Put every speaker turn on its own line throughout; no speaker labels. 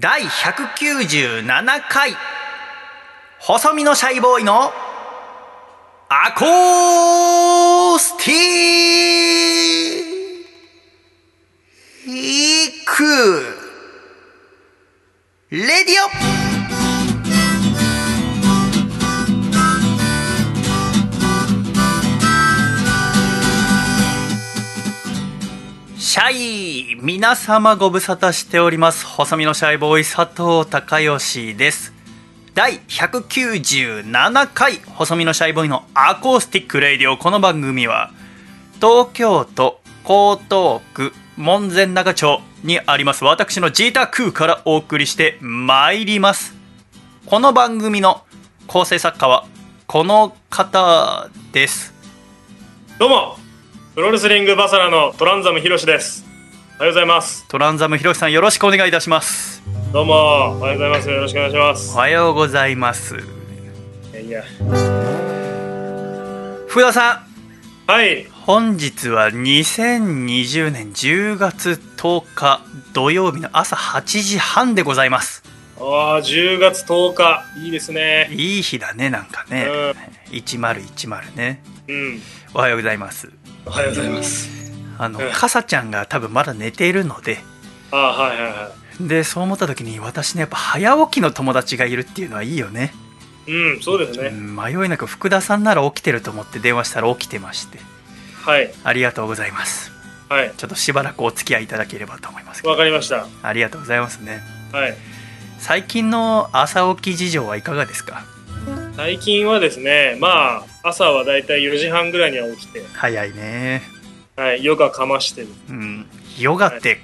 第197回細身のシャイボーイのアコースティックレディオシャイ皆様ご無沙汰しております細身のシャイボーイ佐藤孝義です第197回細身のシャイボーイのアコースティックレイディオこの番組は東京都江東区門前仲町にあります私の自宅からお送りしてまいりますこの番組の構成作家はこの方です
どうもプロレスリングバサラのトランザムヒロシですおはようございます
トランザムひろしさんよろしくお願いいたします
どうもおはようございますよろしくお願いします
おはようございます
いやいや
福田さん
はい
本日は2020年10月10日土曜日の朝8時半でございます
あー10月10日いいですね
いい日だねなんかね1010ね
うん
おはようございます
おはようございます
あの
うん
かさちゃんが多分まだ寝ているので
あーはいはいは
でそう思った時に私ねやっぱ早起きの友達がいるっていうのはいいよね
いうんそうです
う
ね
ん迷いなく福田さんなら起きてると思って電話したら起きてまして
はい
ありがとうございます
はい
ちょっとしばらくお付き合いいただければと思いますけど
わかりました
ありがとうございますね
はい
最近の朝起き事情はいかがですか
最近はですねまあ朝はだいたい4時半ぐらいには起きて
早いね
はい夜がかましてる
うんヨガって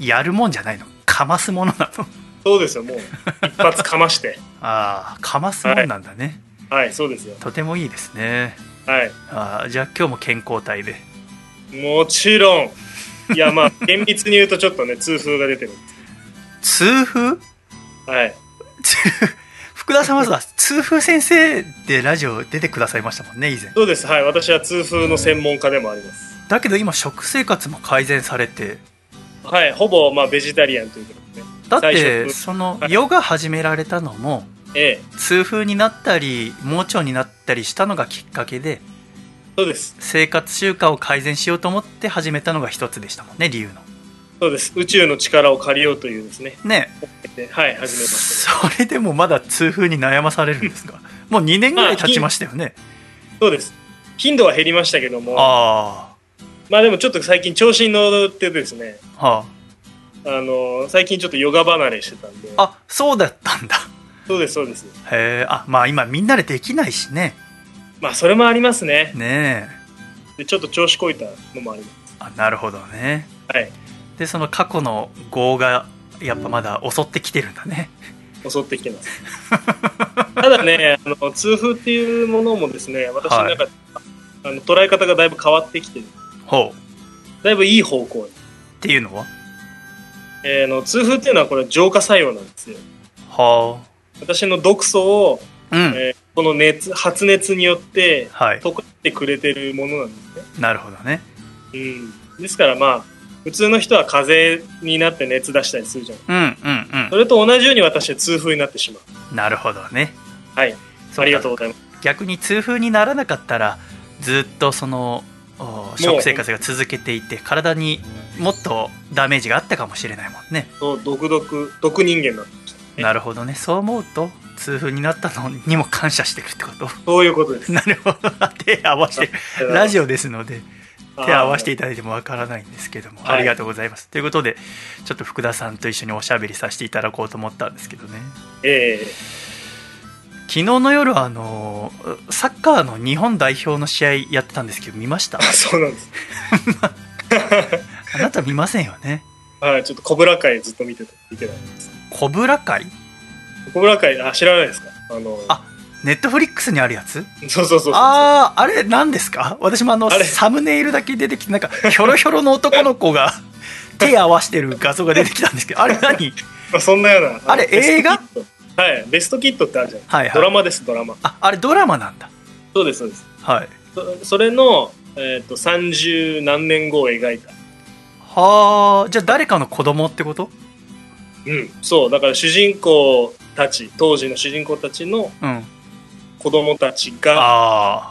やるもんじゃないのかますものなの
そうですよもう一発かまして
ああかますもんなんだね、
はいそうですよ
とてもいいですね
はい
あーじゃあ今日も健康体で
もちろん。いや、まあ、厳密に言うとちょっとね、 痛風が出てる。
痛風
はい。
痛福田さん はさ痛風先生でラジオ出てくださいましたもんね以前
そうです。はい。私は痛風の専門家でもあります。
だけど今食生活も改善されて
はい。ほぼ、まあ、ベジタリアンということでね。
だっ
最
て
初
その
はい
ヨガ始められたのも
ええ。
痛風になったり盲腸になったりしたのがきっかけで
そうです。
生活習慣を改善しようと思って始めたのが一つでしたもんね理由の
そうです。宇宙の力を借りようというですね。
ね
ではい。始めました、
それでもまだ痛風に悩まされるんです かもう2年ぐらい経ちましたよね
そうです。頻度は減りましたけども、
あ
まあでもちょっと最近調子に乗ってですね、
あは
あの最近ちょっとヨガ離れしてたんで、
ああそうだったんだ
そうです、そうです。
へえあまあ今みんなでできないしね
まあ、それもありますね。
ね
でちょっと調子こいたのもありま
えあなるほどね
す。はい。
でその過去の業がやっぱまだ襲ってきてるんだね
襲ってきてます。ただね、あの痛風っていうものもですね、私の中で、あの捉え方がだいぶ変わってきてる、
ほうっ
だいぶいい方向に。
ていうのは
えーあの痛風っていうのはこれ浄化作用なんですよ。
は
私の毒素を、
あうん、
えーこの熱発熱によって
はい
溶かしてくれてるものなんですね。
なるほどね
うん、ですからまあ普通の人は風邪になって熱出したりするじゃん。
うんうん
それと同じように私は痛風になってしまう。
うんなるほどね
はい。ありがとうございます。
逆に痛風にならなかったらずっとそのお食生活が続けていて体にもっとダメージがあったかもしれないもんね
そう毒毒毒人間になってきた。え
なるほどねそう思うと痛風になったのにも感謝してるってこと
そういうことです。
なるほど手合わせてラジオですので
オ
手合わせていただいてもわからないんですけども
はい
ありがとうございますということでちょっと福田さんと一緒におしゃべりさせていただこうと思ったんですけどね
ええ
昨日の夜あのサッカーの日本代表の試合やってたんですけど見ました
あそうなんです。
あなた見ませんよね
はい、ちょっとコブラ会ずっと見てた、見てないです。
コブラ会
コブラ会、あ、知らないですかあの、
あネットフリックスにあるやつ
そうそうそうそう。
あああれ何ですか私もあの
あれ
サムネイルだけ出てきてなんかひょろひょろの男の子 が手合わしてる画像が出てきたんですけどあれ何
まあ、そんなような。の
あれ
ベスト
映画
キットはい、ベストキットってあるじゃん。
はいはい
ドラマです、ドラマ。
ああれドラマなんだ
そうです、そうです。
はい
そそれの、えっ、と、30何年後を描いた。
はあじゃあ誰かの子供ってこと
うん、そう、だから主人公たち、当時の主人公たちの
うん。
子供たちが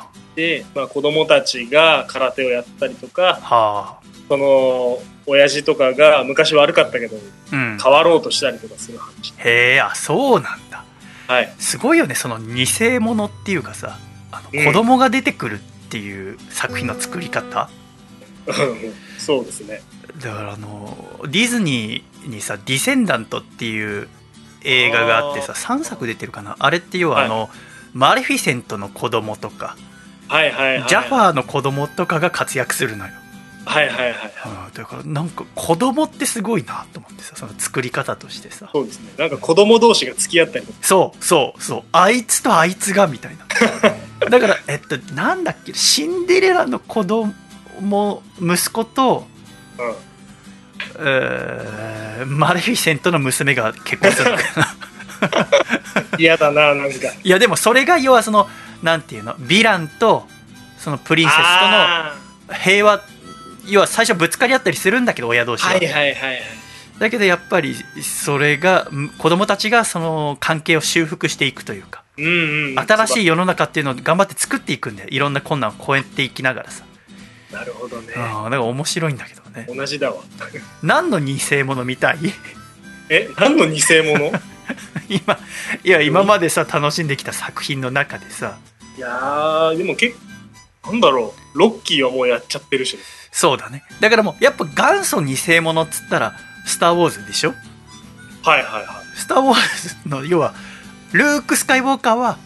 あ
いて、まあ、子供たちが空手をやったりと
あ、
か、
はあ。
その、親父とかが昔悪かったけど、
うん。
変わろうとしたりとかする話。
へえ、あ、そうなんだ。
はい。
すごいよね、その偽物っていうかさ、あ
う
の
ん
子供が出てくるっていう作品の作り方。
そうですね。
だからあの、ディズニーにさ、ディセンダントっていう映画があってさ、
あ
3作出てるかな。あれって要は
はい
あの、マレフィセントの子供とか、
はいはいはい。
ジャファーの子供とかが活躍するのよ。
はいはいは
う
い。
んだからなんか子供ってすごいなと思ってさその作り方としてさ
そうですね。なんか子供同士が付き合ったりとか。
そうそうそうあいつとあいつがみたいな だからえっとなんだっけシンデレラの子供息子と、
うん。
えーマレフィセントの娘が結婚するのかな
嫌だな、なんか。
いやでもそれが要はそのなんていうのヴィランとそのプリンセスとの
あ
平和要は最初ぶつかり合ったりするんだけど親同
ー
士は、
はいはいはいはい。
だけどやっぱりそれがん子供たちがその関係を修復していくというか
うんうん。
新し
い。
い世の中っていうのを頑張って作っていくんだよいろんな困難を超えていきながらさ、
なるほどね。
ああだから面白いんだけどね
同じだわ。
何の偽物みたい
え、何の偽物
今いや今までさ楽しんできた作品の中でさ
いやー、でも結構、なんだろう。ロッキーはもうやっちゃってるし、ね。
そうだねだからもうやっぱ元祖偽物っつったら「スター・ウォーズ」でしょ
はいはいはい。
「スター・ウォーズ」の要はルーク・スカイウォーカーは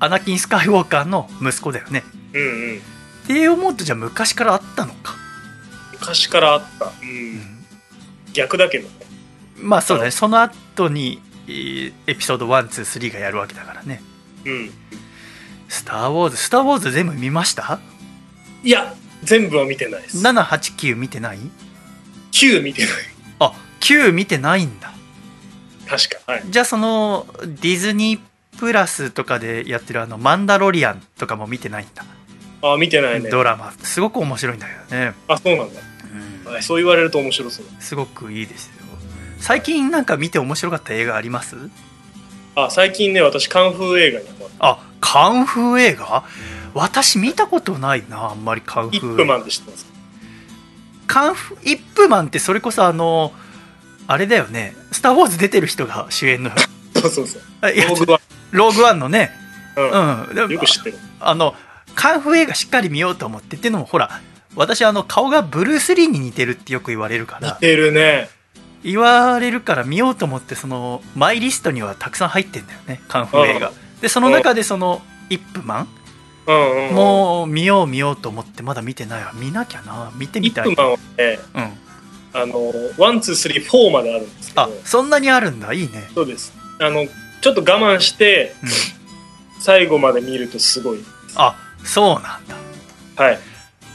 アナキン・スカイウォーカーの息子だよね
うんうん。
って思うとじゃあ昔からあったのか、
昔からあった。う。
うんん
逆だけどね。
まあそうだねその後にえーエピソード123がやるわけだからね
うん。
「スター・ウォーズ」「スター・ウォーズ」全部見ました
いや、全部は見てないです。
?789 見てない
9見てない。
あ9見てないんだ
確か。はい。
じゃあそのディズニープラスとかでやってるあの「マンダロリアン」とかも見てないんだ、
あー、見てないね。
ドラマすごく面白いんだけどね、
あ、そうなんだ。
うん
はいそう言われると面白そう。
すごくいいですよ最近なんか見て面白かった映画あります
あ、最近ね、私、カンフー映画にハマって
あカンフー映画私見たことないなあんまりカンフ
イ
ー
ップマンって知ってます
カンフイップマンってそれこそあのあれだよね「スター・ウォーズ」出てる人が主 演の
そうそうそう。
あいや
ローグは、
ローグワンのね
う
うんで
ん。
も
よく知ってる。
あのカンフー映画しっかり見ようと思ってっていうのもほら私あの顔がブルース・リーに似てるってよく言われるか
似
ら
てるね。
言われるから見ようと思ってそのマイリストにはたくさん入ってんだよねカンフー映
う
画でその中でそのイップマ
うんうん。
ンもう見よう見ようと思ってまだ見てないわ見なきゃな見て
イ
み
ッ
た
プ
い
マンはね、
うん
あの、ワン、ツー、スリー、フォーまであるんですけ
あ
ど、
そんなにあるんだいいね
そうです。あの、ちょっと我慢して、
うん
最後まで見るとすごい。
あそうなんだ
はい。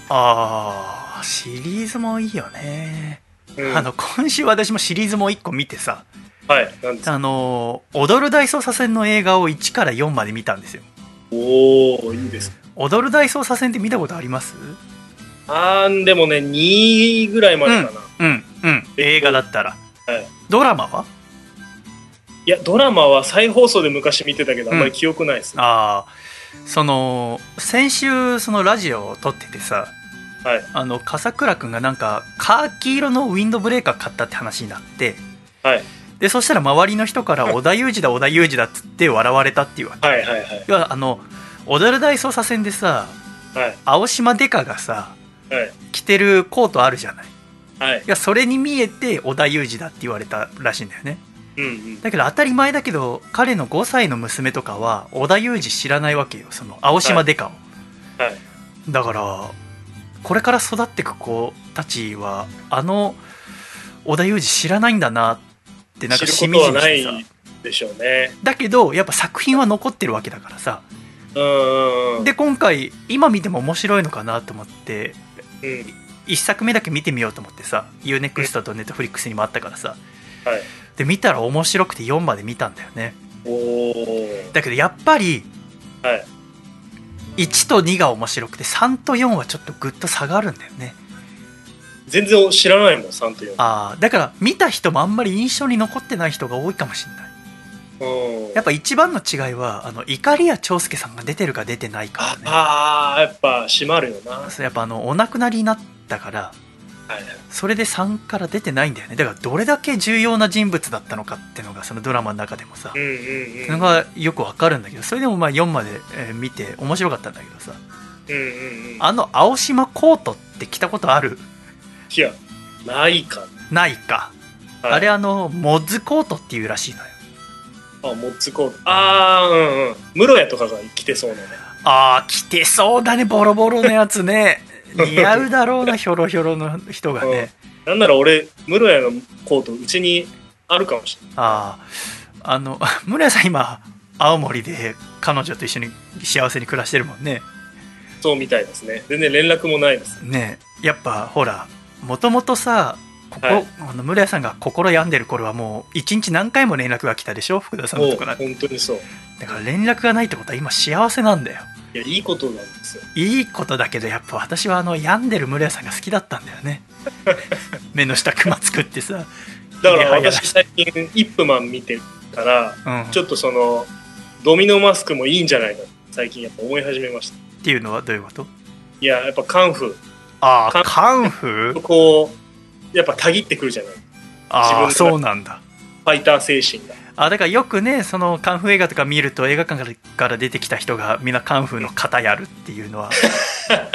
あーシリーズもいいよね、
うん
あの今週私もシリーズも1個見てさ
はい。なんです
あのー「踊る大捜査線」の映画を1から4まで見たんですよ
おー、いいですね。
「踊る大捜査線」って見たことあります
あー、でもね、2位ぐらいまでかな。
うんうん映画だったら、
はい
ドラマはい
や、ドラマは再放送で昔見てたけど、あんまり記憶ないですね。
あーその先週そのラジオを撮っててさ
はい。
あの笠倉君がなんかカーキ色のウィンドブレーカー買ったって話になって
はい。
でそしたら周りの人 から「織田裕二だ織田裕二だ」っつって笑われたっていうわけ
はいはいはい。
要はあの踊る大捜査線でさ
はい。
青島デカがさ
はい。
着てるコートあるじゃないい
はい。
やそれに見えて織田裕二だって言われたらしいんだよね
うんうん。
だけど当たり前だけど彼の5歳の娘とかは織田裕二知らないわけよその青島デカを、
はい。
だからこれから育ってく子たちはあの織田裕二知らないんだなってなんか
知
し
る
み
こと
じ
は
みし
な
てさ
いでしょうね。
だけどやっぱ作品は残ってるわけだからさ
うんうんうん。
で今回今見ても面白いのかなと思って
うん、
1作目だけ見てみようと思ってさ UNEXT と Netflix にもあったからさ
はい。
で見たら面白くて4まで見たんだよね
おー。
だけどやっぱり
はい。
1と2が面白くて3と4はちょっとグッと下がるんだよね
全然知らないもん3と4
ああだから見た人もあんまり印象に残ってない人が多いかもしれない
うん
やっぱ一番の違いはあの怒りや長介さんが出てるか出てないかだね
ああやっぱ閉まるよなは
そうやっぱあのお亡くなりになったから
いはい
それで3から出てないんだよねだからどれだけ重要な人物だったのかっていうのがそのドラマの中でもさ、
うんうんうん
それがよくわかるんだけどそれでもまあ4まで、えー見て面白かったんだけどさ
うんうんうん
あの青島コートって着たことある
いやないか
ないか、
はい
あれあのモッズコートっていうらしいのよ
あモッツコートああうんうん室屋とかが来てそうなね
あー着てそうだねボロボロのやつ ね似合うだろうなひょろひょろの人がね、
なんなら俺室屋のコートうちにあるかもしれない
あああの 村屋さん今青森で彼女と一緒に幸せに暮らしてるもんね
そうみたいですね全然連絡もないです
ねえやっぱほらもともとさここ、
はい
あの村屋さんが心病んでる頃はもう一日何回も連絡が来たでしょ福田さんの
もう
とこから
本当にそう
だから連絡がないってことは今幸せなんだよ
いやいいことなんですよ
いいことだけどやっぱ私はあの病んでる村屋さんが好きだったんだよ ね目の下クマ作ってさ
だから
いやいや
私最近イップマン見てるから
うん
ちょっとそのドミノマスクもいいんじゃないかって最近やっぱ思い始めました
っていうのはどういうこと
いややっぱカンフ
ああ
カン
カンフ
ー
ー
こうやっぱたぎってくるじゃないフ
ああ
自分の
そうなんだ
ァイター精神が
あだからよくねそのカンフー映画とか見ると映画館からから出てきた人がみんなカンフーの型やるっていう のは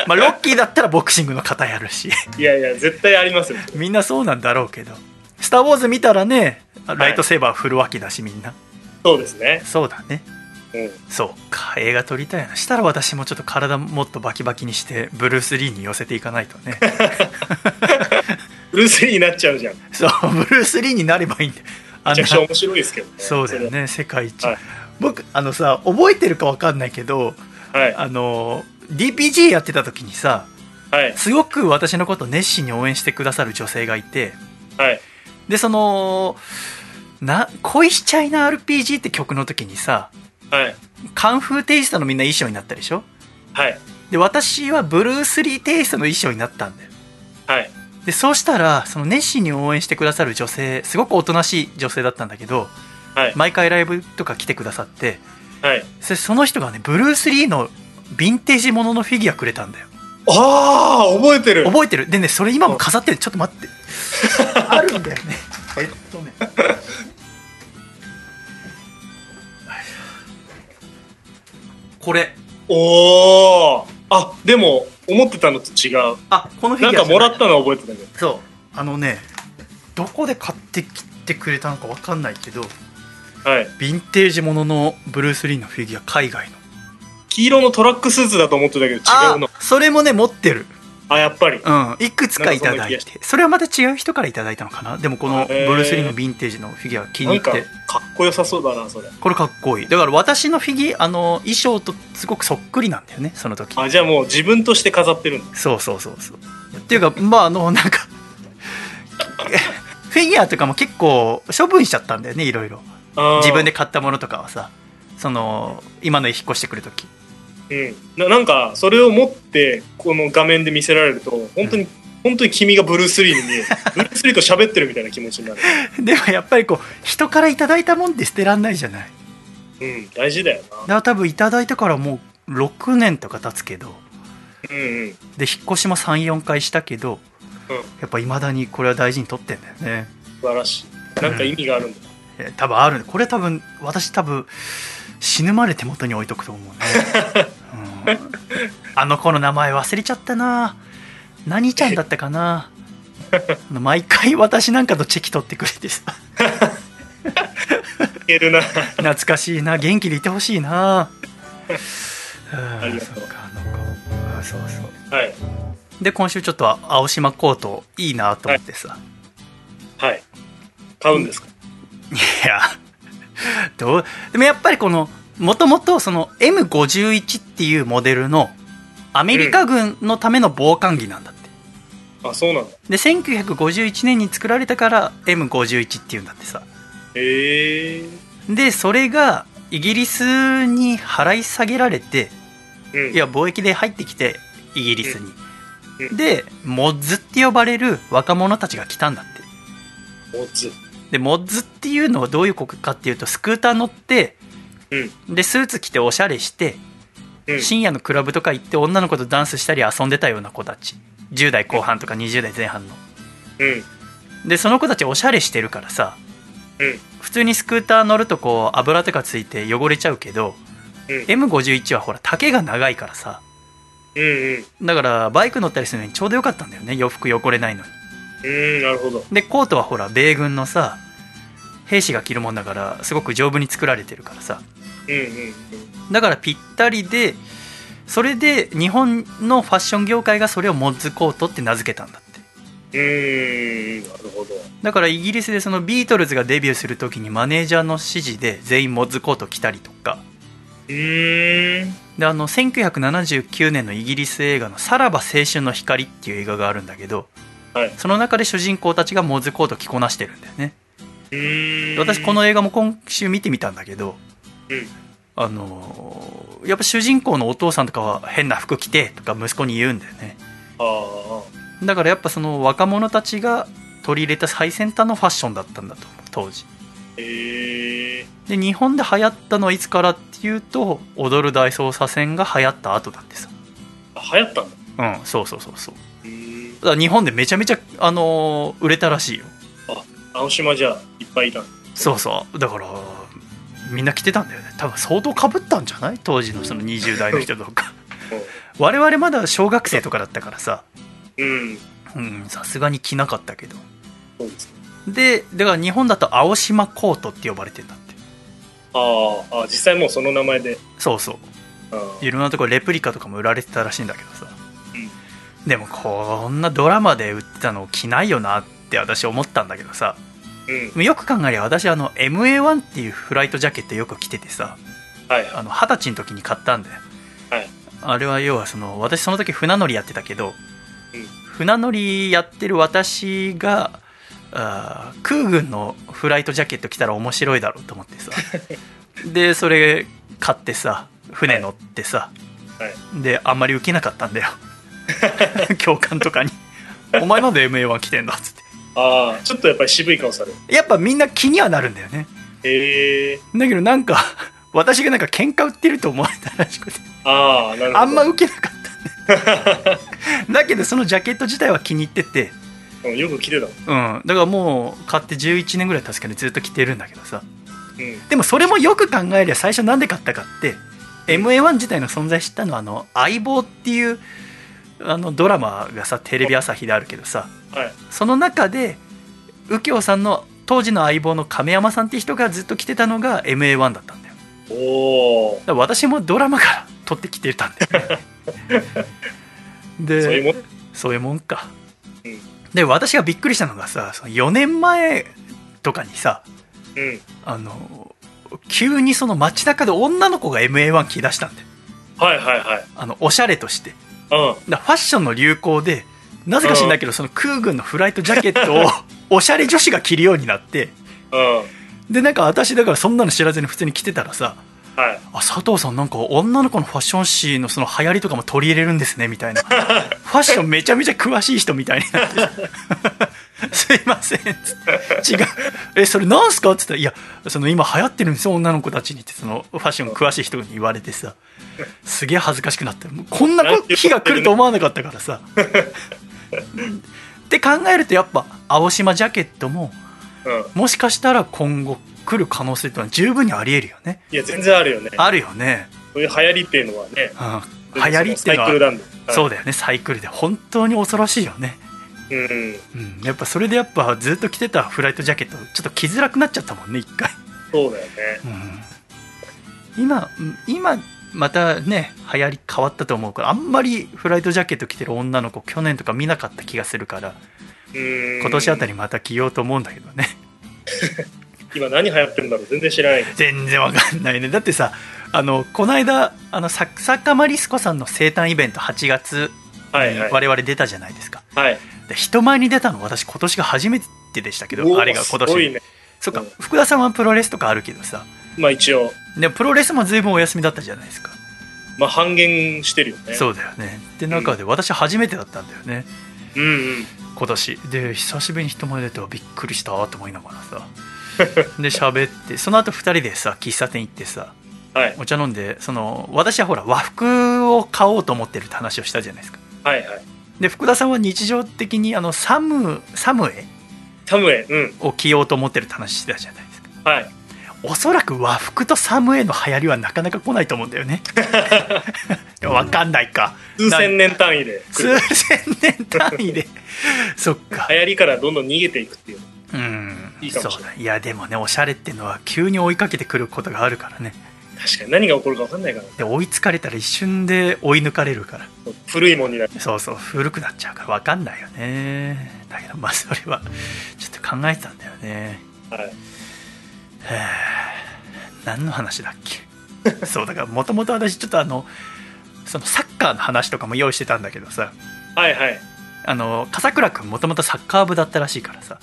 まあロッキーだったらボクシングの型やるし
いやいや絶対ありますよ
みんなそうなんだろうけど「スター・ウォーズ」見たらねライトセーバー振るわけだしみんな
そうですね
そうだね
うん
そうか映画撮りたいなしたら私もちょっと体もっとバキバキにしてブルース・リーに寄せていかないと ね
ブルース・リーになっちゃうじゃんめ
そうブルース・リーになればいいんだよあん
ちゃ
な
くちゃ面白いですけどね
そうだよね世界一、
はい
僕あのさ覚えてるかわかんないけど
それは
あの DPG やってた時にさ
はいはい
すごく私のことを熱心に応援してくださる女性がいて
はい
でそのな「恋しちゃいな RPG」って曲の時にさ
はい
カンフーテイストのみんな衣装になったでしょ
はい
で私はブルース・リーテイストの衣装になったんだよ
はい
でそうしたらその熱心に応援してくださる女性すごくおとなしい女性だったんだけど
はい
毎回ライブとか来てくださって
はい
そその人がねブルース・リーのヴィンテージもののフィギュアくれたんだよ
ああ覚えてる
覚えてるでねそれ今も飾ってるちょっと待って あるんだよねえっとね これ
おおあでも思ってたのと違う
あこのフィ
なん
ギュア
か
じゃ
も
な
ら
い
ったのは覚えてたけど
そうあのねどこで買ってきてくれたのかわかんないけどヴ
はい
ィンテージもののブルース・リーのフィギュア海外の
黄色のトラックスーツだと思ってたけど違うの
あそれもね持ってる
あやっぱり
うんいくつかいただ
なんかそんな気
い
が
てそれはまた違う人からいただいたのかなでもこのブ
へー
ルース・リーのヴィンテージのフィギュア気
な
に入
ん
って
かかっこよさそうだなそれ
これかっこいいだから私のフィギュアあの衣装とすごくそっくりなんだよねその時
あじゃあもう自分として飾ってるんだ
そうそうそうそうっていうかまああのなんか フィギュアとかも結構処分しちゃったんだよねいろいろ
あー
自分で買ったものとかはさその今の家引っ越してくる時
うんななんかそれを持ってこの画面で見せられると本当に、本当に君がブルース・リーに見える ブルース・リーと喋ってるみたいな気持ちになる
でもやっぱりこう人からいただいたもんって捨てらんないじゃないだ
うん大事だよな
から多分いただいてからもう6年とか経つけど
うんうん
で引っ越しも34回したけど、
うん
やっぱいまだにこれは大事に取ってんだよね
素晴らしいなんか意味があるんだ、
えー多分あるこれ多分私多分死ぬまで手元に置いとくと思うね、うん あの子の名前忘れちゃったな何ちゃんだったかなあの毎回私なんかとチェキ取ってくれてさ
いけるな
懐かしいな元気でいてほしいな あ
ありがとう
そうかなんかあそうそう
はい
で今週ちょっと青島コートいいなと思ってさ、
はい買うんですか、
いやどうでもやっぱりこのもともとその M51 っていうモデルのアメリカ軍のための防寒着なんだって、
あそうなんだ
で1951年に作られたから M51 っていうんだってさ
へえ
でそれがイギリスに払い下げられて
うん
いや貿易で入ってきてイギリスに、
うん
でモッズって呼ばれる若者たちが来たんだって
おつ。
でモッズっていうのはどういうことかっていうとスクーター乗って
うん。
でスーツ着ておしゃれして
うん。
深夜のクラブとか行って女の子とダンスしたり遊んでたような子たち10代後半とか20代前半の
うん。
でその子たちおしゃれしてるからさ
うん。
普通にスクーター乗るとこう油とかついて汚れちゃうけど
うん
M51 はほら丈が長いからさ
うん。うん。
だからバイク乗ったりするのにちょうどよかったんだよね洋服汚れないのに
うん。なるほど。
でコートはほら米軍のさ兵士が着るもんだからすごく丈夫に作られてるからさ
うん。うん。
だからぴったりでそれで日本のファッション業界がそれをモッズコートって名付けたんだって
うん。なるほど。
だからイギリスでそのビートルズがデビューする時にマネージャーの指示で全員モッズコート着たりとか
うん。
であの1979年のイギリス映画の「さらば青春の光」っていう映画があるんだけど、
はい
その中で主人公たちがモズコート着こなしてるんだよね
うん。
私この映画も今週見てみたんだけど、
うん
あのーやっぱ主人公のお父さんとかは変な服着てとか息子に言うんだよね
ああ。
だからやっぱその若者たちが取り入れた最先端のファッションだったんだと思う当時
へえ。
で日本で流行ったのはいつからっていうと「踊る大捜査線」が流行った後だってさ
あ流行ったんだ。
うんそうそうそうそう
うん。
だから日本でめちゃめちゃ、あのー売れたらしいよ
青島じゃいっぱいいたんだ。
そうそうだからみんな着てたんだよね多分相当かぶったんじゃない当時のその20代の人とか我々まだ小学生とかだったからさ
うん。
うんさすがに着なかったけど
そうですね。
でだから日本だと青島コートって呼ばれてんだって
ああ、あ実際もうその名前で。
そうそう
あ
いろんなところレプリカとかも売られてたらしいんだけどさ
うん
でもこんなドラマで売ってたの着ないよなって私思ったんだけどさ
うん。
よく考えりゃ私あの MA1 っていうフライトジャケットよく着ててさ
はいはい。
あの二十歳の時に買ったんだよ、
はい
あれは要はその私その時船乗りやってたけど、
うん
船乗りやってる私があー空軍のフライトジャケット着たら面白いだろうと思ってさ でそれ買ってさ船乗ってさ、
は
であんまり受けなかったんだよ 教官とかに「お前なんで MA1 着てんだ」っつって
ああ、ちょっとやっぱり渋い顔される。
やっぱみんな気にはなるんだよね
へえ。
だけどなんか私がなんか喧嘩売ってると思われたらしくて
ああ、なるほど。
あんま受けなかったねだけどそのジャケット自体は気に入ってて
うんよく着てたもん。
うんだからもう買って11年ぐらい確かにずっと着てるんだけどさ
うん。
でもそれもよく考えりゃ最初なんで買ったかって
うん
MA1 自体の存在知ったのはあの「相棒」っていうあのドラマがさテレビ朝日であるけどさ
はい。
その中で右京さんの当時の相棒の亀山さんって人がずっと着てたのが MA1 だったんだよ
おお
だ。から私もドラマから撮ってきてたんだよねで
そういうもん。
そういうもんか、
うん
で私がびっくりしたのがさその4年前とかにさ
うん。
あの急にその街中で女の子が MA1 着出したんで
はいはいはい。
あのおしゃれとして
うん。
だファッションの流行でなぜか知んないけどその空軍のフライトジャケッ トをおしゃれ女子が着るようになって
うん。
でなんか私だからそんなの知らずに普通に着てたらさ
はい。
あ佐藤さんなんか女の子のファッション誌のその流行りとかも取り入れるんですねみたいな ファッションめちゃめちゃ詳しい人みたいになって すいません」つって「違うえそれなんすか?」っつったら「いやその今流行ってるんですよ女の子たちに」ってそのファッション詳しい人に言われてさすげえ恥ずかしくなったもうこんな
なんて
日が来ると思わなかったからさ って考えるとやっぱ青島ジャケットも
うん。
もしかしたら今後来る可能性ってのは十分にありえるよね
いや、全然あるよね。
あるよね
そういう流行りっていうのはね。
うん流行りっていうの
サイクル
は
なんで。
そうだよねサイクルで本当に恐ろしいよね、
う。うん。
うん、やっぱそれでやっぱずっと着てたフライトジャケットちょっと着づらくなっちゃったもんね一回、
そうだよね。
うん、今うん今またね流行り変わったと思うからあんまりフライトジャケット着てる女の子去年とか見なかった気がするから
うん。
今年あた
り。
りまた着ようと思うんだけどね
今何流行ってるんだろう全然知らない。
全然わかんないねだってさあのこの間あのさ坂間リス子さんの生誕イベント8月
はいはい。
我々出たじゃないですか
はい。
で人前に出たの私今年が初めてでしたけ
うお
どあれが今
すご
年、
いね。
そっか
うん
福田さんはプロレスとかあるけどさ
まあ一応。
でもプロレスも随分お休みだったじゃないですか
まあ、半減してるよね。
そうだよねで中で私初めてだったんだよね
うんうん。
今年で久しぶりに人前出てはびっくりしたと思いながら さで喋ってその後2人でさ喫茶店行ってさ
はい。
お茶飲んでその私はほら和服を買おうと思ってるって話をしたじゃないですか
はいはい。
で福田さんは日常的にあのサムサムエ
サムエ、うん。
を着ようと思ってるって話してたじゃないですか
はい。
おそらく和服とサムエの流行りはなかなか来ないと思うんだよ ねわかんないか
数千年単位で来
数
る。
千年単位 でそっか
流行りからどんどん逃げていくっていう。
うん
いいかもしれな
そ
い
うだいやでもねおしゃれってのは急に追いかけてくることがあるからね
確かに何が起こるか分かんないからね。
で追いつかれたら一瞬で追い抜かれるから
古いもんになる。
そうそう古くなっちゃうから分かんないよねだけどまあそれはちょっと考えてたんだよね
はい。
へえ何の話だっ けそうだからもともと私ちょっとあのそのサッカーの話とかも用意してたんだけどさ
はいはい。
あの笠倉君もともとサッカー部だったらしいからさ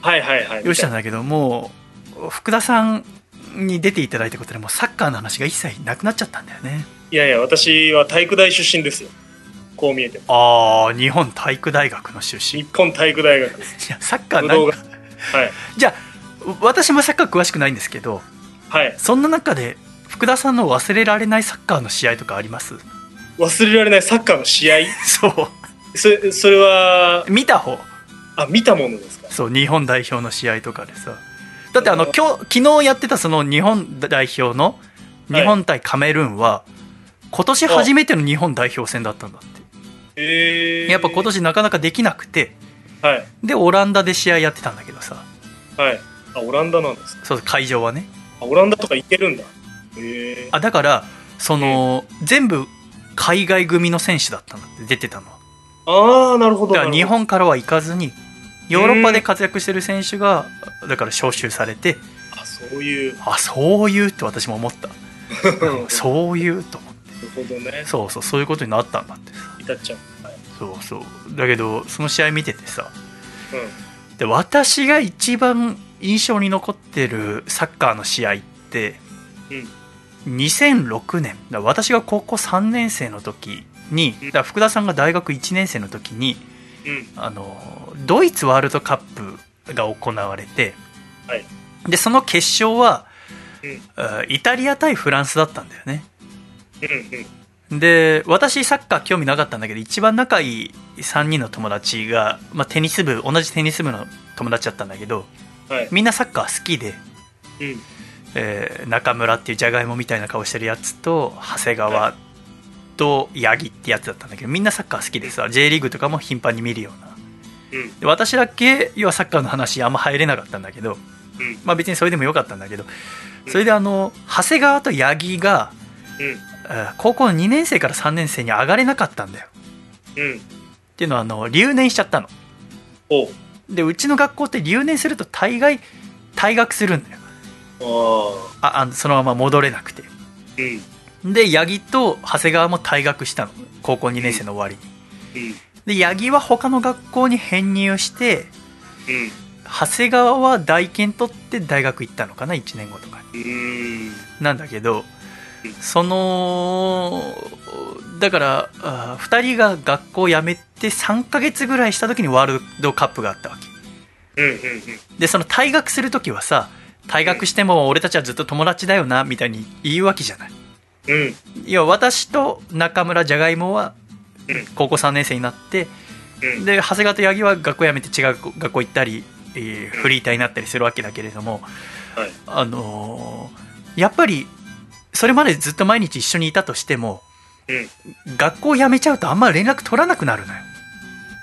はいはいはい。
よしなんだけどもう福田さんに出ていただいたことでもうサッカーの話が一切なくなっちゃったんだよね
いやいや、私は体育大出身ですよ。こう見えても。
ああ日本体育大学の出身
日
い
本体育大学。
やサッカー
武
なん
道
か
が。はい。
じゃあ私もサッカー詳しくないんですけど
はい。
そんな中で福田さんの忘れられないサッカーの試合とかあります
忘れられないサッカーの試合。
そ
それそれは、
う見た方
あ、見たものですか
そう日本代表の試合とかでさだってあの
あー
今日昨日やってたその日本代表の
はい
日本対カメルーンは、今年初めての日本代表戦だったんだって
えー。
やっぱ今。年なかなかできなくて
はい。
でオランダで試合やってたんだけどさ
はい。あ、オランダなんですか。
そう会場はね
あ、オランダとか行けるんだ。えー。
あだからその、全部海外組の選手だったんだって出てたのは
ああ、なるほど。
だから
な
日
るほど
本からは行かずにヨーロッパで活躍してる選手がだから招集されて
あ、そういう。
あそういうって私も思った
うん
そういうと思って。
なるほどね。
そうそうそういうことになったんだってさ
至っちゃう。はい。
そうそうだけどその試合見ててさ
うん。
で私が一番印象に残ってるサッカーの試合って、2006年だから私が高校3年生の時にだから福田さんが大学1年生の時に
うん。
あのドイツワールドカップが行われて、
はい
でその決勝は、
うん
あイタリア対フランスだったんだよね。
うん。うん。
で私サッカー興味なかったんだけど一番仲いい3人の友達が、まあ、テニス部同じテニス部の友達だったんだけど
はい。
みんなサッカー好きで、
うん。
えー中村っていうジャガイモみたいな顔してるやつと長谷川と八木ってやつだったんだけどみんなサッカー好きでさ J リーグとかも頻繁に見るような
うん。
で私だけ要はサッカーの話あんま入れなかったんだけど、
うん
まあ別にそれでもよかったんだけど
うん
それであの長谷川と八木が、
うん。
えー高校の2年生から3年生に上がれなかったんだよ
うん。
っていうのはあの留年しちゃったの
おう。
でうちの学校って留年すると大概退学するんだよ
ああ。
ああのそのまま戻れなくて
うん。
で八木と長谷川も退学したの高校2年生の終わりに
うん。
で八木は他の学校に編入して
うん。
長谷川は大研取って大学行ったのかな1年後とかに
うーん。
なんだけど
うん
そのだからあ2人が学校を辞めて3ヶ月ぐらいした時にワールドカップがあったわけ
うん。うん。
でその退学する時はさ退学しても俺たちはずっと友達だよなみたいに言うわけじゃない
うん。うん。
いや私と中村じゃがいもは
うん
高校3年生になって
うん。
で長谷川と八木は学校辞めて違う学校行ったり、えーフリーターになったりするわけだけれども、
はい
あのーやっぱりそれまでずっと毎日一緒にいたとしても
うん。
学校辞めちゃうとあんまり連絡取らなくなるのよ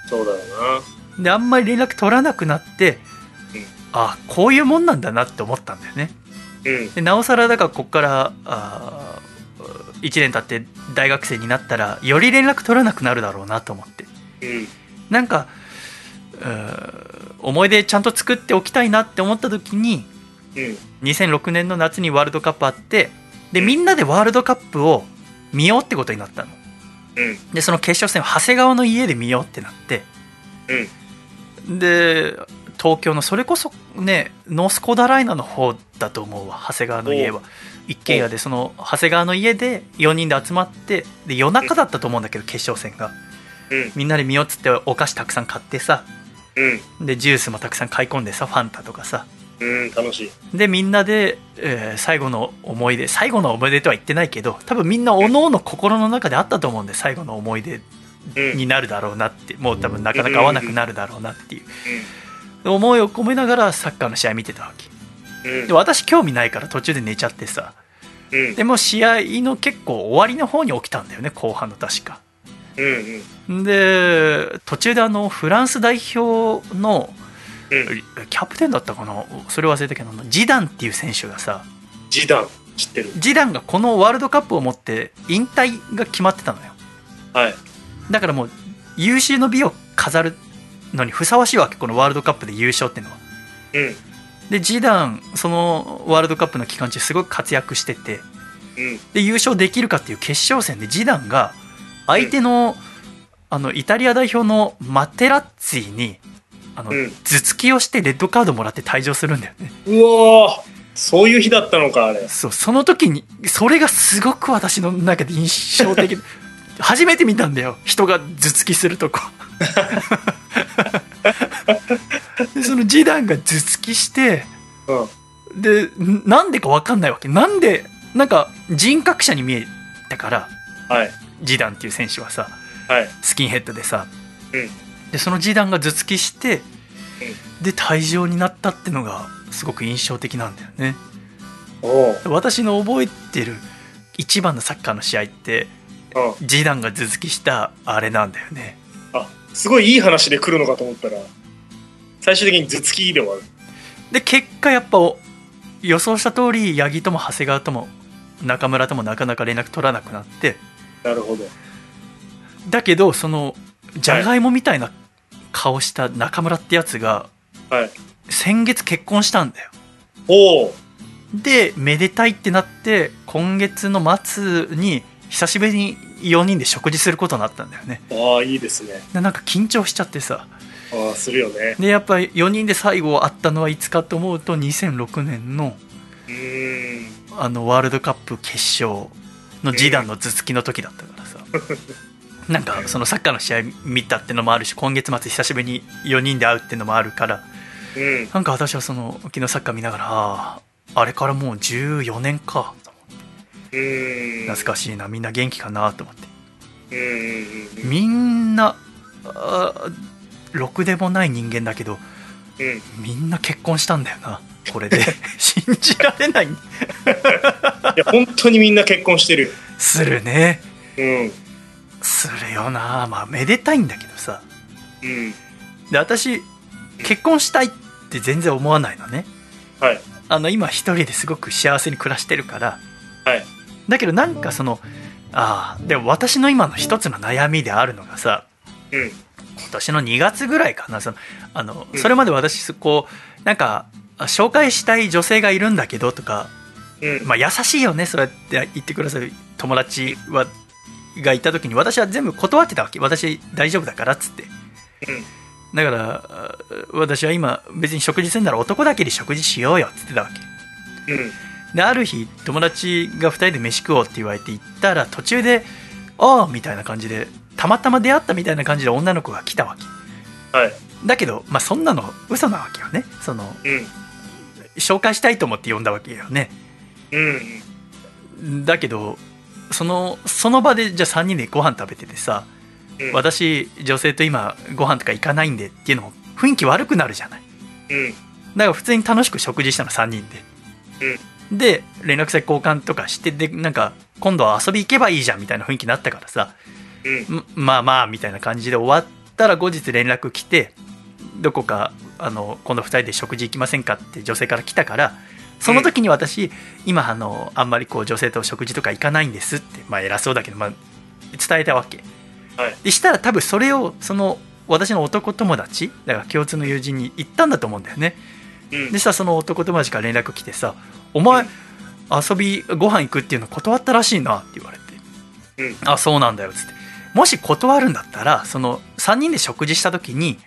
そうだよな。
であんまり連絡取らなくなって、
うん
あこういうもんなんだなって思ったんだよね
うん。
でなおさらだからこっからあ1年経って大学生になったらより連絡取らなくなるだろうなと思って
うん。
なんかうー思い出ちゃんと作っておきたいなって思った時に
うん。
2006年の夏にワールドカップあってでみんなでワールドカップを見ようってことになったの
うん。
でその決勝戦を長谷川の家で見ようってなってで東京のそれこそねノースコダライナの方だと思うわ長谷川の家は一軒家でその長谷川の家で4人で集まってで夜中だったと思うんだけど決勝戦が
うん
みんなで見ようっつってお菓子たくさん買ってさ
うん
でジュースもたくさん買い込んでさファンタとかさ
うん楽しい
でみんなで、えー最後の思い出最後の思い出とは言ってないけど多分みんなおのおの心の中であったと思うんで最後の思い出
うん
になるだろうなってもう多分なかなか会わなくなるだろうなっていう
う
思いを込めながらサッカーの試合見てたわけ
ん
で私興味ないから途中で寝ちゃってさ
うんうん
でもう試合の結構終わりの方に起きたんだよね後半の確か
うんうん
で途中であのフランス代表の
うん
キャプテンだったかなそれ忘れたけどあのジダンっていう選手がさ
ジダン知ってる
ジダンがこのワールドカップをもって引退が決まってたのよ
はい
だからもう優秀の美を飾るのにふさわしいわけこのワールドカップで優勝っていうのは
うん
でジダンそのワールドカップの期間中すごく活躍してて
うん
で優勝できるかっていう決勝戦でジダンが相手の,、あのイタリア代表のマテラッツィにあの、
うん
頭突きをしてレッドカードもらって退場するんだよね
うわーそういう日だったのかあれ
そうその時にそれがすごく私の中で印象 的初めて見たんだよ人が頭突きするとこでそのジダンが頭突きして
うん
でんなんでか分かんないわけなんでなんか人格者に見えたから
はい
ジダンっていう選手はさ
はい
スキンヘッドでさ、
うん
でそのジダンが頭突きして、で退場になったってのがすごく印象的なんだよね
おう
私の覚えてる一番のサッカーの試合って
うん
ジダンが頭突きしたあれなんだよね
あすごいいい話で来るのかと思ったら最終的に頭突きで終わる
で結果やっぱお予想した通り八木とも長谷川とも中村ともなかなか連絡取らなくなって
なるほど
だけどそのじゃがいもみたいな顔した中村ってやつが
はい
先月結婚したんだよ
おお
でめでたいってなって今月の末に久しぶりに4人で食事することになったんだよね
ああいいですね
でなんか緊張しちゃってさ
ああするよね
でやっぱ4人で最後会ったのはいつかと思うと2006年の
うーん
あのワールドカップ決勝のジダンの頭突きの時だったからさなんかそのサッカーの試合見たってのもあるし今月末久しぶりに4人で会うってのもあるから
うん
なんか私はその昨日サッカー見ながらあーあれからもう14年かと思って
うーん
懐かしいなみんな元気かなと思って
うんうんうん
みんなあーろくでもない人間だけど
うんうん
みんな結婚したんだよなこれ で信じられない
いや本当にみんな結婚してるよ
するね
うん
するよなまあめでたいんだけどさ
うん
で私結婚したいって全然思わないのね
はい
あの今一人ですごく幸せに暮らしてるから
はい
だけどなんかそのああでも私の今の一つの悩みであるのがさ
うん
今年の2月ぐらいかなそのあの、
うん
それまで私こうなんかあ紹介したい女性がいるんだけどとか、
うん
まあ、優しいよねそうやって言ってくださる友達はがいた時に私は全部断ってたわけ私大丈夫だからっつって
うん
だからあ私は今別に食事するなら男だけで食事しようよっつってたわけ
うん
である日友達が2人で飯食おうって言われて行ったら途中で「ああ」みたいな感じでたまたま出会ったみたいな感じで女の子が来たわけ
はい
だけど、まあ、そんなの嘘なわけよねその
うん
紹介したいと思って呼んだわけよね
うん
だけどそのその場でじゃあ3人でご飯食べててさ
うん
私女性と今ご飯とか行かないんでっていうのも雰囲気悪くなるじゃない
うん
だから普通に楽しく食事したの3人で、で連絡先交換とかしてでなんか今度は遊び行けばいいじゃんみたいな雰囲気になったからさ
うん
んまあまあみたいな感じで終わったら後日連絡来てどこかあの今度2人で食事行きませんかって女性から来たからその時に私、今あのあんまりこう女性と食事とか行かないんですって、まあ、偉そうだけど、まあ、伝えたわけ、
はい
でしたら多分それをその私の男友達だから共通の友人に言ったんだと思うんだよね
うん
でさその男友達から連絡来てさ「お前
うん
遊びご飯行くっていうの断ったらしいな」って言われて
うん
あそうなんだよ」っつってもし断るんだったらその3人で食事した時に、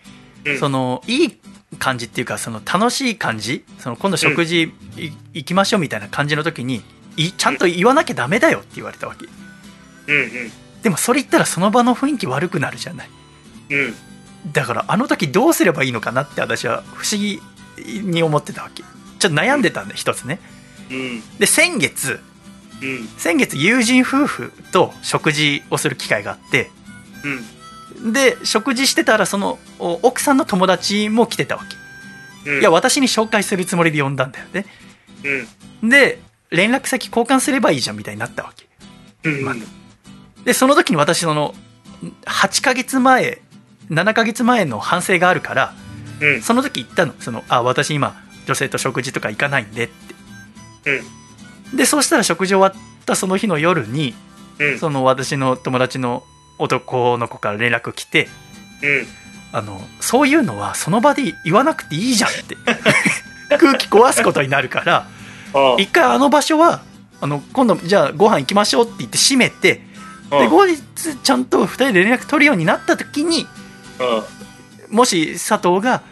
うん
そのいい感じっていうかその楽しい感じその今度食事い、行きましょうみたいな感じの時にいちゃんと言わなきゃダメだよって言われたわけ
うんうん
でもそれ言ったらその場の雰囲気悪くなるじゃない
うん
だからあの時どうすればいいのかなって私は不思議に思ってたわけちょっと悩んでたんで一つね
うん
で先月
うん
先月友人夫婦と食事をする機会があって
うん
で食事してたらそのお奥さんの友達も来てたわけ
うん
いや私に紹介するつもりで呼んだんだよね
うん
で連絡先交換すればいいじゃんみたいになったわけ
うん
まあでその時に私その8ヶ月前7ヶ月前の反省があるから
うん
その時言ったのそのあ私今女性と食事とか行かないんでって
うん
でそうしたら食事終わったその日の夜に
うん
その私の友達の男の子から連絡来て
うん
あのそういうのはその場で言わなくていいじゃんって 空気壊すことになるから
ああ
一回あの場所はあの今度じゃあご飯行きましょうって言って閉めて
あ
で
あ
後日ちゃんと2人で連絡取るようになった時に
あ
もし佐藤が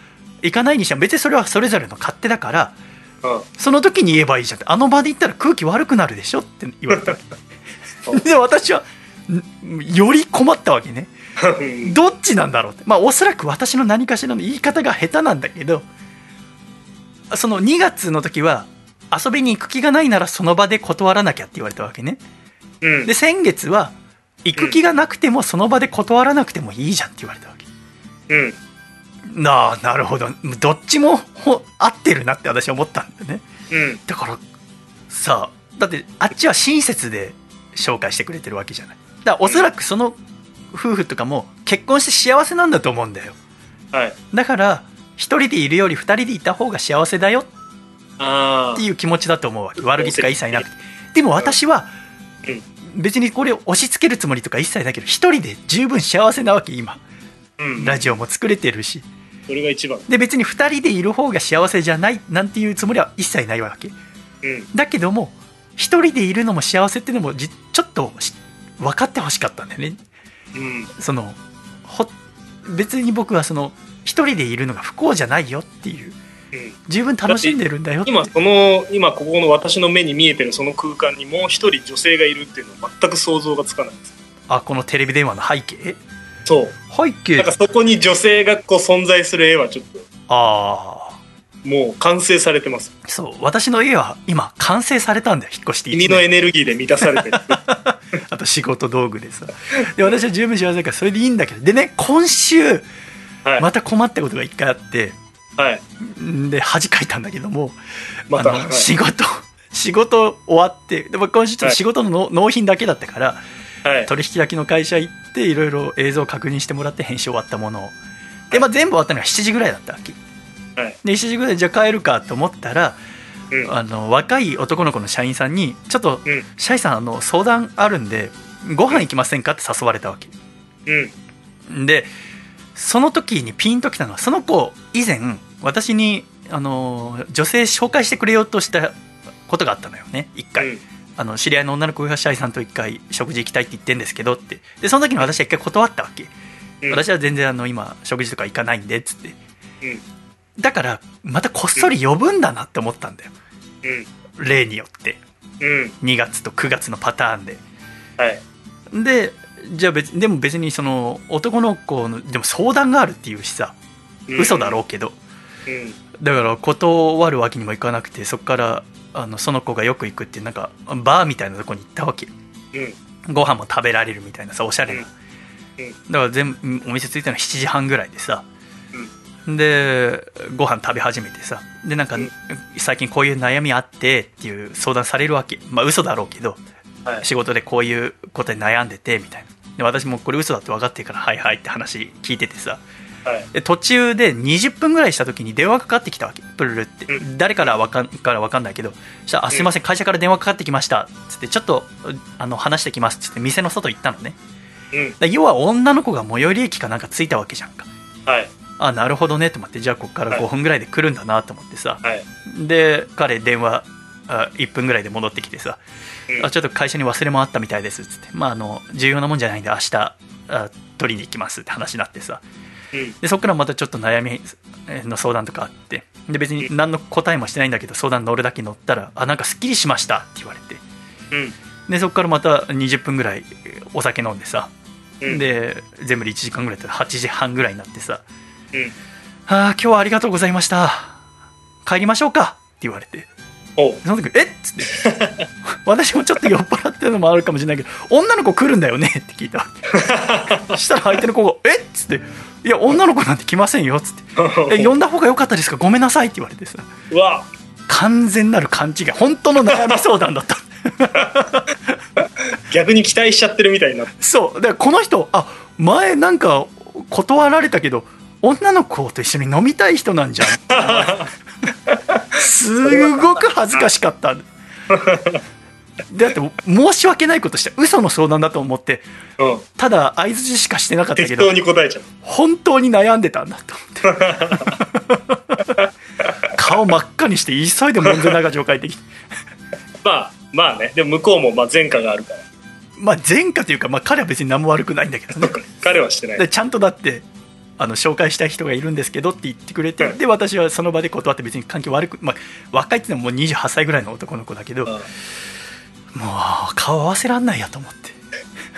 行かないにしても別にそれはそれぞれの勝手だから
あああ
その時に言えばいいじゃんってあの場で行ったら空気悪くなるでしょって言われたで私はんより困ったわけね
うん
どっちなんだろうってまあおそらく私の何かしらの言い方が下手なんだけどその2月の時は遊びに行く気がないならその場で断らなきゃって言われたわけね
うん
で先月は行く気がなくてもその場で断らなくてもいいじゃんって言われたわけ
うん
なあなるほどどっちもほ合ってるなって私は思ったんだよね
うん
だからさあだってあっちは親切で紹介してくれてるわけじゃないだからおそらくその夫婦とかも結婚して幸せなんだと思うんだよ
はい
だから一人でいるより二人でいた方が幸せだよ
ああ
っていう気持ちだと思うわけ悪気とか一切なくてでも私は
うん
別にこれを押し付けるつもりとか一切ないけど一人で十分幸せなわけ今
うん
ラジオも作れてるし
それが一番
で別に2人でいる方が幸せじゃないなんていうつもりは一切ないわけ
うん
だけども1人でいるのも幸せっていうのもじちょっとし分かってほしかったんだよね
うん
そのほ別に僕はその1人でいるのが不幸じゃないよっていう
うん
十分楽しんでるんだよって
今その今ここの私の目に見えてるその空間にもう一人女性がいるっていうのは全く想像がつかないです
あこのテレビ電話の背景
そう
背景
なんかそこに女性がこう存在する絵はちょっと
あ
もう完成されてます
あそう私の家は今完成されたんだよ引っ越して一
君
年
のエネルギーで満たさ れてる
あと仕事道具でさで私は十分幸せだからそれでいいんだけどでね今週
はい
また困ったことが一回あって
はい
んで恥かいたんだけども、
また
あの
はい
仕事仕事終わってでも今週ちょっと仕事のの納品だけだったから、
はい
取引先の会社行っていろいろ映像を確認してもらって編集終わったものをで、まあ、全部終わったのが7時ぐらいだったわけ
はい
で7時ぐらいじゃあ帰るかと思ったら
うん
あの若い男の子の社員さんに「ちょっと
うん
シャイさんあの相談あるんでご飯行きませんか?」って誘われたわけ
うん
でその時にピンときたのはその子以前私にあの女性紹介してくれようとしたことがあったのよね一回、
うん
あの知り合いの女の子がシャイさんと一回食事行きたいって言ってんですけどってでその時に私は一回断ったわけ、
うん
私は全然あの今食事とか行かないんでっつって
うん
だからまたこっそり呼ぶんだなって思ったんだよ
うん
例によって
うん
2月と9月のパターンで
はい
でじゃあ別でも別にその男の子のでも相談があるっていうしさ
うん
嘘だろうけど、
うん
だから断るわけにもいかなくてそこからあのその子がよく行くっていうなんかバーみたいなとこに行ったわけ
うん
ご飯も食べられるみたいなさおしゃれな、
うんうん
だから全部お店着いたの7時半ぐらいでさ、でご飯食べ始めてさでなんか、
うん
最近こういう悩みあってっていう相談されるわけまあ嘘だろうけど
はい
仕事でこういうことに悩んでてみたいなで私もこれ嘘だって分かってるからはいはいって話聞いててさ
はい
で途中で20分ぐらいした時に電話かかってきたわけプルルって、
う
誰からわかんからわかんないけどそしたらあ「すいません会社から電話かかってきました」つって「ちょっとあの話してきます」つって店の外行ったのね
うん
だ要は女の子が最寄り駅かなんか着いたわけじゃんか
はい
あなるほどねと思ってじゃあこっから
はい
5分ぐらいで来るんだなと思ってさ
はい
で彼電話あ1分ぐらいで戻ってきてさ
うん
あちょっと会社に忘れもあったみたいですっつってまああの重要なもんじゃないんで明日あ取りに行きますって話になってさ
うん
でそこからまたちょっと悩みえーの相談とかあってで別に何の答えもしてないんだけど相談乗るだけ乗ったら「あなんかすっきりしました」って言われて
うん
でそこからまた20分ぐらいえーお酒飲んでさ
うん
で全部で1時間ぐらい経って8時半ぐらいになってさ
う
「ああ今日はありがとうございました帰りましょうか」って言われて
おう
その時「えっ?」つって私もちょっと酔っ払ってるのもあるかもしれないけど「女の子来るんだよね」って聞いたわけしたら相手の子が「えっ?」つって「いや女の子なんて来ませんよ」つって「え呼んだ方が良かったですかごめんなさい」って言われてさ
うわ
完全なる勘違い本当の悩み相談だった
逆に期待しちゃってるみたいになって
そうだからこの人あ前なんか断られたけど女の子と一緒に飲みたい人なんじゃんすごく恥ずかしかっただって申し訳ないことした嘘の相談だと思って
うん
ただ相づちしかしてなかったけ
適
ど
当に答えちゃう
本当に悩んでたんだと思って顔真っ赤にして急いで門前仲紹介できて
まあまあねでも向こうもまあ前科があるから
まあ前科というか、まあ、彼は別に何も悪くないんだけどね
彼はしてない
でちゃんとだってあの紹介したい人がいるんですけどって言ってくれて、
うん
で私はその場で断って別に関係悪く、まあ、若いっていうのはもう28歳ぐらいの男の子だけど、
う
もうん顔合わせらんないやと思って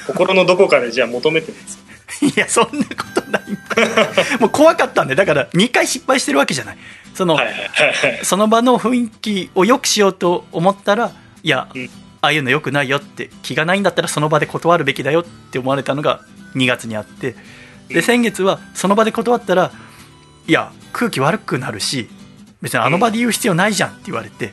心のどこかでじゃあ求めてるんですよ
いやそんなことない んだもう怖かったんでだから2回失敗してるわけじゃないその、
はいはいはいはい
その場の雰囲気を良くしようと思ったらいや、
うん
ああいうの良くないよって気がないんだったらその場で断るべきだよって思われたのが2月にあって
う
で
ん
先月はその場で断ったらいや空気悪くなるし別にあの場で言う必要ないじゃんって言われて、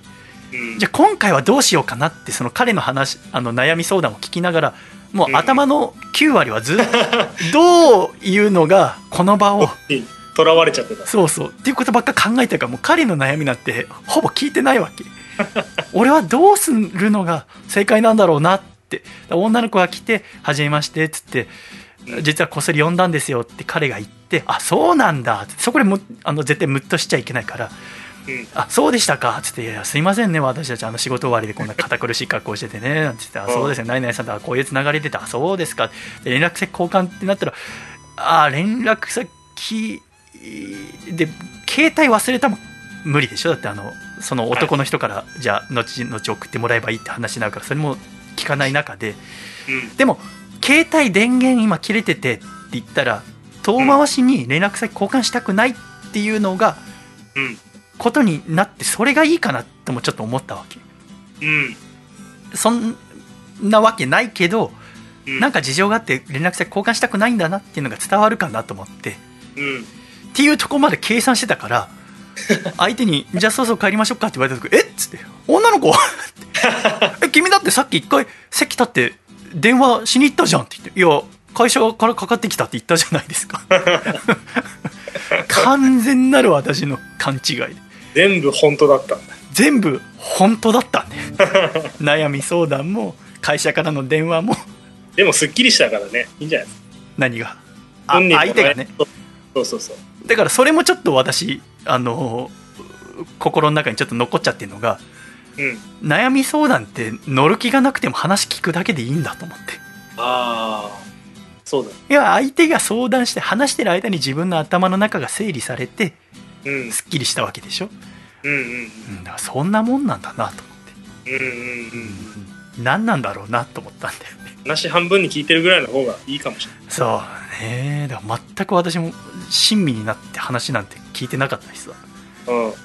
うん
じゃあ今回はどうしようかなってその彼の話あの悩み相談を聞きながらもう
うん
頭の9割はずっと どういうのがこの場を
とらわれちゃってた
そうそうっていうことばっか考えてるからもう彼の悩みなんてほぼ聞いてないわけ俺はどうするのが正解なんだろうなって女の子が来て「はじめまして」っつって
う
「
ん
実はこっそり呼んだんですよ」って彼が言って「あそうなんだ」ってそこでむあの絶対ムッとしちゃいけないから
うん
「あそうでしたか」っつって「いやいやすいませんね私たちあの仕事終わりでこんな堅苦しい格好しててね」なんて言って「あ
うん
そうですね何々さんとはこういうつながりでたあそうですか」で連絡先交換ってなったら「あ連絡先で携帯忘れたもん無理でしょだってあのその男の人から、じゃあ後々送ってもらえばいいって話になるからそれも聞かない中で
うん
でも携帯電源今切れててって言ったら遠回しに連絡先交換したくないっていうのが
うん
ことになってそれがいいかなともちょっと思ったわけ
うん
そんなわけないけど
うん
なんか事情があって連絡先交換したくないんだなっていうのが伝わるかなと思って
うん
っていうとこまで計算してたから 相手に「じゃあそろそろ帰りましょうか」って言われた時「えっ?」つって「女 の子え君だってさっき一回席立って電話しに行ったじゃん」って言って「いや会社からかかってきた」って言ったじゃないですか 完全なる私の勘違いで
全部本当だったんだ
全部本当だったね 悩み相談も会社からの電話も
でもすっきりしたからねいいんじゃないですか
何があ
本人も
相手がね
そうそうそう
だからそれもちょっと私あの心の中にちょっと残っちゃってるのが
うん
悩み相談って乗る気がなくても話聞くだけでいいんだと思って
ああそうだ
いや相手が相談して話してる間に自分の頭の中が整理されて
うん
すっきりしたわけでしょ、
うんうん
うん、だからそんなもんなんだなと思っ
うんうんう
て、
ん
何なんだろうなと思ったんだよね
話半分に聞いてるぐらいの方がいいかもしれない
そうねだから全く私も親身になって話なんて聞いてなかったしさ
うん
こ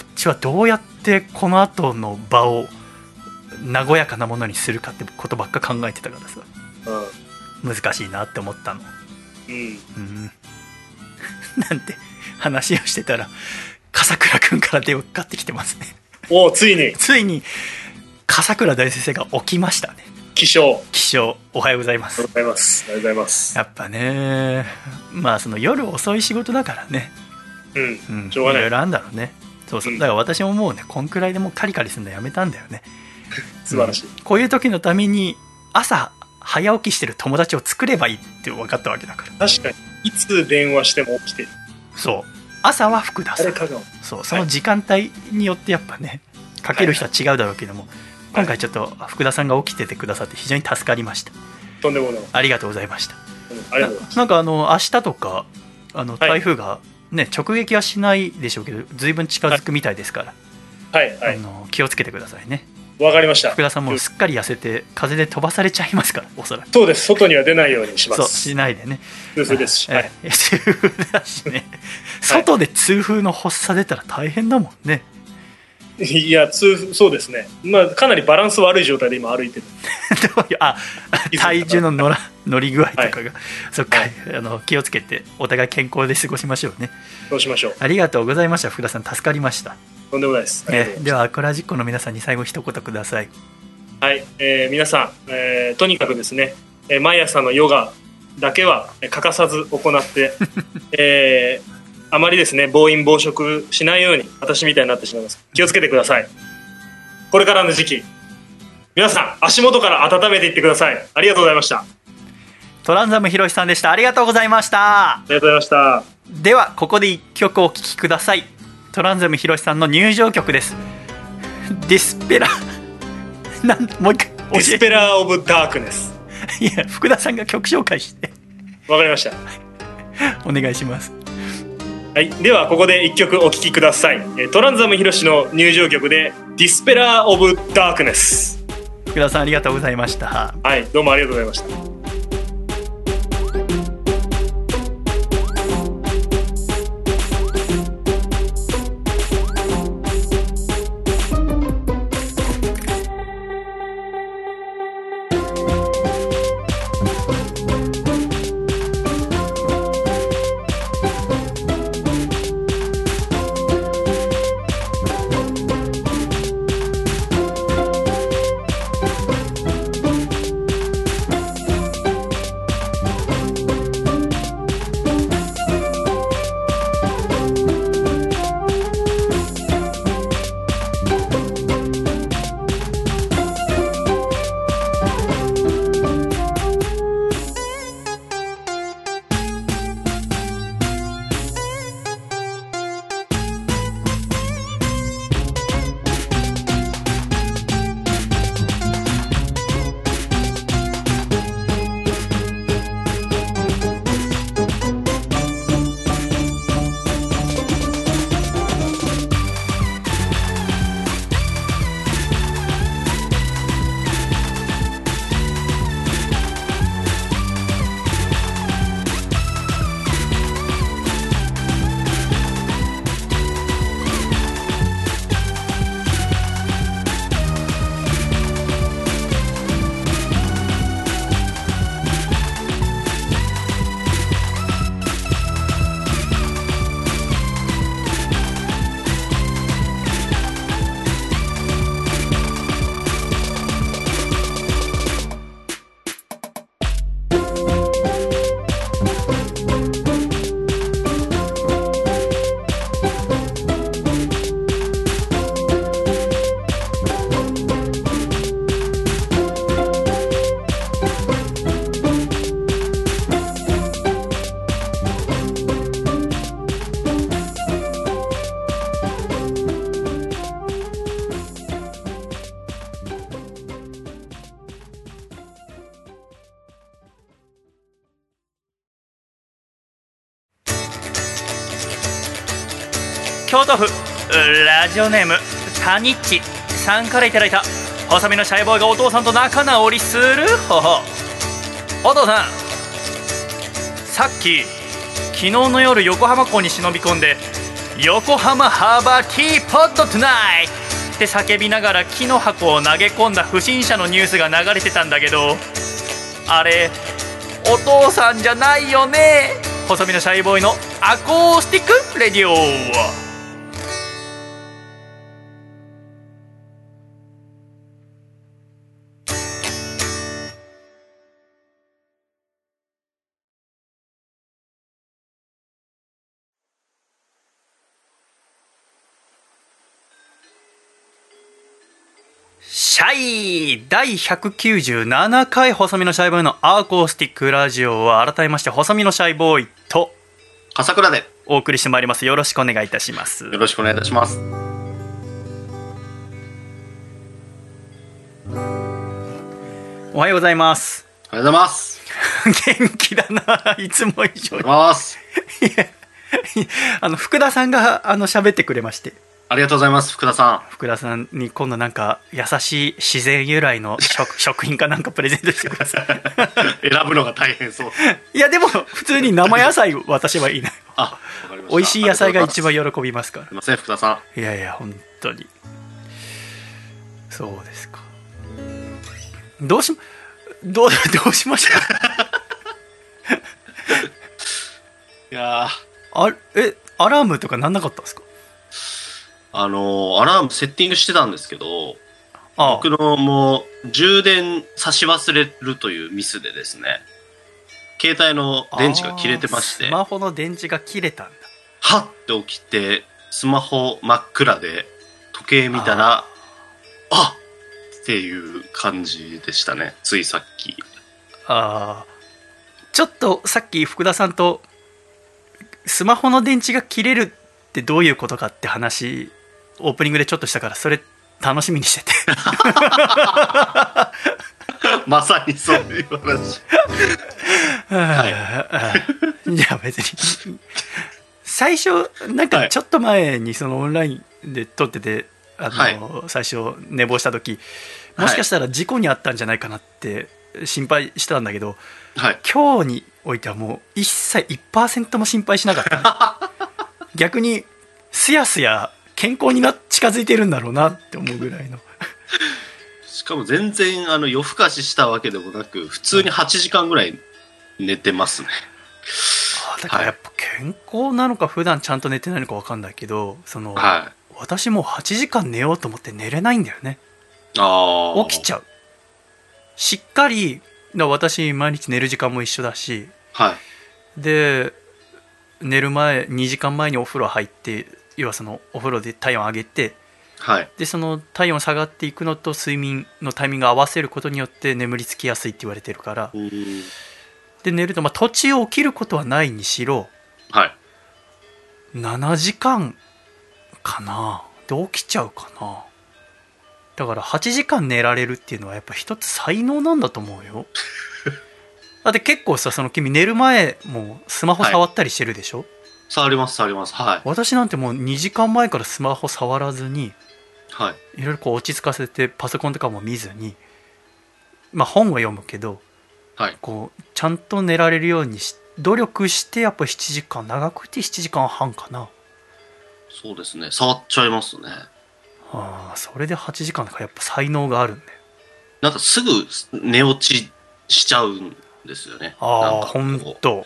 っちはどうやってこの後の場を和やかなものにするかってことばっか考えてたからさ難しいなって思ったの
うんうん
うん なんて話をしてたら笠倉くんから電話かかってきてますね
おおついに
ついに笠倉大先生が起きましたね
起床
起床おはようございま
ありがと
す
うございますありがとうございます
やっぱねまあその夜遅い仕事だからね
うん
うん
しょうがない
ろいろあんだろうねそうそう
うん
だから私ももうねこんくらいでもうカリカリするのやめたんだよね
素晴らしい
こういう時のために朝早起きしてる友達を作ればいいって分かったわけだから
確かにいつ電話しても起きてる
そう朝は福田さん
誰かが
そうその時間帯によってやっぱねかける人は違うだろうけども、今回ちょっと福田さんが起きててくださって非常に助かりました
とんでもない
ありがとうございました
うんありがとうございます
なんかあの明日とかああの
はい
台風が、ね直撃はしないでしょうけど随分近づくみたいですから、
はいは
あ
い。
の気をつけてくださいね
わかりました
福。田さんもうすっかり痩せて風で飛ばされちゃいますからおそらく
そうです。外には出ないようにしま
そう
す。
しないでね
痛風ですし。はい。
ええ痛風だしね外で痛風の発作出たら大変だもんね
い や、痛風、そうですね。まあ、かなりバランス悪い状態で今歩いてる。
どういうあ体重の乗ら乗り具合とかが、そっか、
はい
あの気をつけてお互い健康で過ごしましょうね
そうしましょう。
ありがとうございました福田さん助かりました
とんでもないです。ありがと
え
うございます
ではアクラジッコの皆さんに最後一言ください
はい、えー皆さん、えーとにかくですね、えー毎朝のヨガだけはえー欠かさず行 って、えーあまりですね、暴飲暴食しないように、私みたいになってしまいます。気をつけてください。これからの時期、皆さん、足元から温めていってください。ありがとうございました。あ
トランザムひろしさんでしたありがとうございました
りがとうございました。
ではここで一曲お聴きくださいトランザムひろしさんの入場曲ですディスペラ なんもう一回教
ディス
えて
ペラー・オブ・ダークネス。
いや福田さんが曲紹介して
わかりました。
お願いします
はい、ではここで一曲お聴きください。えートランザム・ヒロシの入場曲で、ディスペラー・オブ・ダークネス。
福田さんありがとうございました
はい、どうもありがとうございました。
京都府ラジオネームタニッチさんからいただいた細身のシャイボーイがお父さんと仲直りする方法お父さんさっき昨日の夜横浜港に忍び込んで「横浜ハーバーティーポッドトゥナイト」って叫びながら木の箱を投げ込んだ不審者のニュースが流れてたんだけどあれお父さんじゃないよね細身のシャイボーイのアコースティックレディオシャイ第197回細身のシャイボーイのアコースティックラジオは改めまして細身のシャイボーイと
笠倉で
お送りしてまいりますよろしくお願いいたします
よろしくお願いいたします。
おはようございます
おはようございます。
元気だないつも以上に
ます。
あの福田さんがあの喋ってくれまして
ありがとうございます、福田さ
福田さんに今度なんか優しい自然由来の食 食品かなんかプレゼントしてください
ん。選ぶのが大変そう。
いやでも普通に生野菜を私はいない
あ、わかりました。
美味しい野菜が一番
あり
喜びますから
がとうございます。すいません、福田さん。
いやいや本当にそうですかどうしどう どうしました
いやー、
あえアラームとかなんなかったんですか
あのーアラームセッティングしてたんですけど、
あ
僕のもう、充電差し忘れるというミスでですね、携帯の
あ
電池が切れてまして、
ス
は
マホの電池が切れたんだ
っって起きて、スマホ真っ暗で、時計見たら、あっていう感じでしたね、ついさっき。
あーちょっとさっき福田さんとスマホの電池が切れるってどういうことかって話オープニングでちょっとしたからそれ楽しみにしてて
まさにそういう話。
はいじゃあ別に最初なん
は
か
い
ちょっと前にそのオンラインで撮っててあの、
はい
最初寝坊した時もしかしたら事故にあったんじゃないかなって心配してたんだけど、
はい。
今日においてはもう一切1%も心配しなかった ね逆にすやすや健康にな近づいてるんだろうなって思うぐらいの
しかも全然あの夜更かししたわけでもなく、普通に8時間ぐらい寝てますね。
あだからやっぱ健康なのか普段ちゃんと寝てないのか分かんないけどその、
はい。
私もう8時間寝ようと思って寝れないんだよね
ああ。
起き
ゃ
ちゃうしっかりだから私毎日寝る時間も一緒だし
はい。
で寝る前2時間前にお風呂入って要はそのお風呂で体温上げて
はい。
でその体温下がっていくのと睡眠のタイミングを合わせることによって眠りつきやすいって言われてるから
うーん
で寝るとまあ途中起きることはないにしろ
はい。
7時間かなで起きちゃうかなだから8時間寝られるっていうのはやっぱ一つ才能なんだと思うよだって結構さその君寝る前もスマホ触ったりしてるでしょ、
触ります、触ります。はい。
私なんてもう2時間前からスマホ触らずに
はい。
いろいろこう落ち着かせてパソコンとかも見ずにまあ本を読むけど
はい。
こうちゃんと寝られるようにし努力してやっぱ7時間長くて7時間半かな
そうですね。触っちゃいますね。
あーそれで8時間だからやっぱ才能があるんだよ
なんかすぐ寝落ちしちゃうんですよね。
ああ
な
本
んかこう
当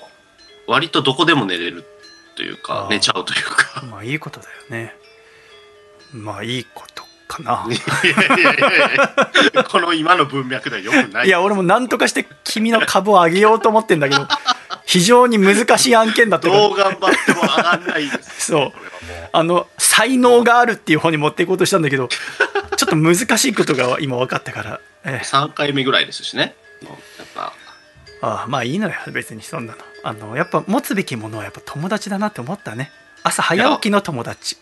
割とどこでも寝れるという
あ
か
ー、
寝ちゃうというか。
まあいいことだよねまあいいことかな
いやいやいやいやこの今の文脈ではよくない
いや俺もなんとかして君の株を上げようと思ってんだけ ど非常に難しい案件だったから
どう頑張っても上がんないで す、
そう
これはもう
あの才能があるっていう方に持っていこうとしたんだけどちょっと難しいことが今分かったから、ええ
3回目ぐらいですしねもうやっぱ
ああまあいいのよ別にそんなのあのやっぱ持つべきものはやっぱ友達だなって思ったね朝早起きの友達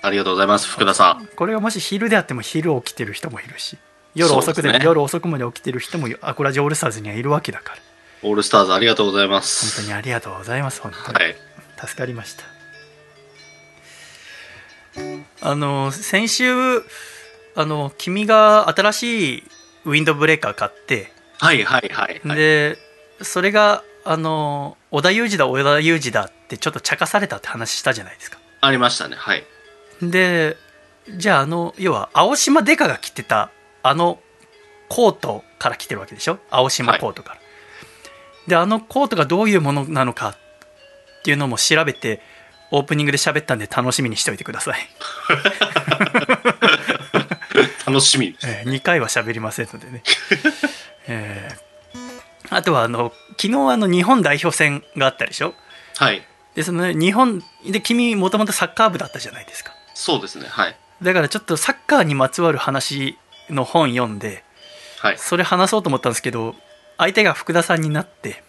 ありがとうございます福田さん
これがもし昼であっても昼起きてる人もいるし夜
そうで
遅く
すね
でも夜遅くまで起きてる人もアコラジオールスターズにはいるわけだから
オールスターズありがとうございま
本当
す
にありがとうございます本当に、
はい
助かりましたあの先週あの君が新しいウィンドブレーカー買って、
はいはいはいはい
でそれがあの織田裕二だ織田裕二だってちょっと茶化されたって話したじゃないですか
ありましたねはい
でじゃああの要は青島デカが着てたあのコートから来てるわけでしょ青島コートから、であのコートがどういうものなのかっていうのも調べてオープニングで喋ったんで楽しみにしておいてください、
楽しみです
え2回は喋りませんのでね、えーあとはあの昨日あの日本代表戦があったでしょ
はい
でそのね日本で君もともとサッカー部だったじゃないですか
そうですねはい
だからちょっとサッカーにまつわる話の本読んで
はい
それ話そうと思ったんですけど相手が福田さんになって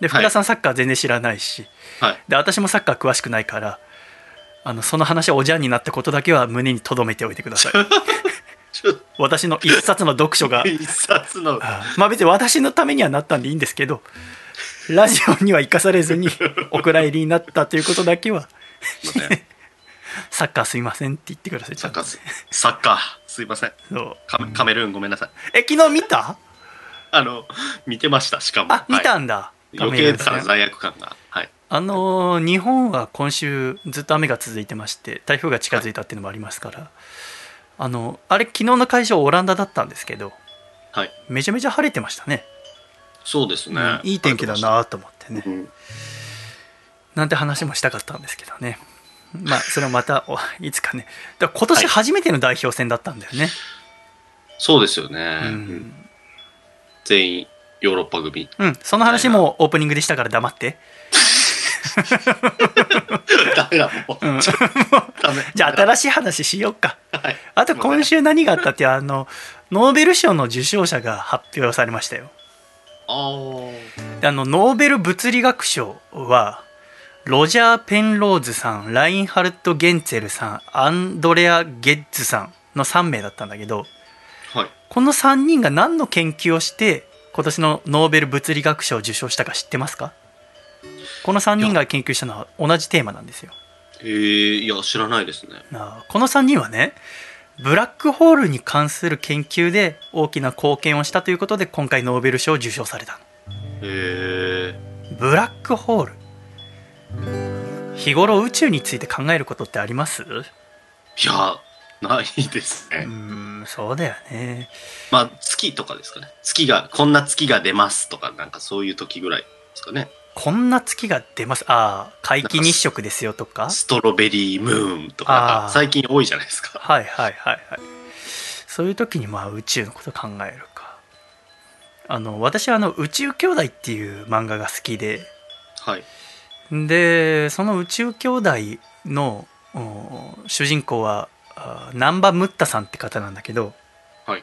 で福田さんサッカー全然知らないし、
はい
で私もサッカー詳しくないからあのその話はおじゃんになったことだけは胸に留めておいてください
ちょっ
私の一冊の読書が
と一冊の
まあ別に私のためにはなったんでいいんですけどラジオには生かされ ずにお蔵入りになったということだけは
ね
サッカーすいませんって言ってください
サッカーすサッカーすいません
そう
カメカメルーンごめんなさい
え昨日見た
あの見てましたしかも
あ見
は
たんだ、
い
画面
余計
ですね
な罪悪感がはい
あのー日本は今週ずっと雨が続いてまして台風が近づいたっていうのもありますから、あのあれ昨日の会場オランダだったんですけど
はい
めちゃめちゃ晴れてましたね
そうですね、
うんいい天気だなと思ってね、
うん
なんて話もしたかったんですけどねまあそれもまたおいつかねだから今年初めての代表戦だったんだよね、
そうですよね、
うん、
全員ヨーロッパ組
うん、その話もオープニングでしたから黙って、
ダ メだもう
うん、じ
ダメ
ゃあ新しい話しようか
はい
あと今週何があったってあのノーベル賞の受賞者が発表されましたよ
あー
であのノーベル物理学賞はロジャー・ペンローズさんラインハルト・ゲンツェルさんアンドレア・ゲッズさんの3名だったんだけど
はい
この3人が何の研究をして今年のノーベル物理学賞を受賞したか知ってますかこの3人が研究したのは同じテーマなんですよ
えー、いや知らないですね
なあこの3人はねブラックホールに関する研究で大きな貢献をしたということで今回ノーベル賞を受賞された
え
のブラックホール日頃宇宙について考えることってありますう
ー、いやないですね、
ーんそうだよね
まあ月とかですかね月がこんな月が出ますとかなんかそういう時ぐらいですかね
こんな月が出ますああ皆既日食ですよとか
ストロベリームーンと
あ
か
ー
なんか最近多いじゃないですか
はいはいはいはいそういう時にまあ宇宙のこと考えるかあの私はあの「宇宙兄弟」っていう漫画が好きで
はい
でその宇宙兄弟のうん主人公はあ難波ムッタさんって方なんだけど、
はい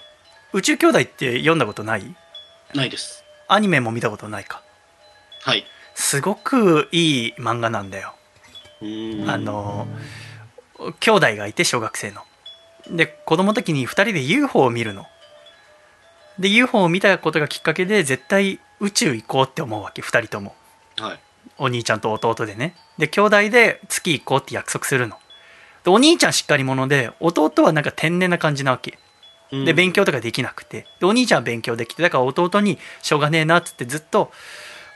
宇宙兄弟って読んだことない
ないです
アニメも見たことないか
はい
すごくいい漫画なんだよ、
うーん
あの兄弟がいて小学生ので子供の時に2人で UFO を見るので UFO を見たことがきっかけで絶対宇宙行こうって思うわけ2人とも
はい
お兄ちゃんと弟でねで兄弟で月行こうって約束するのでお兄ちゃんしっかり者で弟はなんか天然な感じなわけで勉
強
強とかできなくてでお兄ちゃんは勉強できてだから弟にしょうがねえなっつってずっと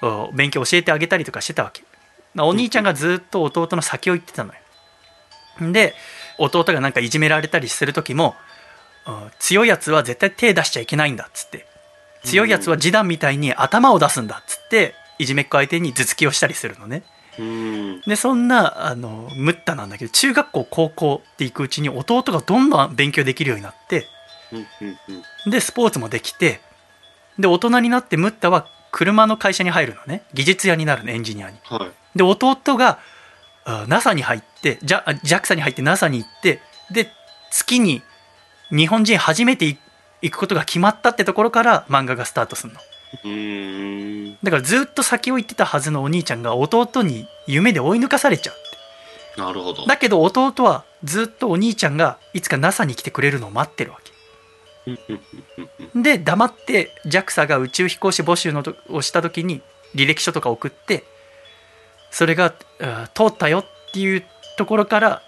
お勉強教えてあげたりとかしてたわけなお兄ちゃんがずっと弟の先を行ってたのよで弟がなんかいじめられたりする時もお強いやつは絶対手出しちゃいけないんだっつって強いやつは示談みたいに頭を出すんだっつっていじめっ子相手に頭突きをしたりするのね
うーん
でそんなあのムッタなんだけど中学校高校って行くうちに弟がどんどん勉強できるようになって
うんうんうん
でスポーツもできてで大人になってムッタは車の会社に入るのね技術屋になるのエンジニアに
はい
で弟があ NASA に入ってジャあ JAXA に入って NASA に行ってで月に日本人初めてい行くことが決まったってところから漫画がスタートするの
うーん
だからずっと先を行ってたはずのお兄ちゃんが弟に夢で追い抜かされちゃう
なるほど
だけど弟はずっとお兄ちゃんがいつか NASA に来てくれるのを待ってるわけ
うんうんうんうん
で黙って JAXA が宇宙飛行士募集のとをした時に履歴書とか送ってそれがあー通ったよっていうところから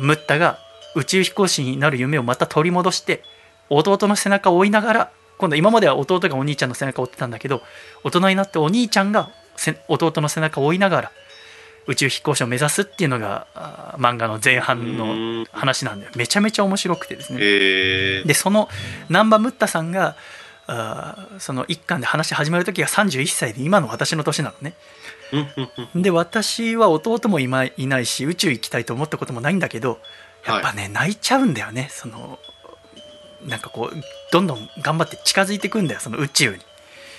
ムッタが宇宙飛行士になる夢をまた取り戻して弟の背中を追いながら今度今までは弟がお兄ちゃんの背中を追ってたんだけど大人になってお兄ちゃんがせ弟の背中を追いながら宇宙飛行士を目指すっていうのがあー漫画の前半
う
の
ーん
話なんだよめちゃめちゃ面白くてですね
えー
でその難波ムッタさんがあーその一巻で話し始める時が31歳で今の私の年なのね
うんうんうん
で私は弟も今いないし宇宙行きたいと思ったこともないんだけどやっぱね、泣いちゃうんだよねそのなんかこうどんどん頑張って近づいていくんだよその宇宙に、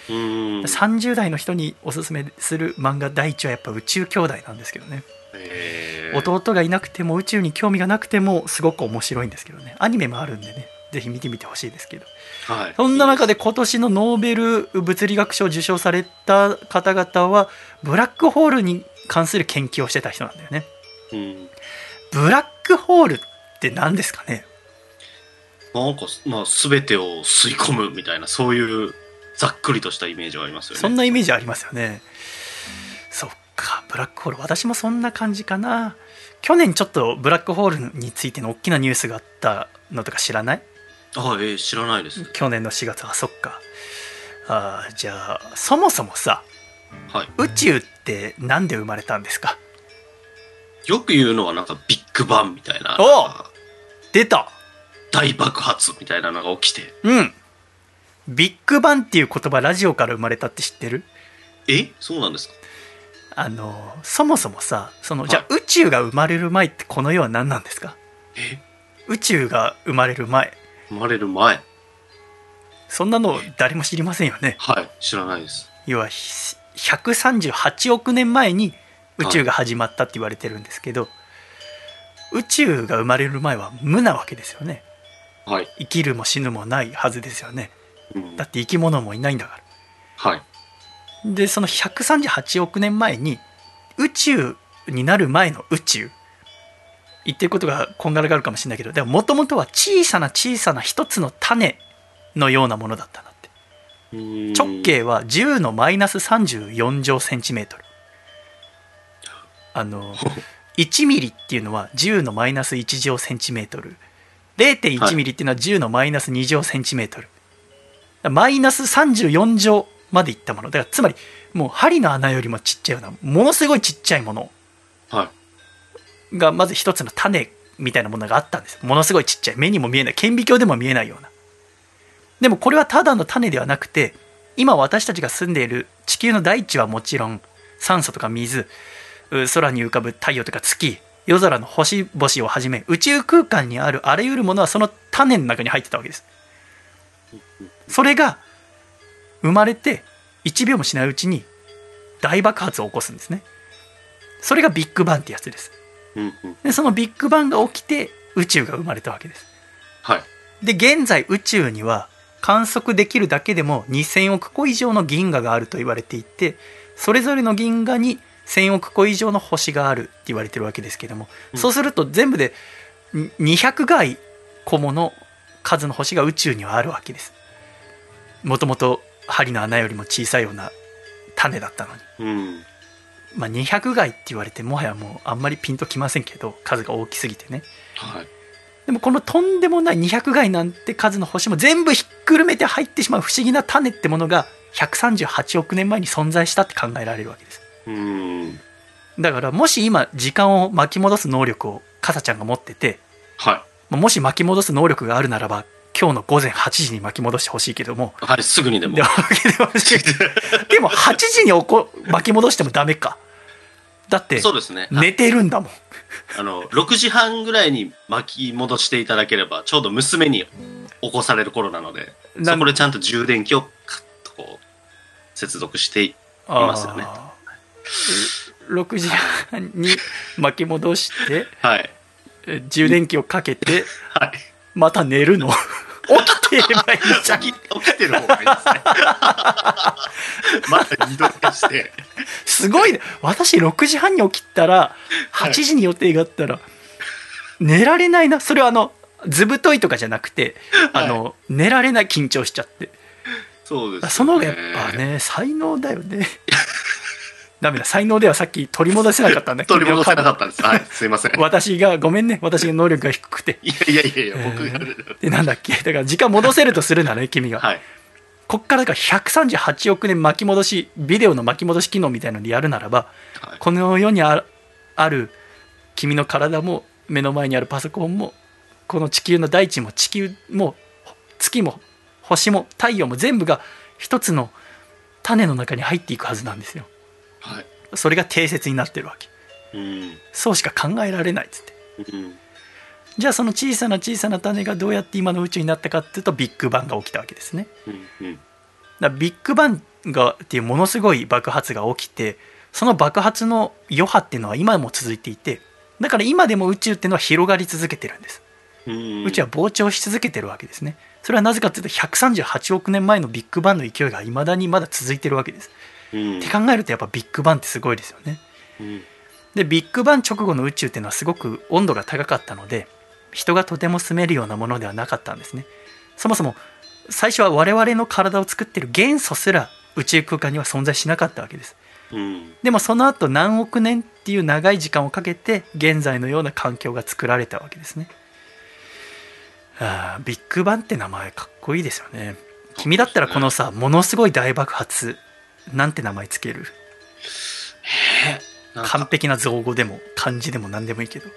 うーん
30代の人におすすめする漫画第一はやっぱ宇宙兄弟なんですけどね、
えー
弟がいなくても宇宙に興味がなくてもすごく面白いんですけどねアニメもあるんでねぜひ見てみてほしいですけど
はい
そんな中で今年のノーベル物理学賞を受賞された方々はブラックホールに関する研究をしてた人なんだよね。
うん
ブラックホールって何ですかね
なんか、まあ、全てを吸い込むみたいなそういうざっくりとしたイメージはありますよね
そんなイメージありますよねそっかブラックホール私もそんな感じかな去年ちょっとブラックホールについての大きなニュースがあったのとか知らない
あえー知らないです
去年の4月あそっかあーじゃあそもそもさ
はい
宇宙ってなんで生まれたんですか
よく言うのはなんかビッグバンみたいな
お出た
大爆発みたいなのが起きて
うんビッグバンっていう言葉ラジオから生まれたって知ってる
えそうなんですか
あのそもそもさその
はい
じゃあ宇宙が生まれる前ってこの世は何なんですか
え
宇宙が生まれる前
生まれる前
そんなの誰も知りませんよね
はい知らないです
要はひ138億年前に宇宙が始まったって言われてるんですけど、宇宙が生まれる前は無なわけですよね
はい、
生きるも死ぬもないはずですよね
うん
だって生き物もいないんだか
はい
らでその138億年前に宇宙になる前の宇宙言ってることがこんがらがるかもしれないけどでももともとは小さな小さな一つの種のようなものだったなって
直
直径は10のマイナス34乗センチメートルあの1ミリっていうのは10のマイナス1乗センチメートル
は
0.1
い
ミリっていうのは10のマイナス2乗センチメートルマイナス34乗までいったものだからつまりもう針の穴よりもちっちゃいようなものすごいちっちゃいもの
は
がまず一つの種みたいなものがあったんですものすごいちっちゃい目にも見えない顕微鏡でも見えないようなでもこれはただの種ではなくて今私たちが住んでいる地球の大地はもちろん酸素とか水う空に浮かぶ太陽とか月夜空の星々をはじめ宇宙空間にあるあらゆるものはその種の中に入ってたわけですそれが生まれて1秒もしないうちに大爆発を起こすんですねそれがビッグバンってやつです
い、うんうん、
でそのビッグバンが起きて宇宙が生まれたわけです
はい
で現在宇宙には観測できるだけでも2,000億個以上の銀河があると言われていてそれぞれの銀河に1,000億個以上の星があるって言われてるわけですけども、
うん
そうすると全部でに200外個もの数の星が宇宙にはあるわけですもともと針の穴よりも小さいような種だったのに、
うん
まあ、200外って言われてもはやもうあんまりピンときませんけど数が大きすぎてね
はい
でもこのとんでもない200害なんて数の星も全部ひっくるめて入ってしまう不思議な種ってものが138億年前に存在したって考えられるわけです
うん
だからもし今時間を巻き戻す能力をかさちゃんが持ってて
はい
まあもし巻き戻す能力があるならば今日の午前8時に巻き戻してほしいけども
はいすぐにでも
で でも8時におこ巻き戻してもダメかだって
そうですね
寝てるんだもん
あの6時半ぐらいに巻き戻していただければちょうど娘に起こされる頃なので
な
そ
ん
こでちゃんと充電器をカッとこう接続して
ああ
ますよね
ー6時半に巻き戻して
はい
え充電器をかけて
はい
また寝るの起きてればいいじゃん
起き起きてる方がいいですね まだ二度寝して
すごいね私6時半に起きたら
はい
8時に予定があったら、寝られないなそれはあのずぶといとかじゃなくて、あの寝られない緊張しちゃって
そうです、
その方がやっぱね才能だよね ダメだ才能ではさっき取り戻せなかったんだ
取り戻せなかったんですはいすいませんい
私がごめんね私の能力が低くて
やいやいやいや僕
え
が、
でなんだっけだから時間戻せるとするならね君が、
はい
こっからだから138億年巻き戻しビデオの巻き戻し機能みたいのでやるならば
はい
この世にあある君の体も目の前にあるパソコンもこの地球の大地も地球もほ月も星も太陽も全部が一つの種の中に入っていくはずなんですよ
はい
それが定説になってるわけ
うん
そうしか考えられないっつって
うん
じゃあその小さな小さな種がどうやって今の宇宙になったかっていうとビッグバンが起きたわけですね
うんうん
だからビッグバンがっていうものすごい爆発が起きてその爆発の余波っていうのは今も続いていてだから今でも宇宙っていうのは広がり続けてるんです
うん
宇宙は膨張し続けてるわけですねそれはなぜかっていうと138億年前のビッグバンの勢いがいまだにまだ続いてるわけです
うん
って考えるとやっぱビッグバンってすごいですよね
うん
でビッグバン直後の宇宙っていうのはすごく温度が高かったので人がとても住めるようなものではなかったんですねそもそも最初は我々の体を作ってる元素すら宇宙空間には存在しなかったわけです
うん。
でもその後何億年っていう長い時間をかけて現在のような環境が作られたわけですねあービッグバンって名前かっこいいですよね君だったらこのさものすごい大爆発なんて名前つける
なん
完
か、
璧な造語でも漢字でも何でもいいけど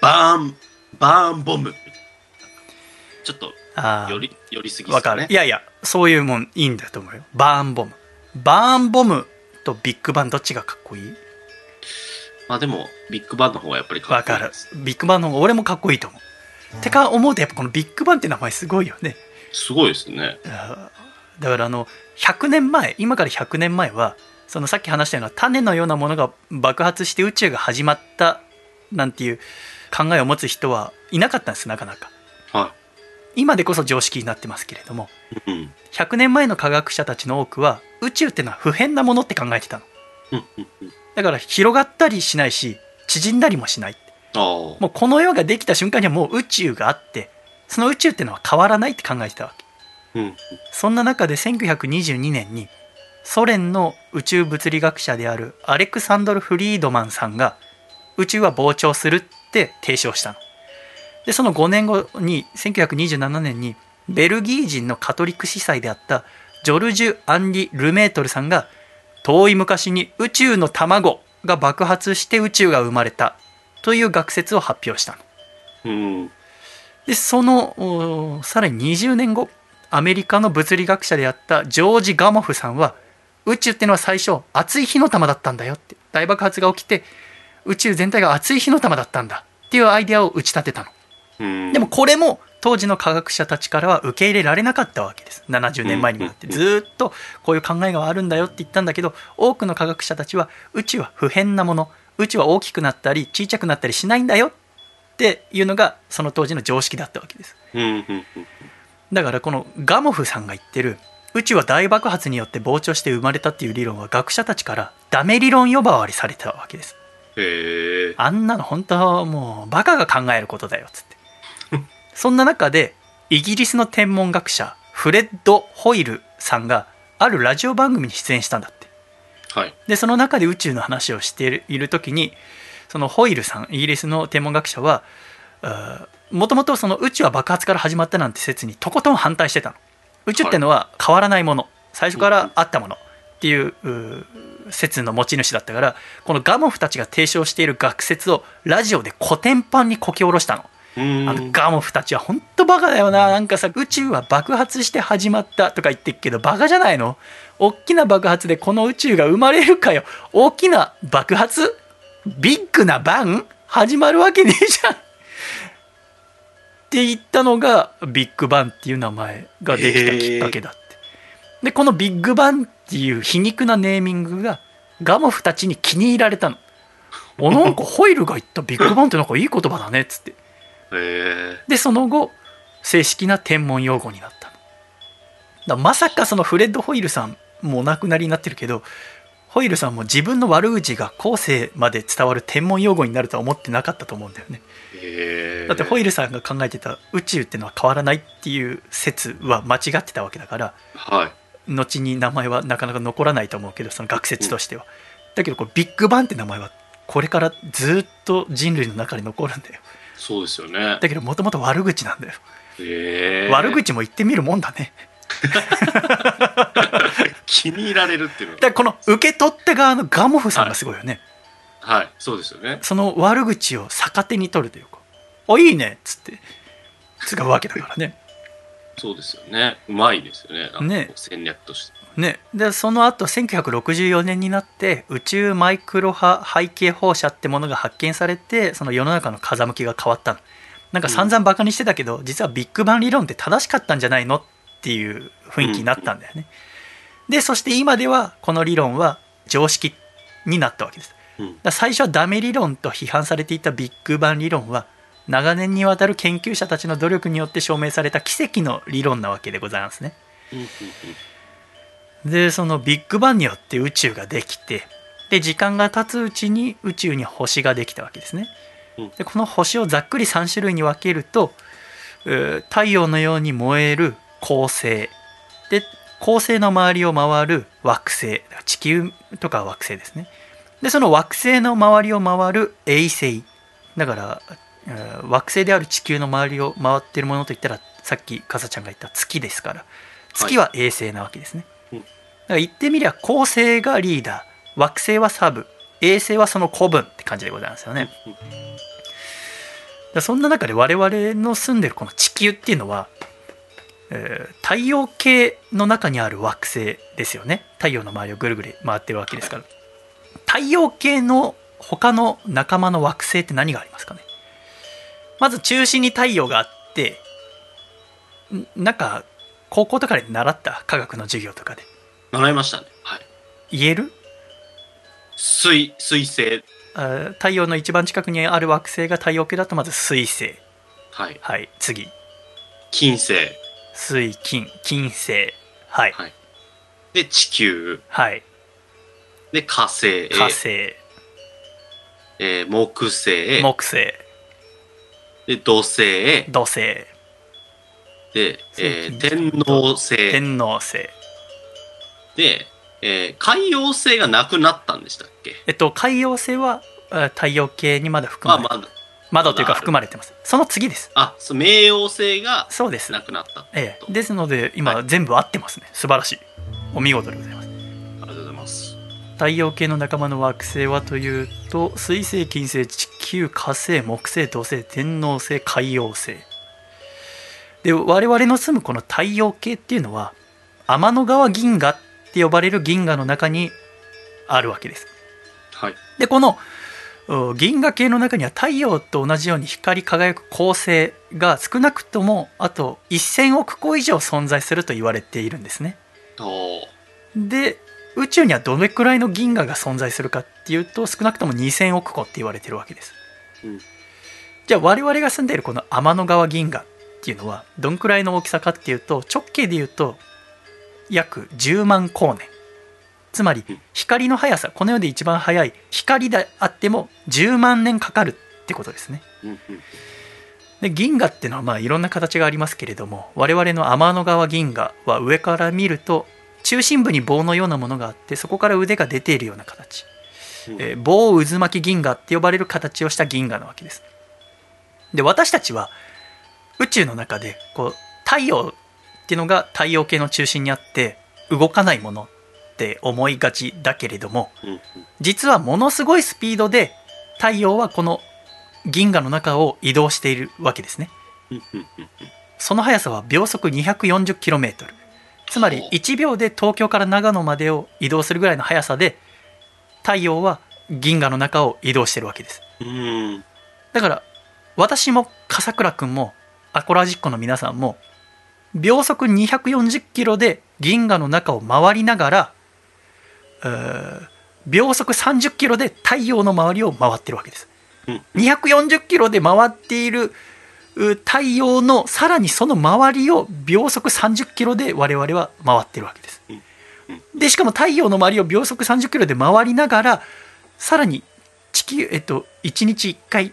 バーン、バーンボム。ちょっと、
あ
寄
あ
り、寄りすぎで
わ
す
か
か
る
ね。
いやいやそういうもんいいんだと思うよバーンボムバーンボムとビッグバンどっちがかっこいい
まあでも、ビッグバンの方がやっぱりか
わ
っこい
か
い
る
です。
ビッグバンの方が俺もかっこいいと思うてか思うとやっぱこのビッグバンって名前すごいよね
すごいですね。
あーだからあの100年前今から100年前はそのさっき話したような種のようなものが爆発して宇宙が始まったなんていう考えを持つ人はいなかったんですなかなか
は
今でこそ常識になってますけれども
い。うん。
100年前の科学者たちの多くは宇宙ってのは不変なものって考えてたの
うんうんうん
だから広がったりしないし縮んだりもしない
ああ。
もうこの世ができた瞬間にはもう宇宙があってその宇宙ってのは変わらないって考えてたわけ
うん。
そんな中で1922年にソ連の宇宙物理学者であるアレクサンドル・フリードマンさんが宇宙は膨張するって提唱したの。でその5年後に1927年にベルギー人のカトリック司祭であったジョルジュ・アンリ・ルメートルさんが遠い昔に宇宙の卵が爆発して宇宙が生まれたという学説を発表したの。
うん。
でそのおーさらに20年後アメリカの物理学者であったジョージ・ガモフさんは宇宙ってのは最初熱い火の玉だったんだよって大爆発が起きて宇宙全体が熱い火の玉だったんだっていうアイデアを打ち立てたの
うん。
でも、これも当時の科学者たちからは受け入れられなかったわけです70年前にもなって
うん
ずーっとこういう考えがあるんだよって言ったんだけど多くの科学者たちは宇宙は不変なもの宇宙は大きくなったり小さくなったりしないんだよっていうのがその当時の常識だったわけです
うんうんうん。
だからこのガモフさんが言ってる宇宙は大爆発によって膨張して生まれたっていう理論は学者たちからダメ理論呼ばわりされたわけです
へえ。
あんなの本当はもうバカが考えることだよっつってそんな中でイギリスの天文学者フレッド・ホイルさんがあるラジオ番組に出演したんだって
はい。
でその中で宇宙の話をしているいる時にそのホイルさんイギリスの天文学者はもともとその宇宙は爆発から始まったなんて説にとことん反対してたの宇宙ってのは変わらないもの最初からあったものっていううー説の持ち主だったからこのガモフたちが提唱している学説をラジオでコテンパンにこき下ろしたの
うん。
あのガモフたちは本当バカだよななんかさ宇宙は爆発して始まったとか言ってっけどバカじゃないの大きな爆発でこの宇宙が生まれるかよ大きな爆発ビッグなバン始まるわけねえじゃんって言ったのがビッグバンっていう名前ができたきっかけだってでこのビッグバンっていう皮肉なネーミングがガモフたちに気に入られたのおなんかホイルが言ったビッグバンってなんかいい言葉だねっつって
へえ。
でその後正式な天文用語になったのだからまさかそのフレッド・ホイルさんもうお亡くなりになってるけどホイルさんも自分の悪口が後世まで伝わる天文用語になるとは思ってなかったと思うんだよね
へえ。
だってホイルさんが考えてた宇宙ってのは変わらないっていう説は間違ってたわけだから
はい。
後に名前はなかなか残らないと思うけどその学説としてはだけどこれビッグバンって名前はこれからずっと人類の中に残るんだよ
そうですよね。
だけどもともと悪口なんだよ
へえ。
悪口も言ってみるもんだね
気に入られるっていうの
だからこの受け取った側のガモフさんがすごいよね、
はい。そうですよね。
その悪口を逆手に取るというか「あいいね」っつって使うわけだからね
そうですよね。うまいですよね。なんかこう
ね
戦略として。
ねでその後1964年になって宇宙マイクロ波背景放射ってものが発見されてその世の中の風向きが変わったのなんか散々バカにしてたけど、実はビッグバン理論って正しかったんじゃないのっていう雰囲気になったんだよね、でそして今ではこの理論は常識になったわけです
うん
だか。ら最初はダメ理論と批判されていたビッグバン理論は長年にわたる研究者たちの努力によって証明された奇跡の理論なわけでございますね。
うんうん
でそのビッグバンによって宇宙ができてで時間が経つうちに宇宙に星ができたわけですね。
うん
でこの星をざっくり3種類に分けるとえー太陽のように燃える恒星で恒星の周りを回る惑星地球とか惑星ですねでその惑星の周りを回る衛星だから、えー惑星である地球の周りを回ってるものといったらさっきかさちゃんが言った月ですから月は衛星なわけですね、
うん
だから言ってみりゃ恒星がリーダー惑星はサブ衛星はその古文って感じでございますよね、だからそんな中で我々の住んでるこの地球っていうのは、えー太陽系の中にある惑星ですよね太陽の周りをぐるぐる回ってるわけですから太陽系の他の仲間の惑星って何がありますかねまず中心に太陽があってんなんか高校とかで習った科学の授業とかで
習いましたね。はい。
言える
水、水星。
あー太陽の一番近くにある惑星が太陽系だとまず水星
はい。
はい次
金星。
水金金星はい
はい。で、地球。
はい
で、火星。
火星
えー木星。
木星
で、土星。
土星
で、えー
水金
天王星。
天王星
で、えー海洋星がなくなったんでしたっけ
えっと海洋星はあ太陽系にまだ含
ま
ま
あ
れて
まだ。
まだというか
まだある
含まれてますその次です
あ、そう冥王星が
そうです
なくなった。あ
ええですので今
はい
全部合ってますね素晴らしいお見事でございます
りがとうございます。
太陽系の仲間の惑星はというと水星金星地球火星木星土星天王星海洋星で我々の住むこの太陽系っていうのは天の川銀河って呼ばれる銀河の中にあるわけです
はい。
でこのうん銀河系の中には太陽と同じように光り輝く恒星が少なくともあと1,000億個以上存在すると言われているんですね
おー
で宇宙にはどれくらいの銀河が存在するかっていうと少なくとも2,000億個って言われてるわけです、
うん
じゃあ我々が住んでいるこの天の川銀河っていうのはどんくらいの大きさかっていうと直径で言うと約10万光年つまり
うん
光の速さこの世で一番速い光であっても10万年かかるってことですね
うんうん
で銀河っていうのはまあいろんな形がありますけれども我々の天の川銀河は上から見ると中心部に棒のようなものがあってそこから腕が出ているような形、
うん
えー棒渦巻き銀河って呼ばれる形をした銀河なわけですで私たちは宇宙の中でこう太陽っていうのが太陽系の中心にあって動かないものって思いがちだけれども
うんうん
実はものすごいスピードで太陽はこの銀河の中を移動しているわけですね
うんうんうん
その速さは秒速 240km つまり
ほう
1秒で東京から長野までを移動するぐらいの速さで太陽は銀河の中を移動してるわけです
うん。うん。
だから私も笠倉くんもアコラジッコの皆さんも秒速240キロで銀河の中を回りながら、えー秒速30キロで太陽の周りを回ってるわけです
うん。
240キロで回っているう太陽のさらにその周りを秒速30キロで我々は回ってるわけです
うん
でしかも太陽の周りを秒速30キロで回りながらさらに地球えっと1日1回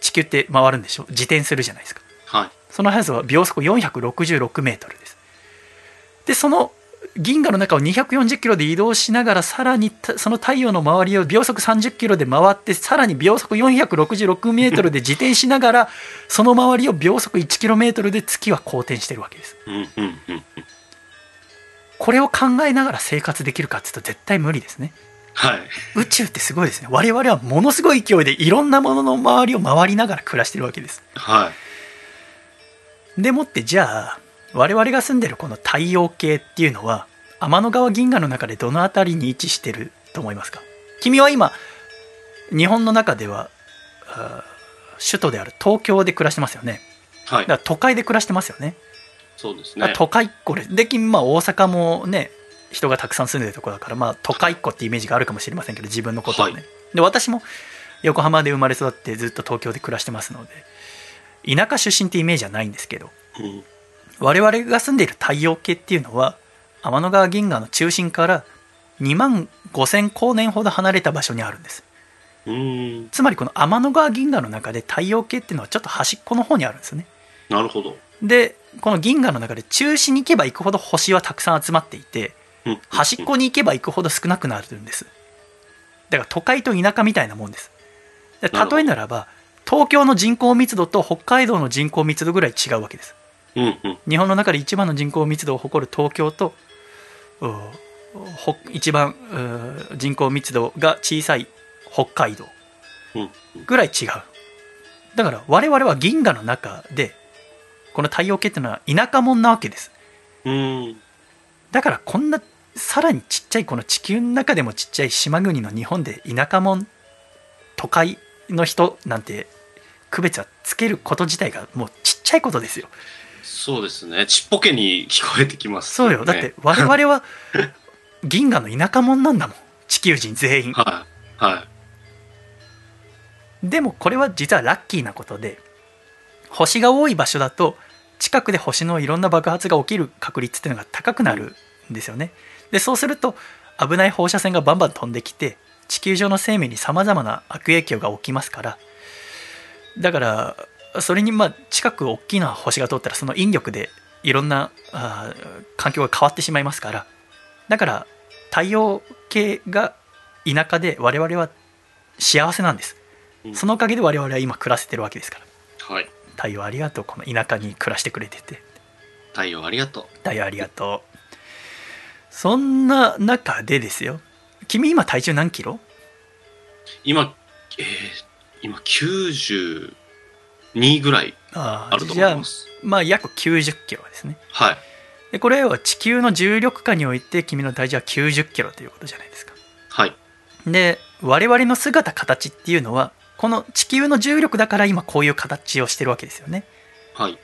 地球って回るんでしょ自転するじゃないですか
はい。
その速さは秒速466メートルですでその銀河の中を240キロで移動しながらさらにたその太陽の周りを秒速30キロで回ってさらに秒速466メートルで自転しながらその周りを秒速1キロメートルで月は公転してるわけです
うんうんうん。
これを考えながら生活できるかっていうと絶対無理ですね
はい。
宇宙ってすごいですね我々はものすごい勢いでいろんなものの周りを回りながら暮らしてるわけです
はい。
でもってじゃあ我々が住んでるこの太陽系っていうのは天の川銀河の中でどの辺りに位置してると思いますか君は今日本の中ではあー首都である東京で暮らしてますよね
はい
だか。ら都会で暮らしてますよね
そうです
だか
ね
ら。都会っ子ですで君まあ大阪もね人がたくさん住んでるとこだからまあ都会っ子ってイメージがあるかもしれませんけど自分のことをね、
は
で私も横浜で生まれ育ってずっと東京で暮らしてますので田舎出身ってイメージはないんですけど
うん
我々が住んでいる太陽系っていうのは天の川銀河の中心から2万5,000光年ほど離れた場所にあるんです
うーん
つまりこの天の川銀河の中で太陽系っていうのはちょっと端っこの方にあるんですよね
なるほど、
でこの銀河の中で中心に行けば行くほど星はたくさん集まっていて
うん、
端っこに行けば行くほど少なくなるんですだから都会と田舎みたいなもんですで
なるほど
例えならば東京の人口密度と北海道の人口密度ぐらい違うわけです
うんうん
日本の中で一番の人口密度を誇る東京とうんほ一番うん人口密度が小さい北海道
うん
ぐらい違うだから我々は銀河の中でこの太陽系っていうのは田舎者なわけです
うんうん
だからこんなさらにちっちゃいこの地球の中でもちっちゃい島国の日本で田舎もん都会の人なんて区別はつけること自体がもうちっちゃいことですよ。
そうですねちっぽけに聞こえてきます
そうよだって我々は銀河の田舎もんなんだもん地球人全員。
はいはい
でもこれは実はラッキーなことで星が多い場所だと近くで星のいろんな爆発が起きる確率っていうのが高くなるんですよね。でそうすると危ない放射線がバンバン飛んできて地球上の生命にさまざまな悪影響が起きますからだからそれにまあ近く大きな星が通ったらその引力でいろんなあー環境が変わってしまいますからだから太陽系が田舎で我々は幸せなんです
うん
そのおかげで我々は今暮らせてるわけですから
はい
太陽ありがとうこの田舎に暮らしてくれてて
太陽ありがとう
太陽ありがとうそんな中でですよ君今体重何キロ
今えー、今92ぐらい
あー
あると
じ
思
ゃ
い
あ
ます
まあ約90キロですね
はい
でこれは地球の重力下において君の体重は90キロということじゃないですか
はい
で我々の姿形っていうのはこの地球の重力だから今こういう形をしてるわけですよね
はい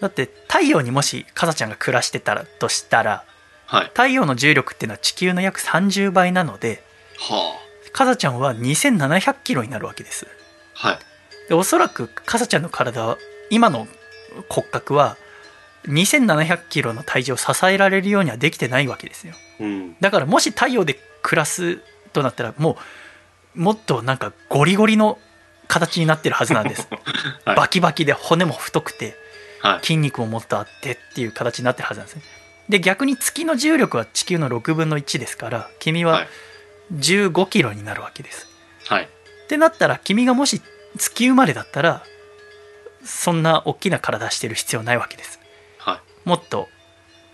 だって太陽にもしかさちゃんが暮らしてたらとしたら
はい
太陽の重力っていうのは地球の約30倍なので
は
かさちゃんは2700キロになるわけです
あはい
でおそらくかさちゃんの体は今の骨格は2700キロの体重を支えられるようにはできてないわけですよ
うん
だからもし太陽で暮らすとなったらもうもっとなんかゴリゴリの形になってるはずなんです、
はい
バキバキで骨も太くて
はい
筋肉ももっとあってっていう形になってるはずなんですねで逆に月の重力は地球の6分の1ですから君
は
はい1 5キロになるわけです、
はい
ってなったら君がもし月生まれだったらそんな大きな体してる必要ないわけです
は
もっと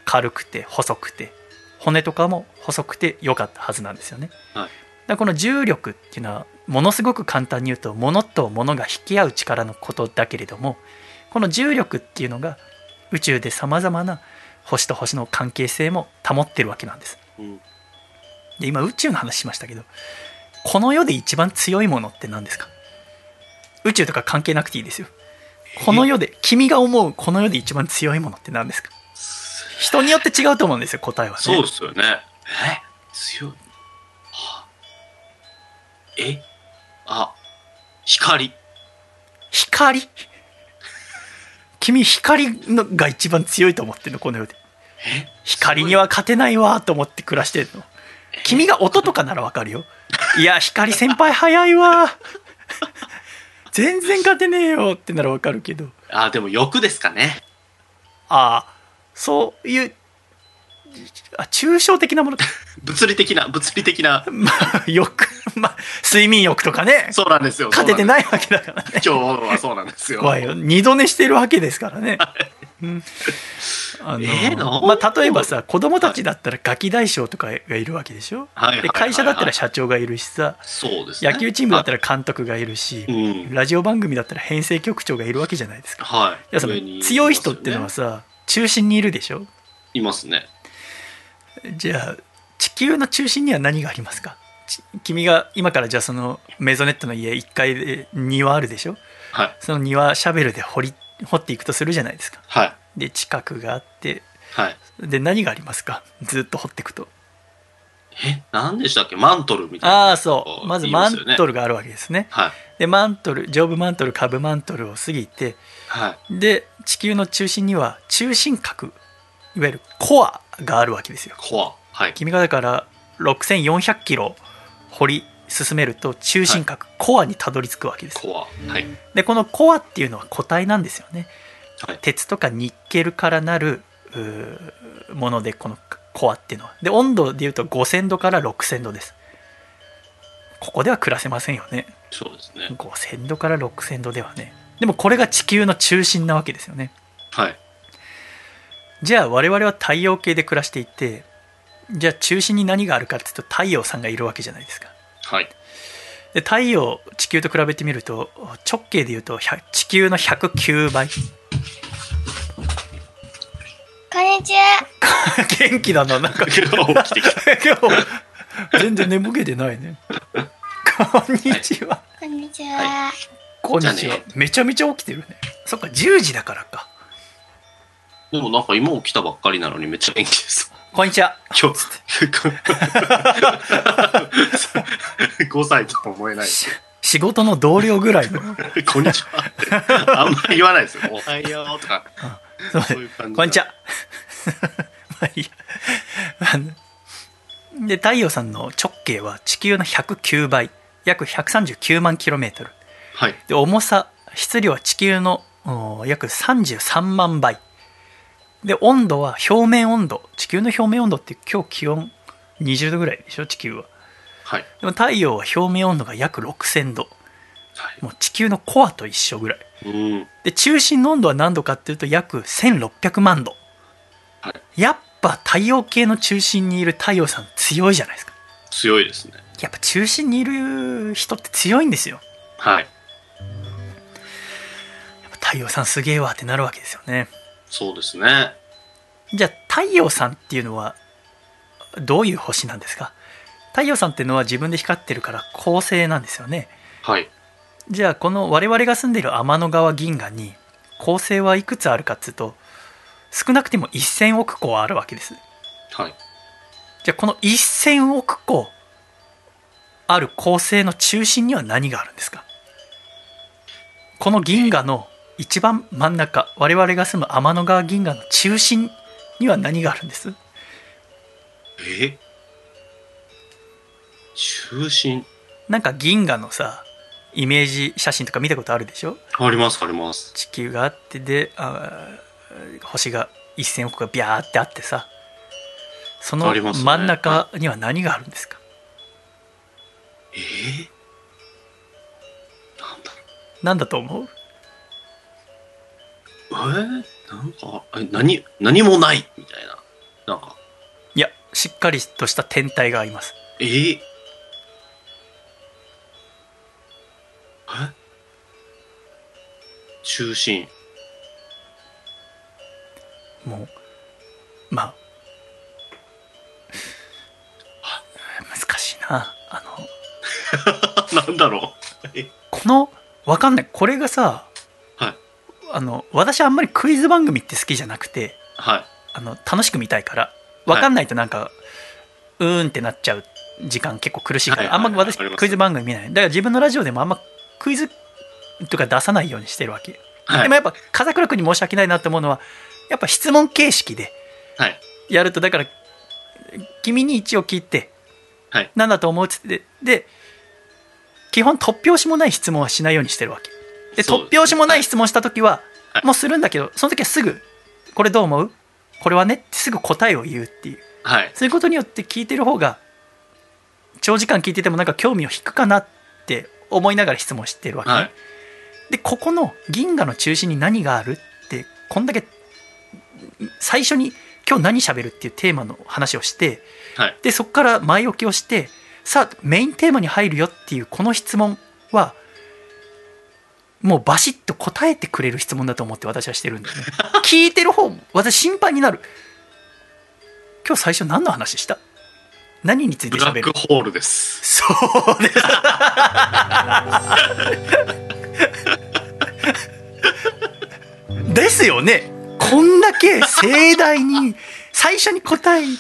軽くて細くて骨とかも細くて良かったはずなんですよね、
はい
だからこの重力っていうのはものすごく簡単に言うと物と物が引き合う力のことだけれどもこの重力っていうのが宇宙でさまざまな星と星の関係性も保ってるわけなんです
いうん
で今宇宙の話しましたけどこの世で一番強いものって何ですか宇宙とか関係なくていいですよこの世で君が思うこの世で一番強いものって何ですか人によって違うと思うんですよ答えはね
そうですよね。え強い。はえあ、光。
光君光のが一番強いと思ってるのこの世で
え
光には勝てないわと思って暮らしてるの君が音とかならわかるよいや光先輩早いわ全然勝てねえよってならわかるけど
あ、でも欲ですかね。
ああそういうあ抽象的なもの
物理的な、物理的な。
まあ欲まあ睡眠欲とかね
そうなんですよ。
勝てて
い。
ないわけだからね
今日はそうなんですよ。
怖いよ二度寝してるわけですから ね。うんあの
えーの
まあ、例えばさ子供たちだったらガキ大将とかがいるわけでしょ、
はいはいはいはい
で会社だったら社長がいるしさ
そうですね。
野球チームだった
ら。
ら監督がいるし、
うん。
ラジオ番組だったら編成局長がいるわけじゃないですかい
はい。
やその
上にますよ
強
ね
い人ってのはさ中心にいるでしょ
いますね。
じゃあ地球の中心には何がありますかち君が今からじゃあそのメゾネットの家1階で庭あるでしょ
はい。
その庭シャベルで掘り掘っていくとするじゃないですか
はい。
で近くがあって
はい。
で何がありますかずっと掘っていくと
え、何でしたっけマントルみたいな。
ああそうまずマント
ル。
ルがあるわけですね
はい。
でマントル上部マントル下部マントルを過ぎて
はい。
で地球の中心には中心核いわゆるコアがあるわけですよ
コア。はい。
君がだから6400キロ掘り進めると中心核、コアにたどり着くわけです
コア。はい。
でこのコアっていうのは固体なんですよね
はい。
鉄とかニッケルからなるうーものでこのコアっていうのはで温度でいうと5000度から6000度ですここでは暮らせませんよね
そうですね。
5000度から6000度ではねでもこれが地球の中心なわけですよね
はい。
じゃあ我々は太陽系で暮らしていてじゃあ中心に何があるかっていうと太陽さんがいるわけじゃないですか
はい。
で太陽地球と比べてみると直径でいうと100地球の109倍
こんにちは。
元気だななんか
起きてきた。
今日全然眠けてないねこんにちは、
こんにちは。
こんにち
じゃ
は
あね
めちゃめちゃ起きてるねそっか10時だからか
でもなんか今起きたばっかりなのにめっちゃ元気です。
こんにちは
今日、5歳とは思え ない。
し仕事の同僚ぐらいの
こんにちはって。あんまり言わないですよ。おはようとか。
そう
そういう感 じ。
こんにち。は まあいいやあので太陽さんの直径は地球の109倍約139万キロメートル
はい。
で重さ質量は地球のおー約33万倍で温度は表面温度地球の表面温度って今日気温20度ぐらいでしょ地球は
はい。
でも太陽は表面温度が約6000度
はい。
もう地球のコアと一緒ぐらい
うん。は
で中心の温度は何度かっていうと約1600万度、
は
やっぱ太陽系の中心にいる太陽さん強いじゃないですか
強いですね。
やっぱ中心にいる人って強いんですよ
はい。
やっぱ太陽さんすげえわってなるわけですよね
そうですね。
じゃあ太陽さんっていうのはどういう星なんですか太陽さんっていうのは自分で光ってるから恒星なんですよね
はい。
じゃあこの我々が住んでいる天の川銀河に恒星はいくつあるかっつうと少なくても1,000億個はあるわけです
はい。
じゃあこの1,000億個ある恒星の中心には何があるんですかこの銀河の一番真ん中我々が住む天の川銀河の中心には何があるんです
え中心
なんか銀河のさイメージ写真とか見たことあるでしょ
ありますあります。
地球があってであー星が1,000億がビャーってあってさその
ありますね
真ん中には何があるんですか
えなんだ
何だと思う
えー、なんか、え、何、何もないみたいな。なんか、
いやしっかりとした天体があります
えー、え中心。
もうまあ難しいなあの
なんだろ
このわかんないこれがさ、
はい
あの私あんまりクイズ番組って好きじゃなくて
う。はい。
あの楽しく見たいからわかんないとなんか、うーんってなっちゃう時間結構苦しいから、
はいはいはい
あんま私
わかります
クイズ番組見ないだから自分のラジオでもあんまクイズとか出さないようにしてるわけ、
は
で
い
も。やっぱ風倉君に申し訳ないなって思うのはやっぱ質問形式で
はい。
やるとだから君に一応聞いて
はい
何だと思うっつってで基本突拍子もない質問はしないようにしてるわけで
そうです
突拍子もない質問した時は
はい
もうするんだけどその時はすぐ「これどう思うこれはね」ってすぐ答えを言うっていう
はい。
そういうことによって聞いてる方が長時間聞いててもなんか興味を引くかなって思いながら質問してるわけね、
はい。
でここの銀河の中心に何があるってこんだけ最初に「今日何喋る?」っていうテーマの話をして、
はい
でそこから前置きをしてさあメインテーマに入るよっていうこの質問はもうバシッと答えてくれる質問だと思って私はしてるんだ よね聞いてる方も私心配になる今日最初何の話した何について
ブラ
喋
ック
る
ホールです。
そうですですよねこんだけ盛大に最初に答え言っ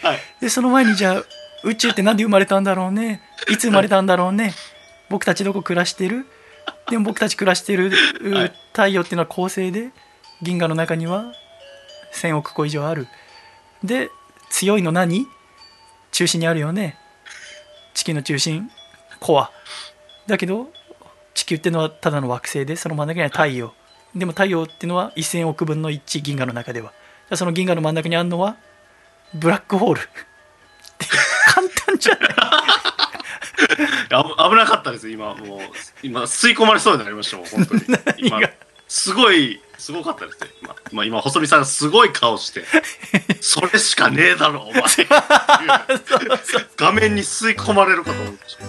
て、
はい
でその前にじゃあ宇宙ってなんで生まれたんだろうねいつ生まれたんだろうね僕たちどこ暮らしてるでも僕たち暮らしてるう
はい
太陽っていうのは恒星で銀河の中には1,000億個以上あるで強いの何中心にあるよね地球の中心コアだけど地球ってのはただの惑星でその真ん中には太陽でも太陽ってのは1000億分の1銀河の中ではその銀河の真ん中にあるのはブラックホール 簡単じゃない
あ危なかったです今もう今吸い込まれそうになりましたもん本当に今すごいすごかったですね今今今細見さんがすごい顔して「それしかねえだ ろお前」画面に吸い込まれるかと思いました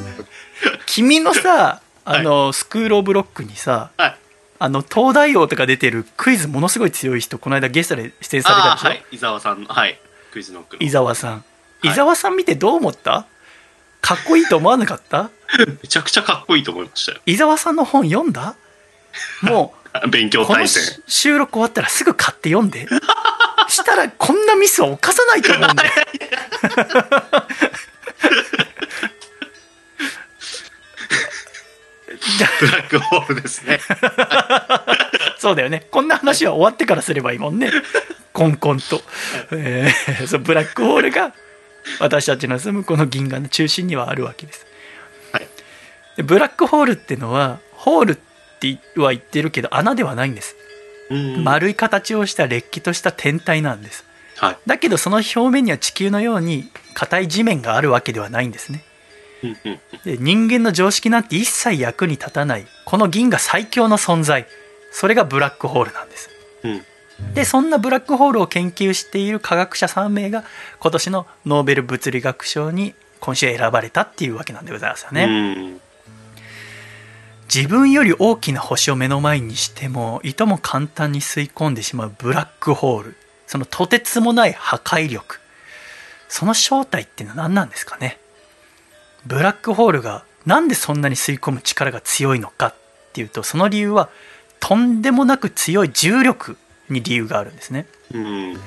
君のさあの、スクール・オブ・ロックにさ、
はい
あの東大王とか出てるクイズものすごい強い人この間ゲストで出演された
あ
でし
ー
ょ、
はい伊沢さんのはいクイズノックの
伊沢さん、
い
伊沢さん見てどう思ったかっこいいと思わなかった
めちゃくちゃかっこいいと思いましたよ
伊沢さんの本読んだも
勉
う
強
この
対
し
戦
収録終わったらすぐ買って読んでしたらこんなミスは犯さないと思うんだよ
ブラックホールですね
そうだよねこんな話は終わってからすればいいもんねコンコンと、えーそうブラックホールが私たちの住むこの銀河の中心にはあるわけです、
はい
でブラックホールってのはホールっては言ってるけど穴ではないんです
うん
丸い形をしたれっきとした天体なんです
はい
だけどその表面には地球のように硬い地面があるわけではないんですね
うんうん
で人間の常識なんて一切役に立たないこの銀河最強の存在それがブラックホールなんです
うん
でそんなブラックホールを研究している科学者3名が今年のノーベル物理学賞に今週選ばれたっていうわけなんでございますよね、
うん
自分より大きな星を目の前にしてもいとも簡単に吸い込んでしまうブラックホールそのとてつもない破壊力その正体ってのは何なんですかねブラックホールがなんでそんなに吸い込む力が強いのかっていうとその理由はとんでもなく強い重力に理由があるんですね
うん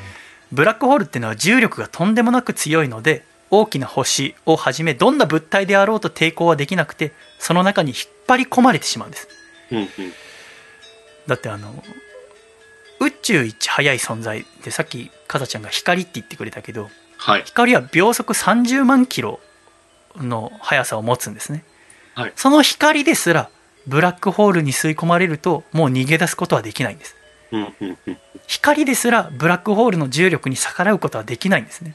ブラックホールっていうのは重力がとんでもなく強いので大きな星をはじめどんな物体であろうと抵抗はできなくてその中に引っ張り込まれてしまうんです
うん
だってあの宇宙一速い存在でさっきかさちゃんが光って言ってくれたけど
はい
光は秒速30万キロの速さを持つんですね、
はい
その光ですらブラックホールに吸い込まれるともう逃げ出すことはできないんです
うんうんうん
光ですらブラックホールの重力に逆らうことはできないんですね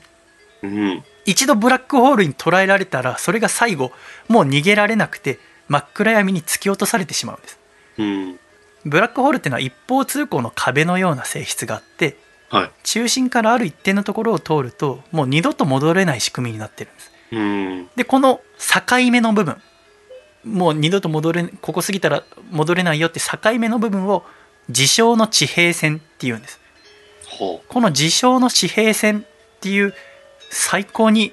うん
一度ブラックホールに捉えられたらそれが最後もう逃げられなくて真っ暗闇に突き落とされてしまうんです
うん
ブラックホールっていうのは一方通行の壁のような性質があって
は
中心からある一定のところを通るともう二度と戻れない仕組みになってるんです
いうん
でこの境目の部分もう二度と戻れここ過ぎたら戻れないよって境目の部分を事象の地平線っていうんです
ほ
この事象の地平線っていう最高に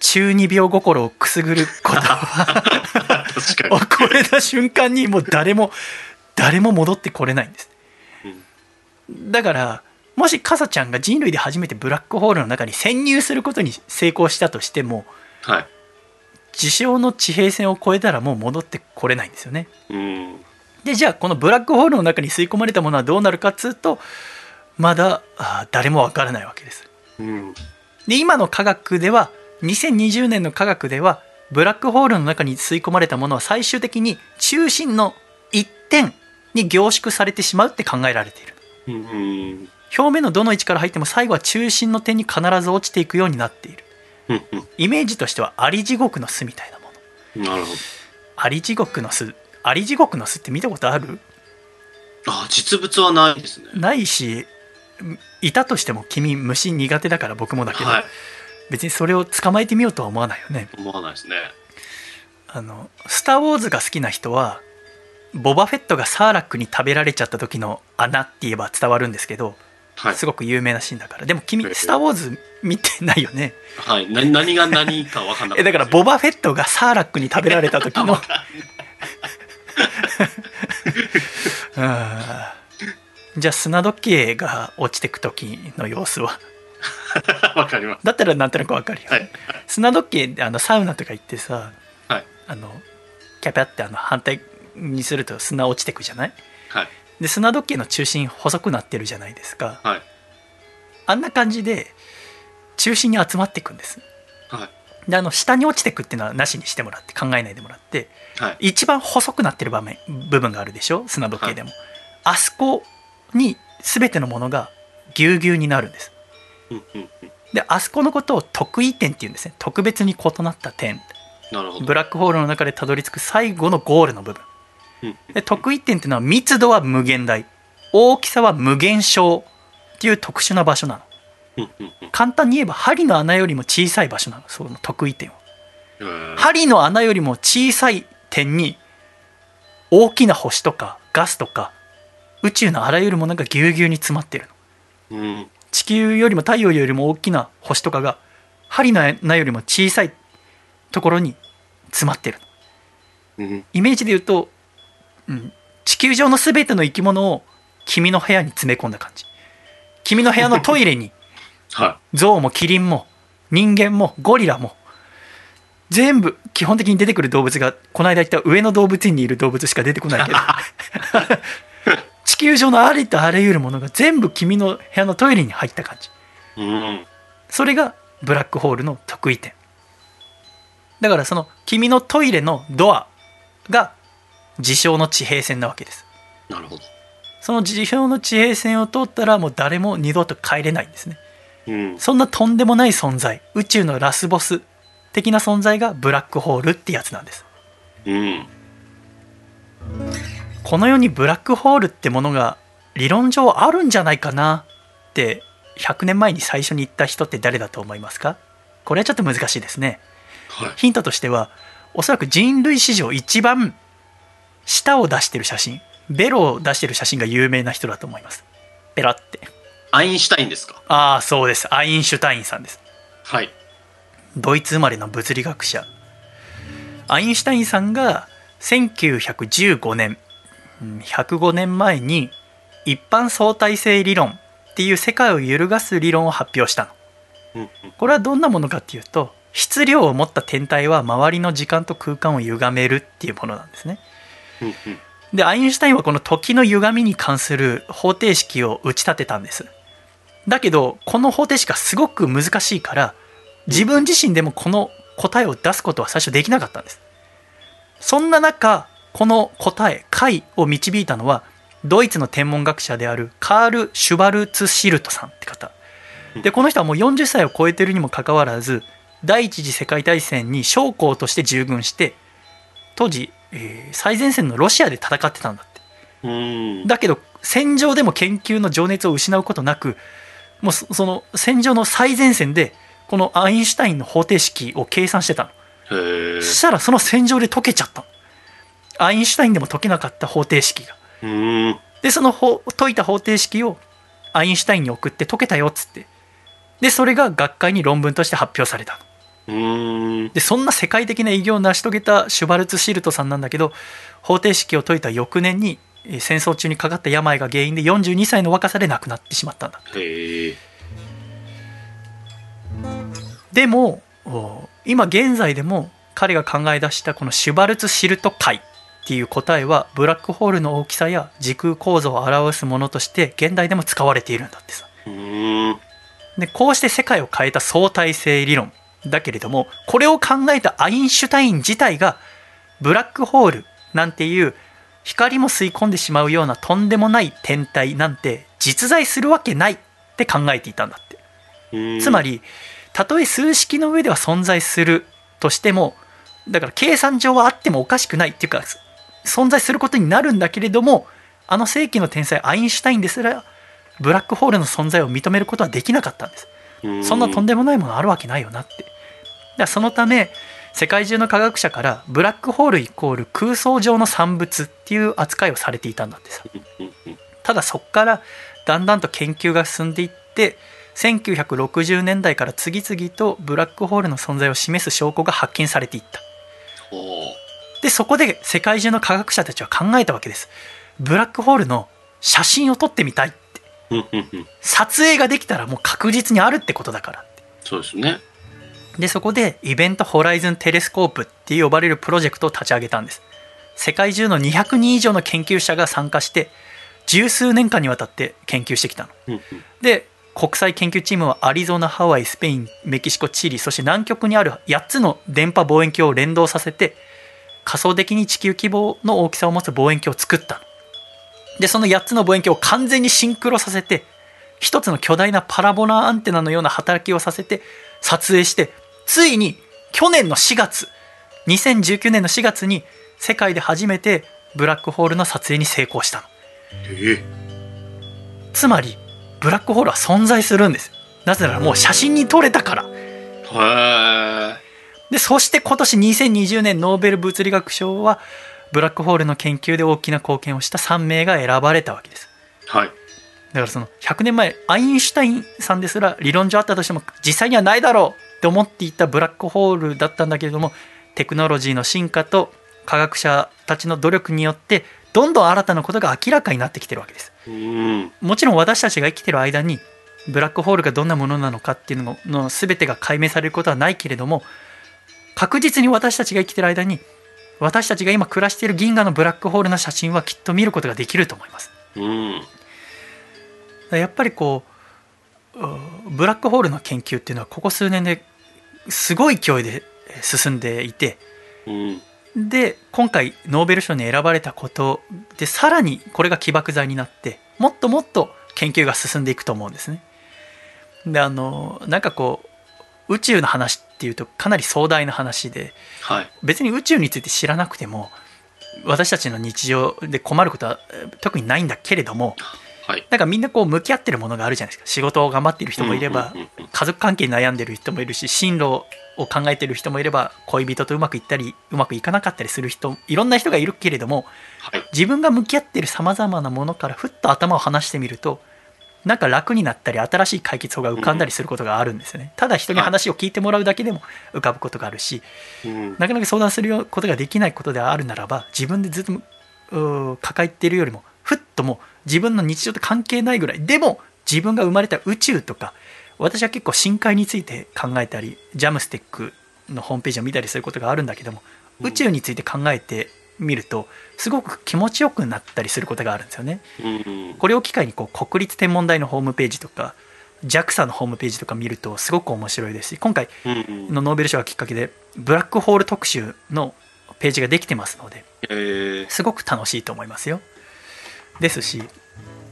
中二病心をくすぐること
う確か
を超えた瞬間にもう誰も誰も戻ってこれないんです
に
だからもしかさちゃんが人類で初めてブラックホールの中に潜入することに成功したとしても
はい
事象の地平線を越えたらもう戻ってこれないんですよね
うん
でじゃあこのブラックホールの中に吸い込まれたものはどうなるかっつうとまだあー誰もわからないわけです
うん
で今の科学では2020年の科学ではブラックホールの中に吸い込まれたものは最終的に中心の一点に凝縮されてしまうって考えられている
うん
表面のどの位置から入っても最後は中心の点に必ず落ちていくようになっている
うんうん
イメージとしてはアリ地獄の巣みたいなもの
なるほど。
アリ地獄の巣アリ地獄の巣って見たことある
あ、実物はないですね。
ないしんいたとしても君虫苦手だから僕もだけど、
はい。
別にそれを捕まえてみようとは思わないよね
思わないですね。
あの「スター・ウォーズ」が好きな人はボバフェットがサーラックに食べられちゃった時の穴って言えば伝わるんですけど
はい
す。ごく有名なシーンだからでも君「
ええ
スター・ウォーズ」見てないよね
はい。な何が何かわかんなか
え
った
だ
です。
からボバフェットがサーラックに食べられた時 のうんじゃあ砂時計が落ちてく時の様子は
わかります。
だったらなんとなくわかるよ、
はい。
砂時計であのサウナとか行ってさ
はい。
あのキャピャってあの反対にすると砂落ちてくじゃない
はい。
で砂時計の中心細くなってるじゃないですか
はい。
あんな感じで中心に集まっていくんです
はい。
であの下に落ちてくっていうのはなしにしてもらって考えないでもらって
はい。
一番細くなってる場面部分があるでしょ砂時計でも、あそこに全てのものがぎゅうぎゅうになるんです
うんうんうん
であそこのことを特異点っていうんですね特別に異なった点
なるほど。
ブラックホールの中でたどり着く最後のゴールの部分
うんうん
で特異点っていうのは密度は無限大大きさは無限小っていう特殊な場所なの
うんうんうん
簡単に言えば針の穴よりも小さい場所なのその特異点は
えー
針の穴よりも小さい点に大きな星とかガスとか宇宙のあらゆるものがぎゅうぎゅうに詰まってるの
うん
地球よりも太陽よりも大きな星とかが針の穴よりも小さいところに詰まってるの
うん
イメージで言うと、うん、地球上の全ての生き物を君の部屋に詰め込んだ感じ君の部屋のトイレに
は
ゾウもキリンも人間もゴリラも全部基本的に出てくる動物がこの間言った上野動物園にいる動物しか出てこないけど地球上のありとあらゆるものが全部君の部屋のトイレに入った感じ
い。うん。
それがブラックホールの得意点だからその君のトイレのドアが事象の地平線なわけです
なるほど。
その事象の地平線を通ったらもう誰も二度と帰れないんですね
うん。
そんなとんでもない存在宇宙のラスボス的な存在がブラックホールってやつなんです
うん。
この世にブラックホールってものが理論上あるんじゃないかなって100年前に最初に言った人って誰だと思いますかこれはちょっと難しいですね
はい。
ヒントとしてはおそらく人類史上一番舌を出してる写真ベロを出してる写真が有名な人だと思いますペラって
アインシュタインですか
ああそうですアインシュタインさんです
はい。
ドイツ生まれの物理学者アインシュタインさんが1915年うん105年前に一般相対性理論っていう世界を揺るがす理論を発表したの
うんうん
これはどんなものかっていうと質量を持った天体は周りの時間と空間を歪めるっていうものなんですね
うん
でアインシュタインはこの時の歪みに関する方程式を打ち立てたんですだけどこの方程式がすごく難しいから自分自身でもこの答えを出すことは最初できなかったんですそんな中この答え解を導いたのはドイツの天文学者であるカール・シュバルツシルトさんって方でこの人はもう40歳を超えてるにもかかわらず第一次世界大戦に将校として従軍して当時、えー最前線のロシアで戦ってたんだって
うん。うん。
だけど戦場でも研究の情熱を失うことなくもうそその戦場の最前線でこのアインシュタインの方程式を計算してたの
へえ
そ。したらその戦場で解けちゃったのアインシュタインでも解けなかった方程式が
うん。
でその方解いた方程式をアインシュタインに送って解けたよっつってでそれが学会に論文として発表されたの
うん。
でそんな世界的な偉業を成し遂げたシュバルツシルトさんなんだけど方程式を解いた翌年にえー戦争中にかかった病が原因で42歳の若さで亡くなってしまったんだ
へえ。
でもお今現在でも彼が考え出したこのシュバルツシルト解っていう答えはブラックホールの大きさや時空構造を表すものとして現代でも使われているんだってさ
うん。
でこうして世界を変えた相対性理論だけれどもこれを考えたアインシュタイン自体がブラックホールなんていう光も吸い込んでしまうようなとんでもない天体なんて実在するわけないって考えていたんだって
うん
つま。りたとえ数式の上では存在するとしてもだから計算上はあってもおかしくないっていうかそ存在することになるんだけれどもあの世紀の天才アインシュタインですらブラックホールの存在を認めることはできなかったんですそんなとん
で。
でもないものあるわけないよなって。だからそのため世界中の科学者からブラックホールイコール空想上の産物っていう扱いをされていたんだってさ。
うんうん
ただそっからだんだんと研究が進んでいって1960年代から次々とブラックホールの存在を示す証拠が発見されていった。
おー
でそこで世界中の科学者たちは考えたわけです。ブラックホールの写真を撮ってみたいって。
うんうんうん。
撮影ができたらもう確実にあるってことだから。
そうですね。
でそこでイベントホライズンテレスコープって呼ばれるプロジェクトを立ち上げたんです世界中の200人以上の研究者が参加して十数年間にわたって研究してきたの
うんうん
で国際研究チームはアリゾナハワイスペインメキシコチリそして南極にある8つの電波望遠鏡を連動させて仮想的に地球規模の大きさを持つ望遠鏡を作ったのでその8つの望遠鏡を完全にシンクロさせて一つの巨大なパラボラアンテナのような働きをさせて撮影してついに去年の4月2019年の4月に世界で初めてブラックホールの撮影に成功したの
え
つまりブラックホールは存在するんですなぜならもう写真に撮れたから
えは
でそして今年2020年ノーベル物理学賞はブラックホールの研究で大きな貢献をした3名が選ばれたわけです
いはい
だからその100年前アインシュタインさんですら理論上あったとしても実際にはないだろうって思っていたブラックホールだったんだけれどもテクノロジーの進化と科学者たちの努力によってどんどん新たなことが明らかになってきてるわけです
うん
もちろん私たちが生きてる間にブラックホールがどんなものなのかっていうのの全てが解明されることはないけれども確実に私たちが生きてる間に私たちが今暮らしている銀河のブラックホールの写真はきっと見ることができると思います。
うん
だからやっぱりこううんブラックホールの研究っていうのはここ数年ですごい勢いでえー進んでいて
うん
で今回ノーベル賞に選ばれたことでさらにこれが起爆剤になってもっともっと研究が進んでいくと思うんですね。であのなんかこう宇宙の話っていうとかなり壮大な話で
はい
別に宇宙について知らなくても私たちの日常で困ることはえー特にないんだけれども
はい
なんかみんなこう向き合ってるものがあるじゃないですか仕事を頑張っている人もいれば、
うんうんうんうん
家族関係に悩んでる人もいるし進路を考えてる人もいれば恋人とうまくいったりうまくいかなかったりする人いろんな人がいるけれども
はい
自分が向き合ってるさまざまなものからふっと頭を離してみるとなんか楽になったり新しい解決法が浮かんだりすることがあるんですよねただ人に話を聞いてもらうだけでも浮かぶことがあるし
うん
なかなか相談することができないことであるならば自分でずっとうー抱えているよりもふっともう自分の日常と関係ないぐらいでも自分が生まれた宇宙とか私は結構深海について考えたりジャムステックのホームページを見たりすることがあるんだけども
うん
宇宙について考えてみるとすごく気持ちよくなったりすることがあるんですよね。
うん
これを機会にこう国立天文台のホームページとか JAXA のホームページとか見るとすごく面白いですし今回
うん
のノーベル賞がきっかけでブラックホール特集のページができてますので
ええ
すごく楽しいと思いますよですし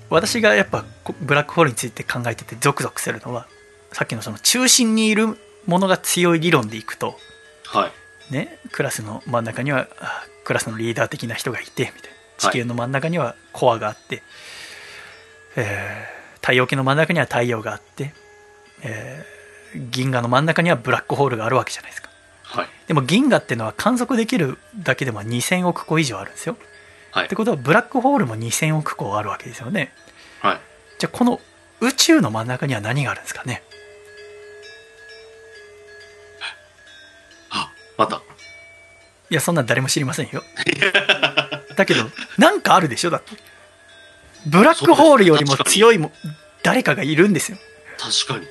私がやっぱこブラックホールについて考えててゾクゾクするのはさっきのその中心にいるものが強い理論でいくと
はい
ねクラスの真ん中にはあクラスのリーダー的な人がいてみたいな地球の真ん中にはコアがあって、えー太陽系の真ん中には太陽があって、えー銀河の真ん中にはブラックホールがあるわけじゃないですか。
はい
でも銀河っていうのは観測できるだけでも2000億個以上あるんですよ。
はい
ってことはブラックホールも2000億個あるわけですよね。
はい
じゃあこの宇宙の真ん中には何があるんですかね
あまた
いやそんなん誰も知りません よ。だけどなんかあるでしょだって。ブラックホールよりも強いも誰かがいるんですよ。
確かに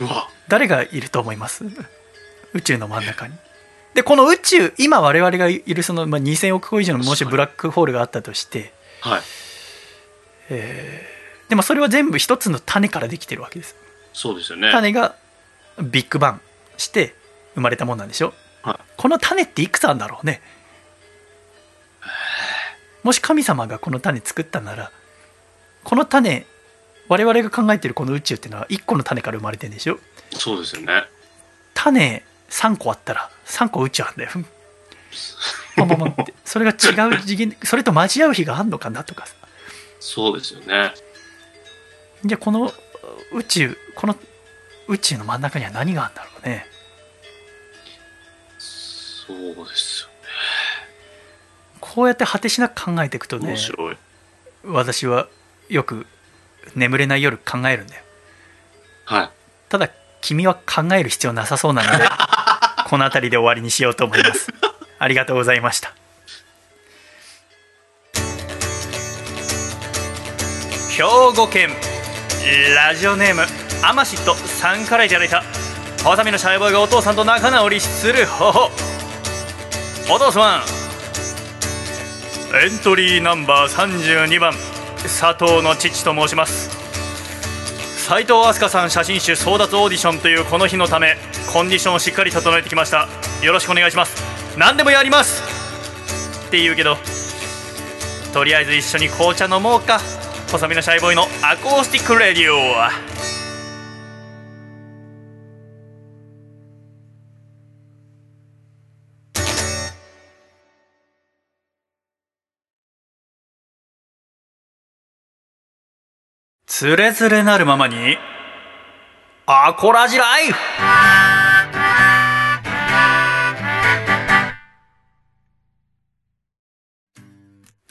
うわ
誰がいると思います宇宙の真ん中に。でこの宇宙今我々がいるその、まあ、2000億個以上のもしブラックホールがあったとして。
はい
えーでもそれは全部一つの種からできてるわけです
そうですよね
種がビッグバンして生まれたもんなんでしょ、
は
この種っていくつあるんだろうねもし神様がこの種作ったならこの種我々が考えてるこの宇宙っていうのは1個の種から生まれてるんでしょ
そうですよね
種3個あったら3個宇宙あんだよまあまあまあってそれが違う次元それと交わる日があんのかなとかさ
そうですよね
じゃあこの宇宙この宇宙の真ん中には何があるんだろうね
そうですよ
こうやって果てしなく考えていくとね
面白い
私はよく眠れない夜考えるんだよ
はい
ただ君は考える必要なさそうなのでこの辺りで終わりにしようと思いますありがとうございました兵庫県ラジオネームアマシットさんからいただいたハサミのシャイボーイがお父さんと仲直りする方法お父様エントリーナンバー32番佐藤の父と申します斉藤飛鳥さん写真集争奪オーディションというこの日のためコンディションをしっかり整えてきましたよろしくお願いします何でもやりますって言うけどとりあえず一緒に紅茶飲もうか細身のシャイボーイのアコースティックレディオつれづれなるままにアコラジライフ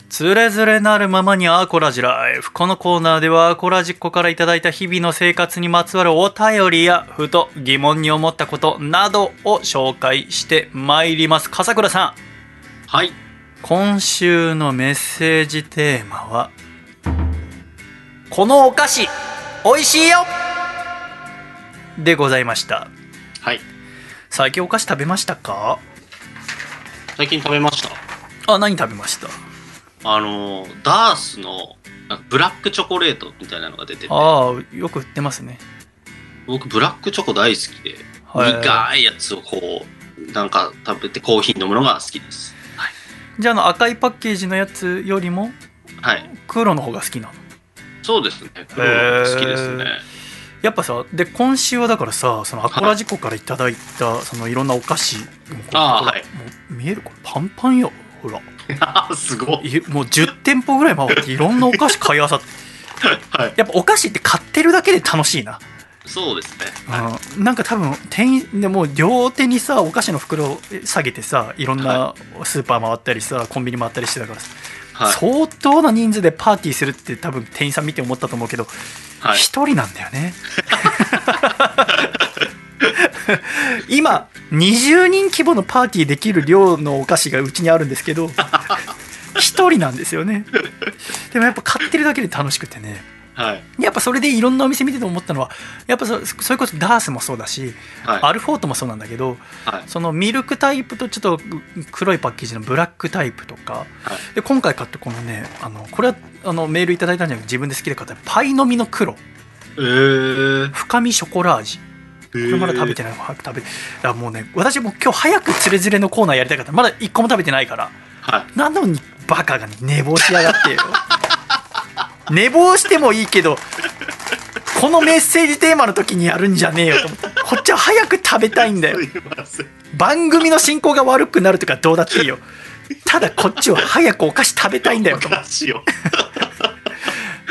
つれづれなるままにアコラジライフこのコーナーではアコラジっ子からいただいた日々の生活にまつわるお便りやふと疑問に思ったことなどを紹介してまいります笠倉さん
はい。
今週のメッセージテーマはこのお菓子美味しいよでございました
はい。
最近お菓子食べましたか
最近食べました。
あ何食べました
あのー、ダースの、なんかブラックチョコレートみたいなのが出てて、
ああよく売ってますね
僕ブラックチョコ大好きで、
はい
苦いやつをこう、なんか食べてコーヒー飲むのが好きです。はい。
じゃああの赤いパッケージのやつよりも
はい。
黒の方が好きなの
そうですね。好きですね。
やっぱさで今週はだからさそのアコラジコからいただいた、そのいろんなお菓子もうこれ
あー
ほら
はい
もう見えるこれパンパンよほら
すごい。
いもう10店舗ぐらい回っていろんなお菓子買いあさって
はい。
やっぱお菓子って買ってるだけで楽しいな、
そうですね。
うん、なんか多分店員でもう両手にさお菓子の袋を下げてさいろんなスーパー回ったりさコンビニ回ったりしてたからさ、
はい。
相当な人数でパーティーするって多分店員さん見て思ったと思うけど
はい。
一、人なんだよね今20人規模のパーティーできる量のお菓子がうちにあるんですけど一人なんですよねでもやっぱ買ってるだけで楽しくてね
はい。
やっぱそれでいろんなお店見てて思ったのはやっぱそそれこそダースもそうだし、
は
アルフォートもそうなんだけど
い。はい。
そのミルクタイプとちょっとう黒いパッケージのブラックタイプとか、で今回買ったこのねあのこれはあのメールいただいたんじゃなくて自分で好きで買ったパイの実の黒
えー。
深みショコラ味
こ
これまだ食べてないの早く食べてだからもうね私もう今日早くつれづれのコーナーやりたかったまだ一個も食べてないから
はい。
なのにバカがね寝坊しやがってよ 寝坊してもいいけどこのメッセージテーマの時にやるんじゃねえよと思ってこっちは早く食べたいんだよ
すいません。
番組の進行が悪くなるとかどうだっていいよただこっちは早くお菓子食べたいんだよ
お
と思って
かしいよ。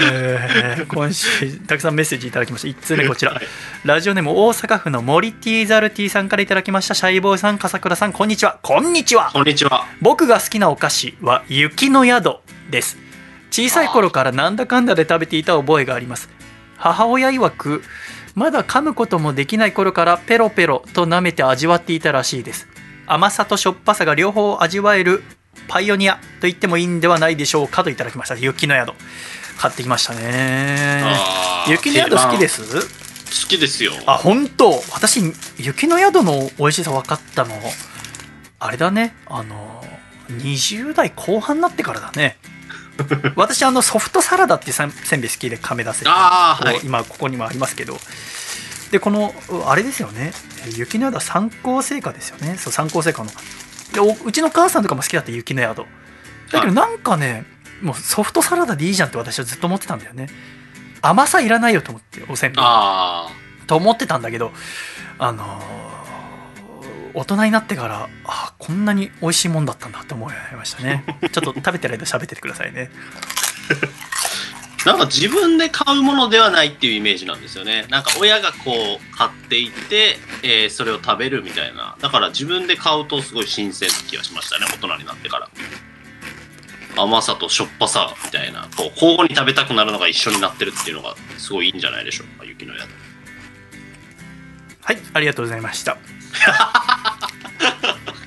えー今週たくさんメッセージいただきました1通目こちら
はい
ラジオネーム大阪府の森 T ザル T さんからいただきましたシャイボーイさん笠倉さんこんにちはこんにちは
こんにちは。
僕が好きなお菓子は雪の宿です小さい頃からなんだかんだで食べていた覚えがあります母親曰くまだ噛むこともできない頃からペロペロと舐めて味わっていたらしいです甘さとしょっぱさが両方味わえるパイオニアと言ってもいいんではないでしょうかといただきました雪の宿買ってきましたね
あー
雪の宿好きで。す
定番好きですよ。
あ本当私雪の宿の美味しさ分かったのあれだねあの20代後半になってからだ ね私あのソフトサラダっていうさんせんべい好きで亀出せ
あーはい
今ここにもありますけどでこのうあれですよね雪の宿は参考成果ですよねそう参考成果のでおうちの母さんとかも好きだった雪の宿だけ
は
ど
い
なんかねもうソフトサラダでいいじゃんって私はずっと思ってたんだよね甘さいらないよと思っておせんべい
あ
と思ってたんだけどあのー大人になってからあこんなに美味しいもんだったんだって思いましたねちょっと食べてる間喋っててくださいね
あ。なんか自分で買うものではないっていうイメージなんですよね。なんか親がこう買っていって、えーそれを食べるみたいな。だから自分で買うとすごい新鮮な気がしましたね。大人になってから。甘さとしょっぱさみたいな、こう交互に食べたくなるのが一緒になってるっていうのがすごいいいんじゃないでしょうか。雪の宿。
はいありがとうございました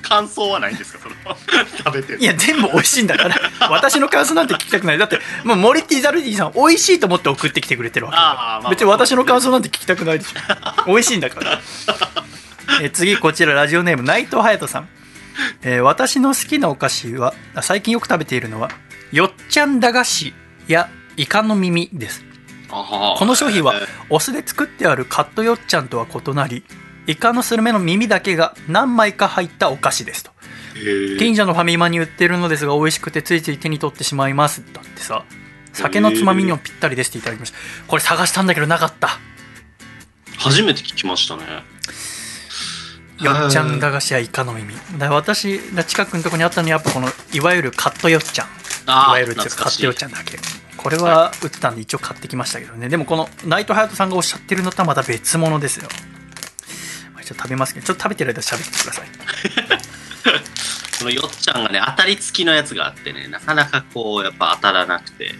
感想はないんですかその 食べて
いや全部美味しいんだから私の感想なんて聞きたくないだってもうモリティ・ザルディさん美味しいと思って送ってきてくれてるわけだから
ああまあ
別に私の感想なんて聞きたくないでし ょ美味しいんだからえ次こちらラジオネーム内藤隼人さん、えー私の好きなお菓子はあ最近よく食べているのはよっちゃん駄菓子やイカの耳です
あー
この商品は
えー
お酢で作ってあるカットよっちゃんとは異なりイカのスルメの耳だけが何枚か入ったお菓子ですと
へー
近所のファミマに売ってるのですが美味しくてついつい手に取ってしまいますだってさ酒のつまみにもぴったりですっていただきましたこれ探したんだけどなかった
初めて聞きましたね。
よっちゃん駄菓子屋イカの耳だから私が近くのとこにあったのはやっぱこのいわゆるカットよっちゃんい
あ
わ
ー
ゆるカ
懐か
ッ
し
ト
い
よっちゃんだけこれは売ってたんで一応買ってきましたけどねでもこのナイトハヤトさんがおっしゃってるのとはまた別物ですよまあ一応食べますけどちょっと食べてる間喋ってください
そのよっちゃんがね、当たり付きのやつがあってね、なかなかこう、やっぱ当たらなくて。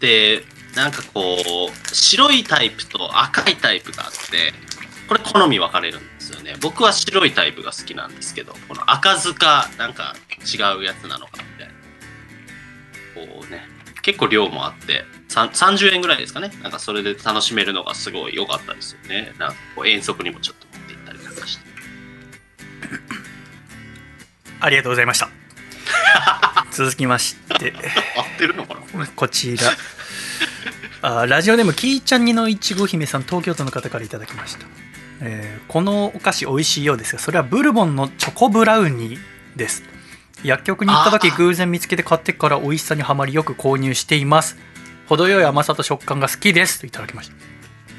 で、なんかこう、白いタイプと赤いタイプがあって、これ好み分かれるんですよね。僕は白いタイプが好きなんですけど、この赤ずか、なんか違うやつなのかみたいな。こうね、結構量もあって、さん30円ぐらいですかね。なんかそれで楽しめるのがすごい良かったですよね。なんかこう遠足にもちょっと持って行ったりなんかして。
ありがとうござい ました続きまして
合ってるのかなこれ。
こちらあーラジオネームきーちゃんにのいちご姫さん東京都の方からいただきました、えーこのお菓子美味しいようですがそれはブルボンのチョコブラウニーです薬局に行った時
あー
偶然見つけて買ってから美味しさにはまりよく購入しています程よい甘さと食感が好きですといただきまし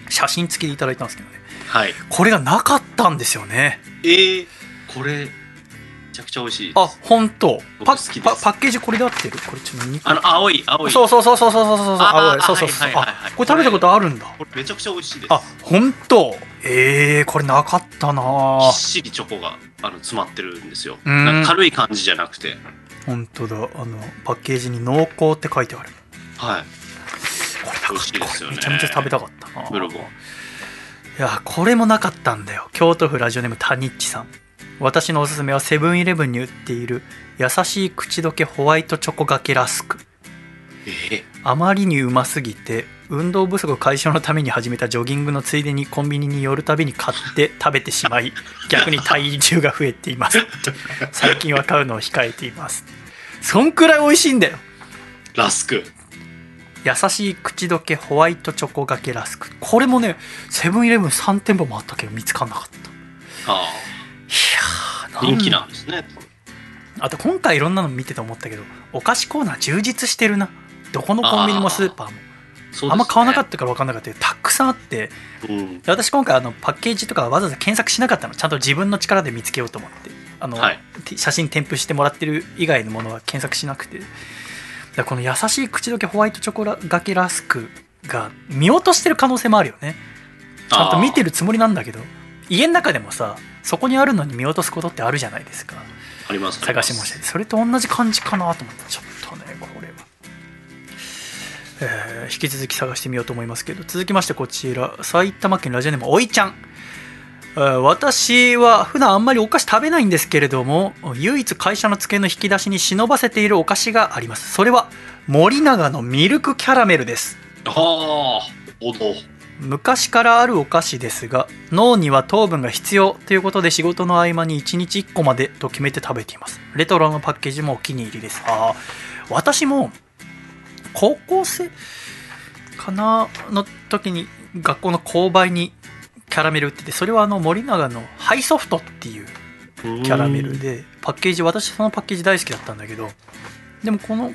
た写真付きでいただいたんですけどね
はい。
これがなかったんですよね
ええこれめちゃくちゃ美味しいです
あ本当
僕
パ
好きです
パパッケージこれで合ってるこれちょっと見にくい
あの青い青い
そうそうそうそうそうそうそうそう
あー
青いそうそうそう
はいはいはいは
あ
い
これ食べたことあるんだ
これめちゃくちゃ美味しいです
あ本当えー、これなかったな
ぎっ
ぁ
しりチョコがあの詰まってるんですよ
うん
なんか軽い感じじゃなくて
本当だあのパッケージに濃厚って書いてある
はい
これなか
美味
っ
しい
た
で
こ
すよ
れめ
ね
ちゃめちゃ食べたかったな
ブ
ぁ
ル
い
ボン
やこれもなかったんだよ京都府ラジオネームタニッチさん私のおすすめはセブンイレブンに売っている優しい口どけホワイトチョコがけラスク
ええ
あまりにうますぎて運動不足解消のために始めたジョギングのついでにコンビニに寄るたびに買って食べてしま い逆に体重が増えています最近は買うのを控えていますそんくらい美味しいんだよ
ラスク
優しい口どけホワイトチョコがけラスクこれもねセブンイレブン3店舗もあったけど見つかんなかった
あ
いや
あ
ー
人気なんですね
あと今回いろんなの見てて思ったけどお菓子コーナー充実してるなどこのコンビニもスーパーも
そうですね
あんま買わなかったから分かんなかったけどたくさんあって
うん
で私今回あのパッケージとかわざわざ検索しなかったのちゃんと自分の力で見つけようと思ってあの、
はい
て写真添付してもらってる以外のものは検索しなくてだからこの優しい口どけホワイトチョコラがけラスクが見落としてる可能性もあるよねちゃんと見て
る
るつもりなんだけど家の中でもさそこにあるのに見落とすことってあるじゃないですか
あります
探しもしてそれと同じ感じかなと思ってちょっとねこれは、えー引き続き探してみようと思いますけど続きましてこちら埼玉県ラジオネームおいちゃんえー私は普段あんまりお菓子食べないんですけれども唯一会社の机の引き出しに忍ばせているお菓子がありますそれは森永のミルクキャラメルです
ああおど
昔からあるお菓子ですが脳には糖分が必要ということで仕事の合間に1日1個までと決めて食べていますレトロのパッケージもお気に入りですああ私も高校生かなの時に学校の購買にキャラメル売っててそれはあの森永のハイソフトっていう
キ
キャラメルでパッケージ私そのパッケージ大好きだったんだけどでもこの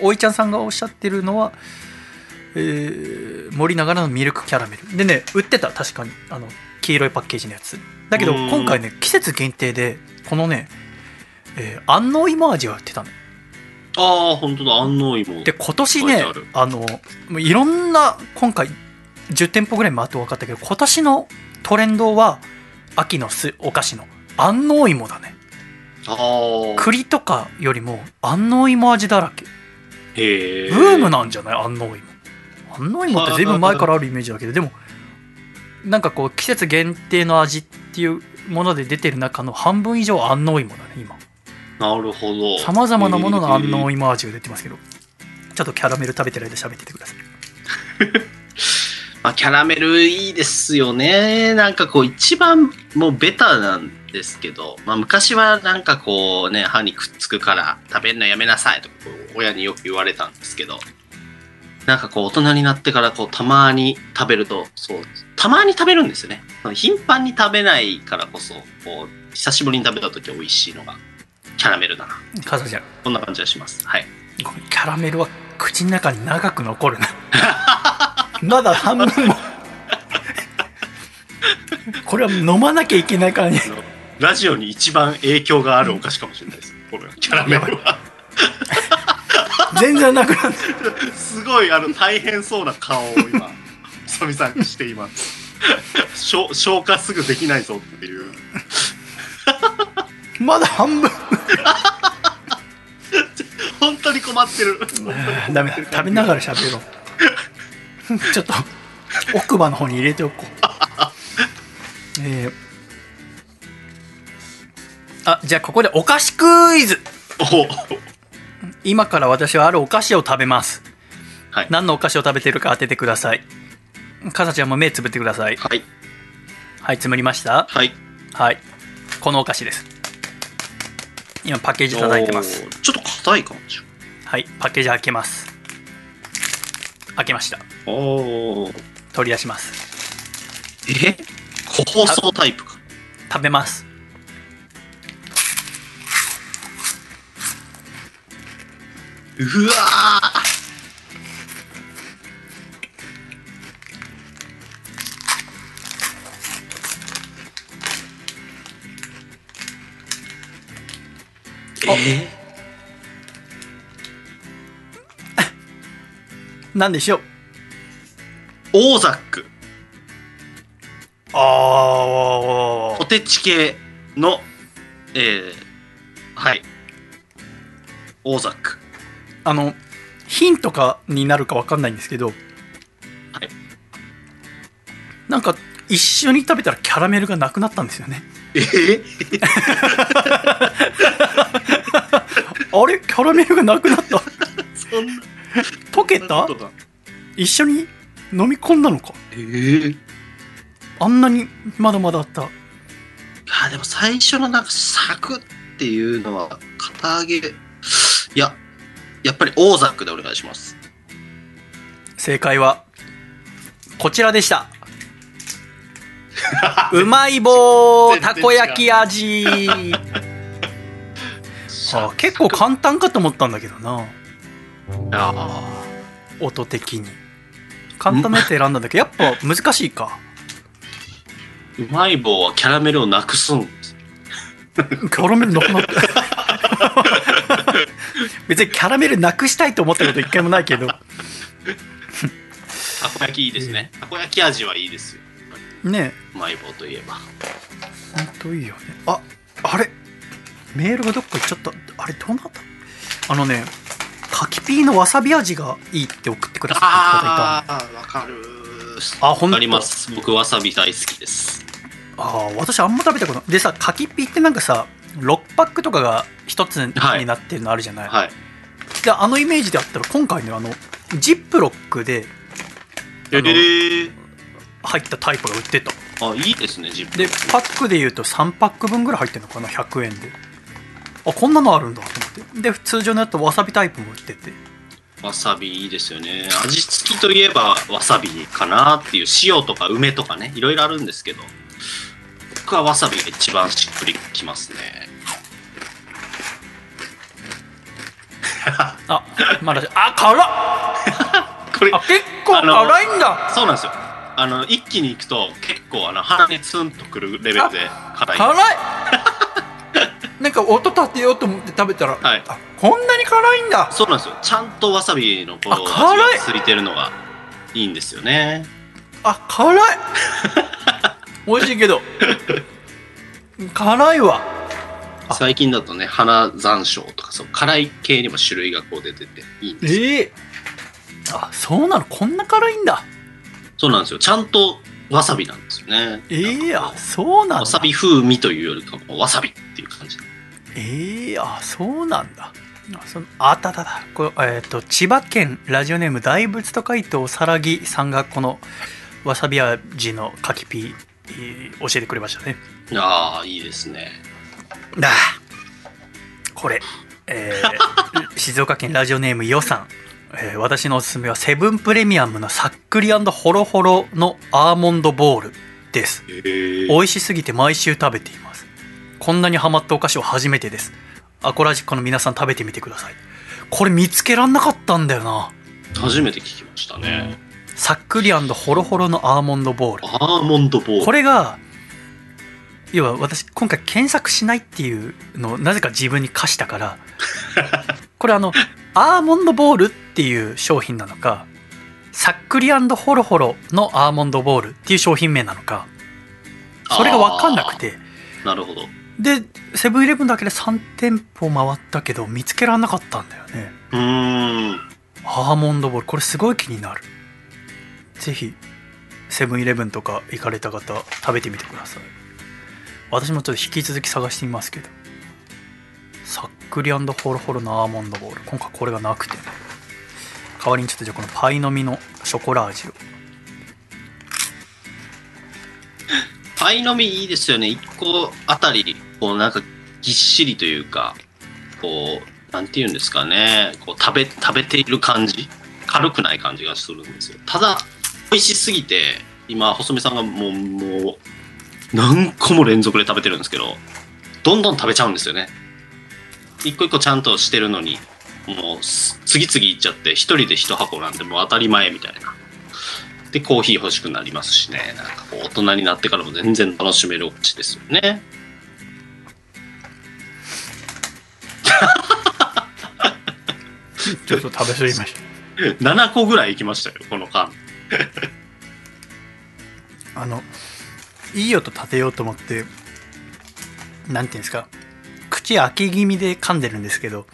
おおいちゃんさんがおっしゃってるのは、えー森永のミルクキャラメルでね売ってた確かにあの黄色いパッケージのやつだけど
うん
今回ね季節限定でこのね、えー安納芋味が売ってたの
ああ本当だ安納芋
で今年
書い
ね
てある
あのもういろんな今回10店舗ぐらい回って分かったけど今年のトレンドは秋のすお菓子の安納芋だね
ああ
栗とかよりも安納芋味だらけ
へえ
ブームなんじゃない安納芋安納芋って随分前からあるイメージだけどでもなんかこう季節限定の味っていうもので出てる中の半分以上安納芋だね今
なるほど
さまざまなものの安納
芋
芋味が出てますけどちょっとキャラメル食べてる間喋っててください
まあ、キャラメルいいですよね。なんかこう一番もうベタなんですけど、まあ昔はなんかこうね、歯にくっつくから食べるのやめなさいとかこう親によく言われたんですけど、なんかこう大人になってからこうたまに食べるとそうたまに食べるんですよね頻繁に食べないからこそこう久しぶりに食べた時美味しいのがキャラメルだな
かさちゃん
こんな感じがしますはい
ごめんキャラメルは口の中に長く残るな まだ半分 もこれは飲まなきゃいけないからね
あのラジオに一番影響があるお菓子かもしれないですこのキャラメルは
全然なくなる
すごいあの大変そうな顔を 今細見さんしています消消化すぐできないぞっていう
まだ半分
本当に困ってる
あー ダメだ食べながら喋ろう ちょっと奥歯の方に入れておこうえーあじゃあここでお菓子クイズ
お
今から私はあるお菓子を食べます、
はい
何のお菓子を食べてるか当ててくださいかさちゃんも目つぶってください
はい
はいつむりました
はい
はいこのお菓子です今パッケージ叩いてます
おーちょっと硬い感じ
はいパッケージ開けます開けました
おお
取り出します
え個包装タイプか
食べます
うわーえ
なんでしょう
オーザック
あ
ポテチ系のえー、はいオーザック
あのヒントかになるかわかんないんですけど、
はい
なんか一緒に食べたらキャラメルがなくなったんですよね
え
あれキャラメルがなくなった
そんな
溶けた
ことが
一緒に飲み込んだのか
えー、
あんなにまだまだあった
あでも最初のなんかサクっていうのは片揚げいややっぱりオーザックでお願いします
正解はこちらでしたうまい棒たこ焼き味あ結構簡単かと思ったんだけどな
あ
音的に簡単なやつ選んだんだけどやっぱ難しいか
ーうまい棒はキャラメルをなくすんです
キャラメルなくなった 別にキャラメルなくしたいと思ったこと一回もないけど
たこ焼きいいですねたこ焼き味はいいですよ
ね
うまい棒といえば
えほんといいよねああれメールがどっか行っちゃったあれどうなったあのね柿ピーのわさび味がいいって送ってくださった方いた
あわかる
あほんと
あります僕わさび大好きです
あー私あんま食べたことないでさ柿ピーってなんかさ6パックとかが1つ
はい
になってるのあるじゃない、
はい
であのイメージであったら今回のあのジップロックで
え
あの
ー、
入ったタイプが売ってた
あいいですねジップ
でパックでいうと3パック分ぐらい入ってるのかな100円であこんなのあるんだと思ってで通常のやつとわさびタイプも売ってて
わさびいいですよね味付きといえばわさびかなっていう塩とか梅とかねいろいろあるんですけど僕はわさびが一番しっくりきますね
あまだあ辛っ
これ
あ結構辛いんだ
そうなんですよあの一気にいくと結構あの鼻にツンとくるレベルで辛い
辛いなんか音立てようと思って食べたら、
はい
あこんなに辛いんだ
そうなんですよちゃんとわさびのこう
あ辛い
味がついてるのがいいんですよね
あ辛い美味しいけど辛いわあ
最近だとね花山椒とかそう辛い系にも種類がこう出てていいんですよ
ええあそうなのこんな辛いんだ
そうなんですよちゃんとわさびなんですよね
ええあそうなんだ
わさび風味というよりかもわさびっていう感じ
ええあそうなんだあそのああったあったあったこれ、えー、と千葉県ラジオネーム大仏と書いておさらぎさんがこのわさび味のかきピー、えー教えてくれましたね
ああいいですね
だこれ、えー静岡県ラジオネームよさんえー私のおすすめはセブンプレミアムのさっくりホロホロのアーモンドボールです
へー
美味しすぎて毎週食べていますこんなにハマったお菓子は初めてですアコラジックの皆さん食べてみてくださいこれ見つけらんなかったんだよな
初めて聞きましたね。
さっくりホロホロのアーモンドボール
アーモンドボール。
これが要は私今回検索しないっていうのをなぜか自分に課したから これあのアーモンドボールっていう商品なのかさっくりホロホロのアーモンドボールっていう商品名なのかそれが分かんなくて
あー。なるほど。う
でセブンイレブンだけで3店舗回ったけど見つけられなかったんだよね
ーん。
アーモンドボールこれすごい気になるぜひセブンイレブンとか行かれた方食べてみてください私もちょっと引き続き探してみますけどさっくりホロホロのアーモンドボール今回これがなくてね代わりにちょっとじゃあこのパイの実のショコラ味を
パイの実いいですよね。1個あたり、こうなんかぎっしりというか、こう、なんていうんですかね、こう食べ、食べている感じ軽くない感じがするんですよ。ただ、美味しすぎて、今、細見さんがもう、もう、何個も連続で食べてるんですけど、どんどん食べちゃうんですよね。一個一個ちゃんとしてるのに、もう、す次々いっちゃって、一人で一箱なんてもう当たり前みたいな。でコーヒー欲しくなりますしねなんかこう大人になってからも全然楽しめるお菓子ですよね
ちょっと食べ過ぎました
7個ぐらいいきましたよこの間
あのいい音立てようと思ってなんていうんですか口開け気味で噛んでるんですけど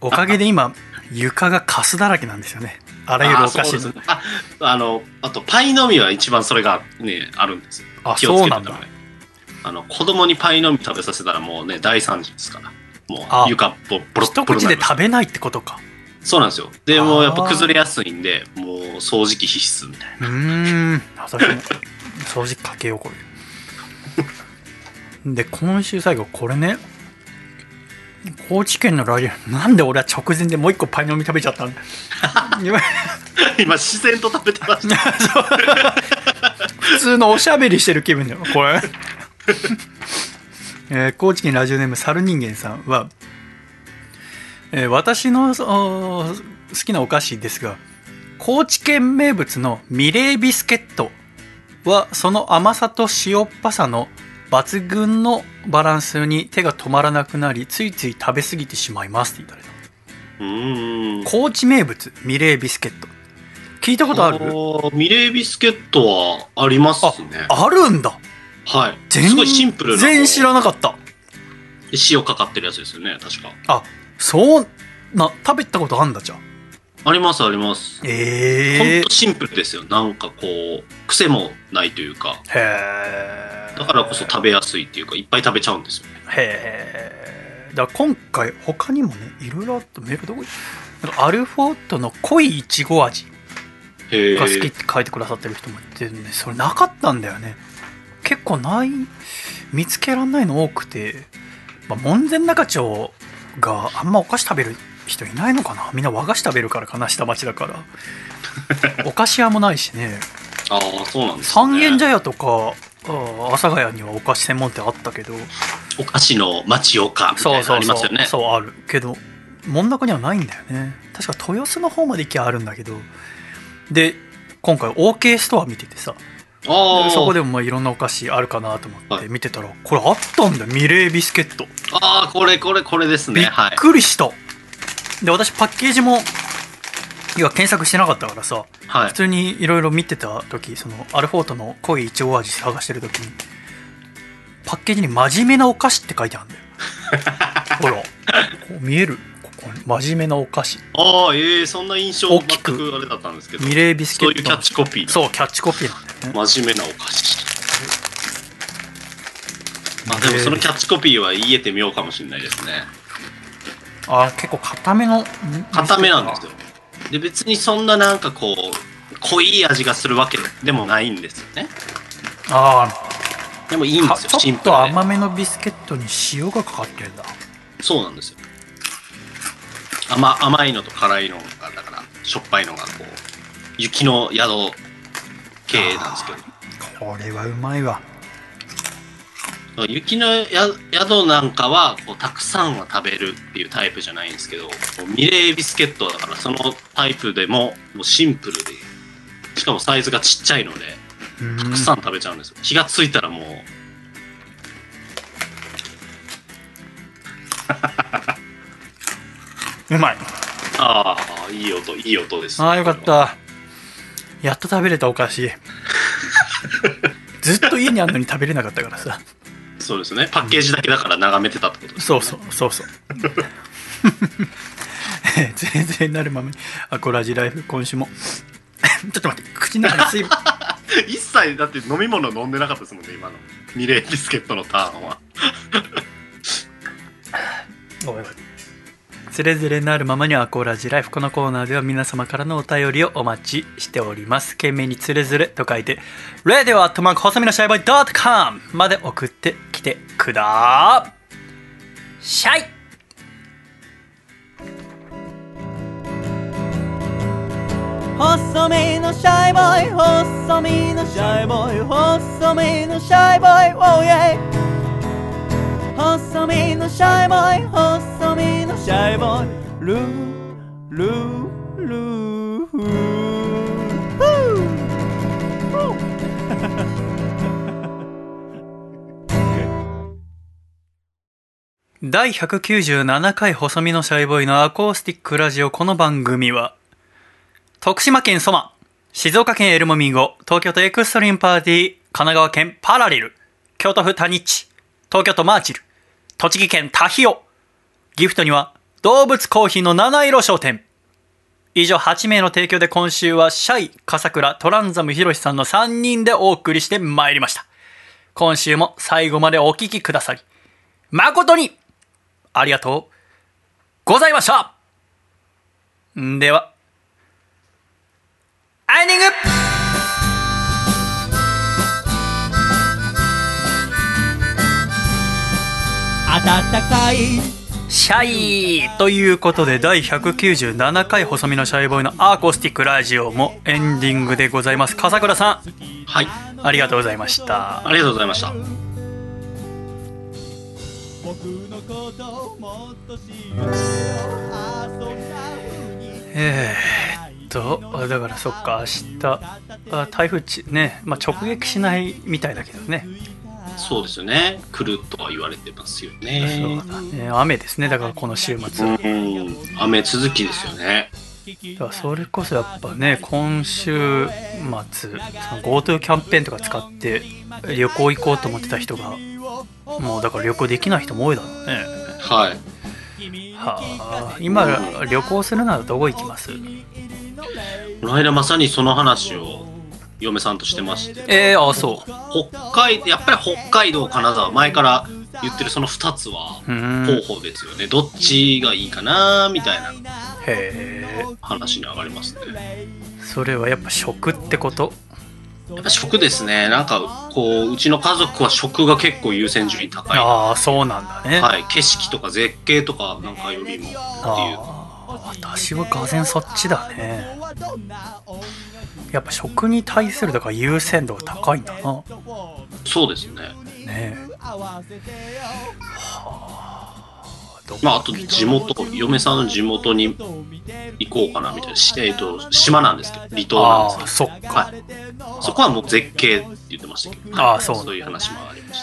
おかげで今床がカスだらけなんですよねあらゆるお菓
あそう
子
です
の
ねああのあとパイの実は一番それがねあるんですよ
あ
気をつ
そう
けて
な
た
んだ
らねあの子供にパイの実食べさせたらもうね大惨事ですからも
あ
う床ボボロッ
一
ボロに
口
な
で
ります
食べないってことか
そうなんですよで
あー
もうやっぱ崩れやすいんでもう掃除機必須みたいう
ーん私も掃除機かけようこれ で今週最後これね高知県のラジオなんで俺は直前でもう一個パイの実食べちゃ ったんだ今
な今自然と食べて ました
普通のおしゃべりしてる気分だよこ れ、えー高知県ラジオネーム猿人間さんは、えー私のそお好きなお菓子ですが高知県名物のミレービスケットはその甘さと塩っぱさの抜群のバランスに手が止まらなくなりついつい食べ過ぎてしまいますっていただいた
うーん
高知名物ミレービスケット聞いたことある
ーミレービスケットはありますね。
あるんだ
はい。
全
すごいシンプルな。
然知ら
ん。
なかった
塩かかってるやつですよね、確か。
あそうな食べたことあんだじゃあ
あります、あります。ほ
え
んとシンプルですよ。なんかこう、癖もないというか、
へえ
だからこそ食べやすいっていうか、いっぱい食べちゃうんですよね。
へえだから今回他にもねいろいろあったメールどこなんかアルフォートの濃いいちご味
へ
が好きっ
ー
て書いてくださってる人もいてねそれなかったんだよね結構ない見つけらんないの多くて、まあ、門前仲町があんまお菓子食べる人いないのかなみんな和菓子食べるからかな下町だから お菓子屋もないしね
ああ、そうなんです、ね。
三軒茶屋とかあー阿佐ヶ谷にはお菓子専門店あったけど
お菓子の町岡みた
そ
いう
そうそ
なのありま
う、
すよね。
そうあるけど真ん中にはないんだよね確か豊洲の方まで行きゃあるんだけどで今回 OK ストア見ててさ
ああ、
そこでもまあいろんなお菓子あるかなと思っ
は
て
い
見てたらこれあったんだよミレービスケット
ああ、これ、これ、これです
び
ね。
っ
はい。
くりした、で私パッケージも要は検索してなかったからさ
は
普
い。
通にいろいろ見てた時そのアルフォートの濃いイチゴ味探してる時にパッケージに「真面目なお菓子」って書いてある んだよほらこう見えるここに真面目なお菓子
ああ、ええそんな印象
大
全
きく
くあれだったんですけど、
ミレービスケ
そうい
ッ
うキャ
ト
ッチコピー。
そうキャッチコピーなんだよね、
真面目なお菓子。まあでもそのキャッチコピーは言えてみようかもしれないですね。
あ結構固めのん
固めなんですよ。で別にそんななんかこう濃い味がするわけでもないんですよね。
あ
でもいいん
あ
ですよ。
ち
シ
ょ
ン
っ
プル
と
で。
甘めのビスケットに塩がかかってるんだ
そうなんですよ。甘甘いのと辛いのがだからしょっぱいのがこう雪の宿系なんですけど
これはうまいわ
雪のや宿なんかはこうたくさんは食べるっていうタイプじゃないんですけどこうミレービスケットだからそのタイプでももうシンプルでしかもサイズがちっちゃいので
うん
たくさん食べちゃうんですよ、気がついたらもう
うまい
ああいい音いい音です
ああよかったやっと食べれたお菓 子ずっと家にあんのに食べれなかったからさ
そうですねパッケージだけだから眺めてたってことです、ね
そうそうそうそうえー 全然なるままにアコラジライフ今週も ちょっと待って口の中に水分
一切だって飲み物飲んでなかったですもんね今のミレービスケットのターンは
ごめんごめんつれづれなるままにアコラジライフこのコーナーでは皆様からのお便りをお待ちしております懸命につれづれと書いて radio アットマーク細身のシャイボーイ .com まで送ってきてくだシャイ
細身のシャイボーイ細身のシャイボーイ細身のシャイボーイ oh yeah 細身のシャイボーイ細身のシャイボーイルールールーフーフー
第197回細身のシャイボーイのアコースティックラジオこの番組は徳島県ソマ静岡県エルモミーゴ東京都エクストリームパーティー神奈川県パラレル京都府タニッチ東京都マーチル栃木県タヒオギフトには動物コーヒーの七色商店以上8名の提供で今週はシャイ笠倉トランザムヒロシさんの3人でお送りしてまいりました今週も最後までお聴きくださり誠にありがとうございましたんでは、アイニング
暖かい
シャイということで第197回細身のシャイボーイのアーコースティックラジオもエンディングでございます笠倉さん
はい
ありがとうございました
ありがとうございました
僕のことをもっと知ってよあそんな風に
えー、っとあだからそっか明日あ台風ちね、まあ、直撃しないみたいだけどね
そうですよね来るとは言われてますよね
そうだね雨ですねだからこの週末は
うん雨続きですよね
だからそれこそやっぱね今週末その GoTo キャンペーンとか使って旅行行こうと思ってた人がもうだから旅行できない人も多いだろうね
はい
はあ今旅行するならどこ行きます
この間まさにその話を嫁さんとしてまして
えー、あそう
北海やっぱり北海道金沢前から言ってるその2つは
うーん
候
へ
補ですよねどっちがいいかなみたいな
え
話に上がりますね
それはやっぱ食ってこと
やっぱ食ですねなんかこううちの家族は食が結構優先順位高い
ああそうなんだね、
はい、景色とか絶景とかなんかよりもっていう
ああ私は俄然そっちだねやっぱ食に対するだから優先度が高いんだな
そうですね
ねえ
まああと地元嫁さんの地元に行こうかなみたいな、しえっと島なんですけど離島なんです
あ
け
あそっ
ど
か
はい、そこはもう絶景って言ってましたけど、
ああそう
いう話もありまし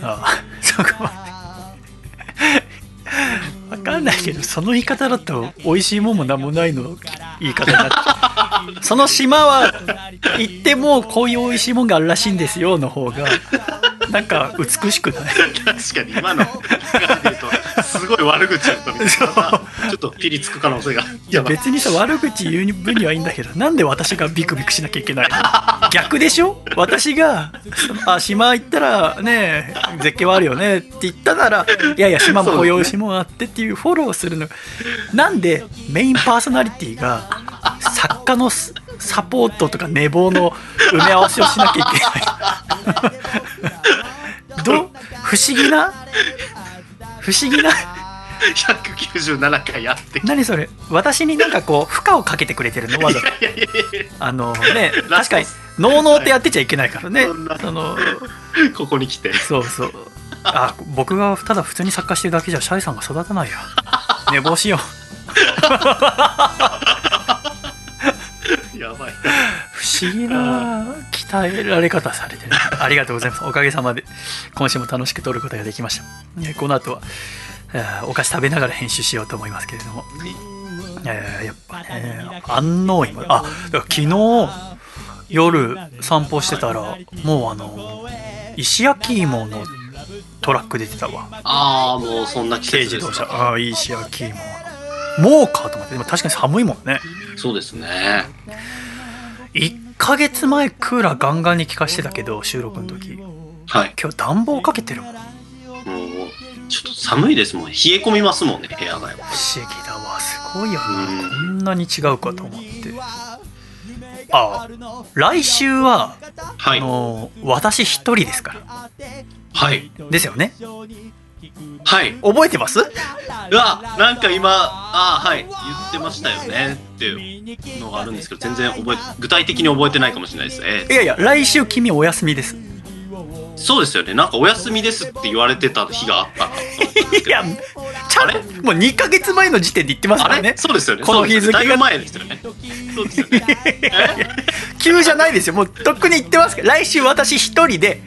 た
ああそこまで分かんないけどその言い方だと美味しいもんもなんもないの言い方になっちゃうその島は行ってもこういう美味しいもんがあるらしいんですよの方がなんか美しくない
確かに今ので言うとすごい悪口だったみたいなちょっとピリつく可能性が
いや別にさ悪口言う分にはいいんだけどなんで私がビクビクしなきゃいけないの逆でしょ私が「あ島行ったらね絶景はあるよね」って言ったなら「いやいや島もこういうしもあって」っていうフォローするのがなんでメインパーソナリティが作家のスサポートとか寝坊の埋め合わせをしなきゃい けないのどう不思議な不思議な
197回やってき
何それ私になんかこう負荷をかけてくれてるのわざと
たいやいやいやい
あのね
ラ
確
スト
か
っ
に
す
「ノーノー」ってやってちゃいけないからね
そんな
その
やここに来て
そうそうあ僕がただ普通に作家してるだけじゃシャイさんが育たないや寝坊しよう
やばい
不思議な鍛えられ方されてるありがとうございますおかげさまで今週も楽しく撮ることができましたえこの後はあお菓子食べながら編集しようと思いますけれどもいややっぱね安納芋あだから昨日夜散歩してたらもうあの石焼き芋のトラック出てたわ
ああもうそんな季
軽
節
自
です
動
か
車ああいい石焼き芋もうかと思ってでも確かに寒いもんね
そうですね
1ヶ月前クーラーガンガンに効かしてたけど収録の時
はい
今日暖房かけてるもん不
もうちょっと寒いですもん冷え込みますもんね部屋がやっぱ
思議だわすごいよな
うん
こんなに違うかと思ってあ来週は
は
あ
い
の私一人ですから
はい
ですよね
はい
覚えてます
うわなんか今あーはい言ってましたよねっていうのがあるんですけど全然覚え具体的に覚えてないかもしれないですね
いやいや来週君お休みです
そうですよねなんかお休みですって言われてた日があったなと思ったんです
い
けど
やちゃん
あれ
もう2ヶ月前の時点で言ってますか
あ
ら
れ
ね
そうですよね
この日付が
そうですよねだいぶ前ですよねそうですよね
急じゃないですよもうとっくに言ってますけど来週私一人で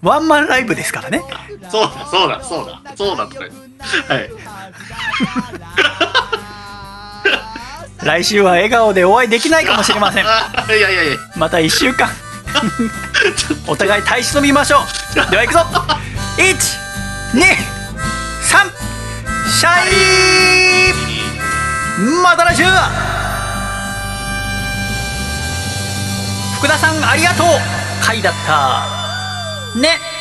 ワンマンライブですからね
そうだそうだそうだそうだとか言ってはい
来週は笑顔でお会いできないかもしれません
あーいやいやいや
また1週間お互い耐え忍びましょうでは行くぞ123シャイまた来週福田さんありがとう回だったね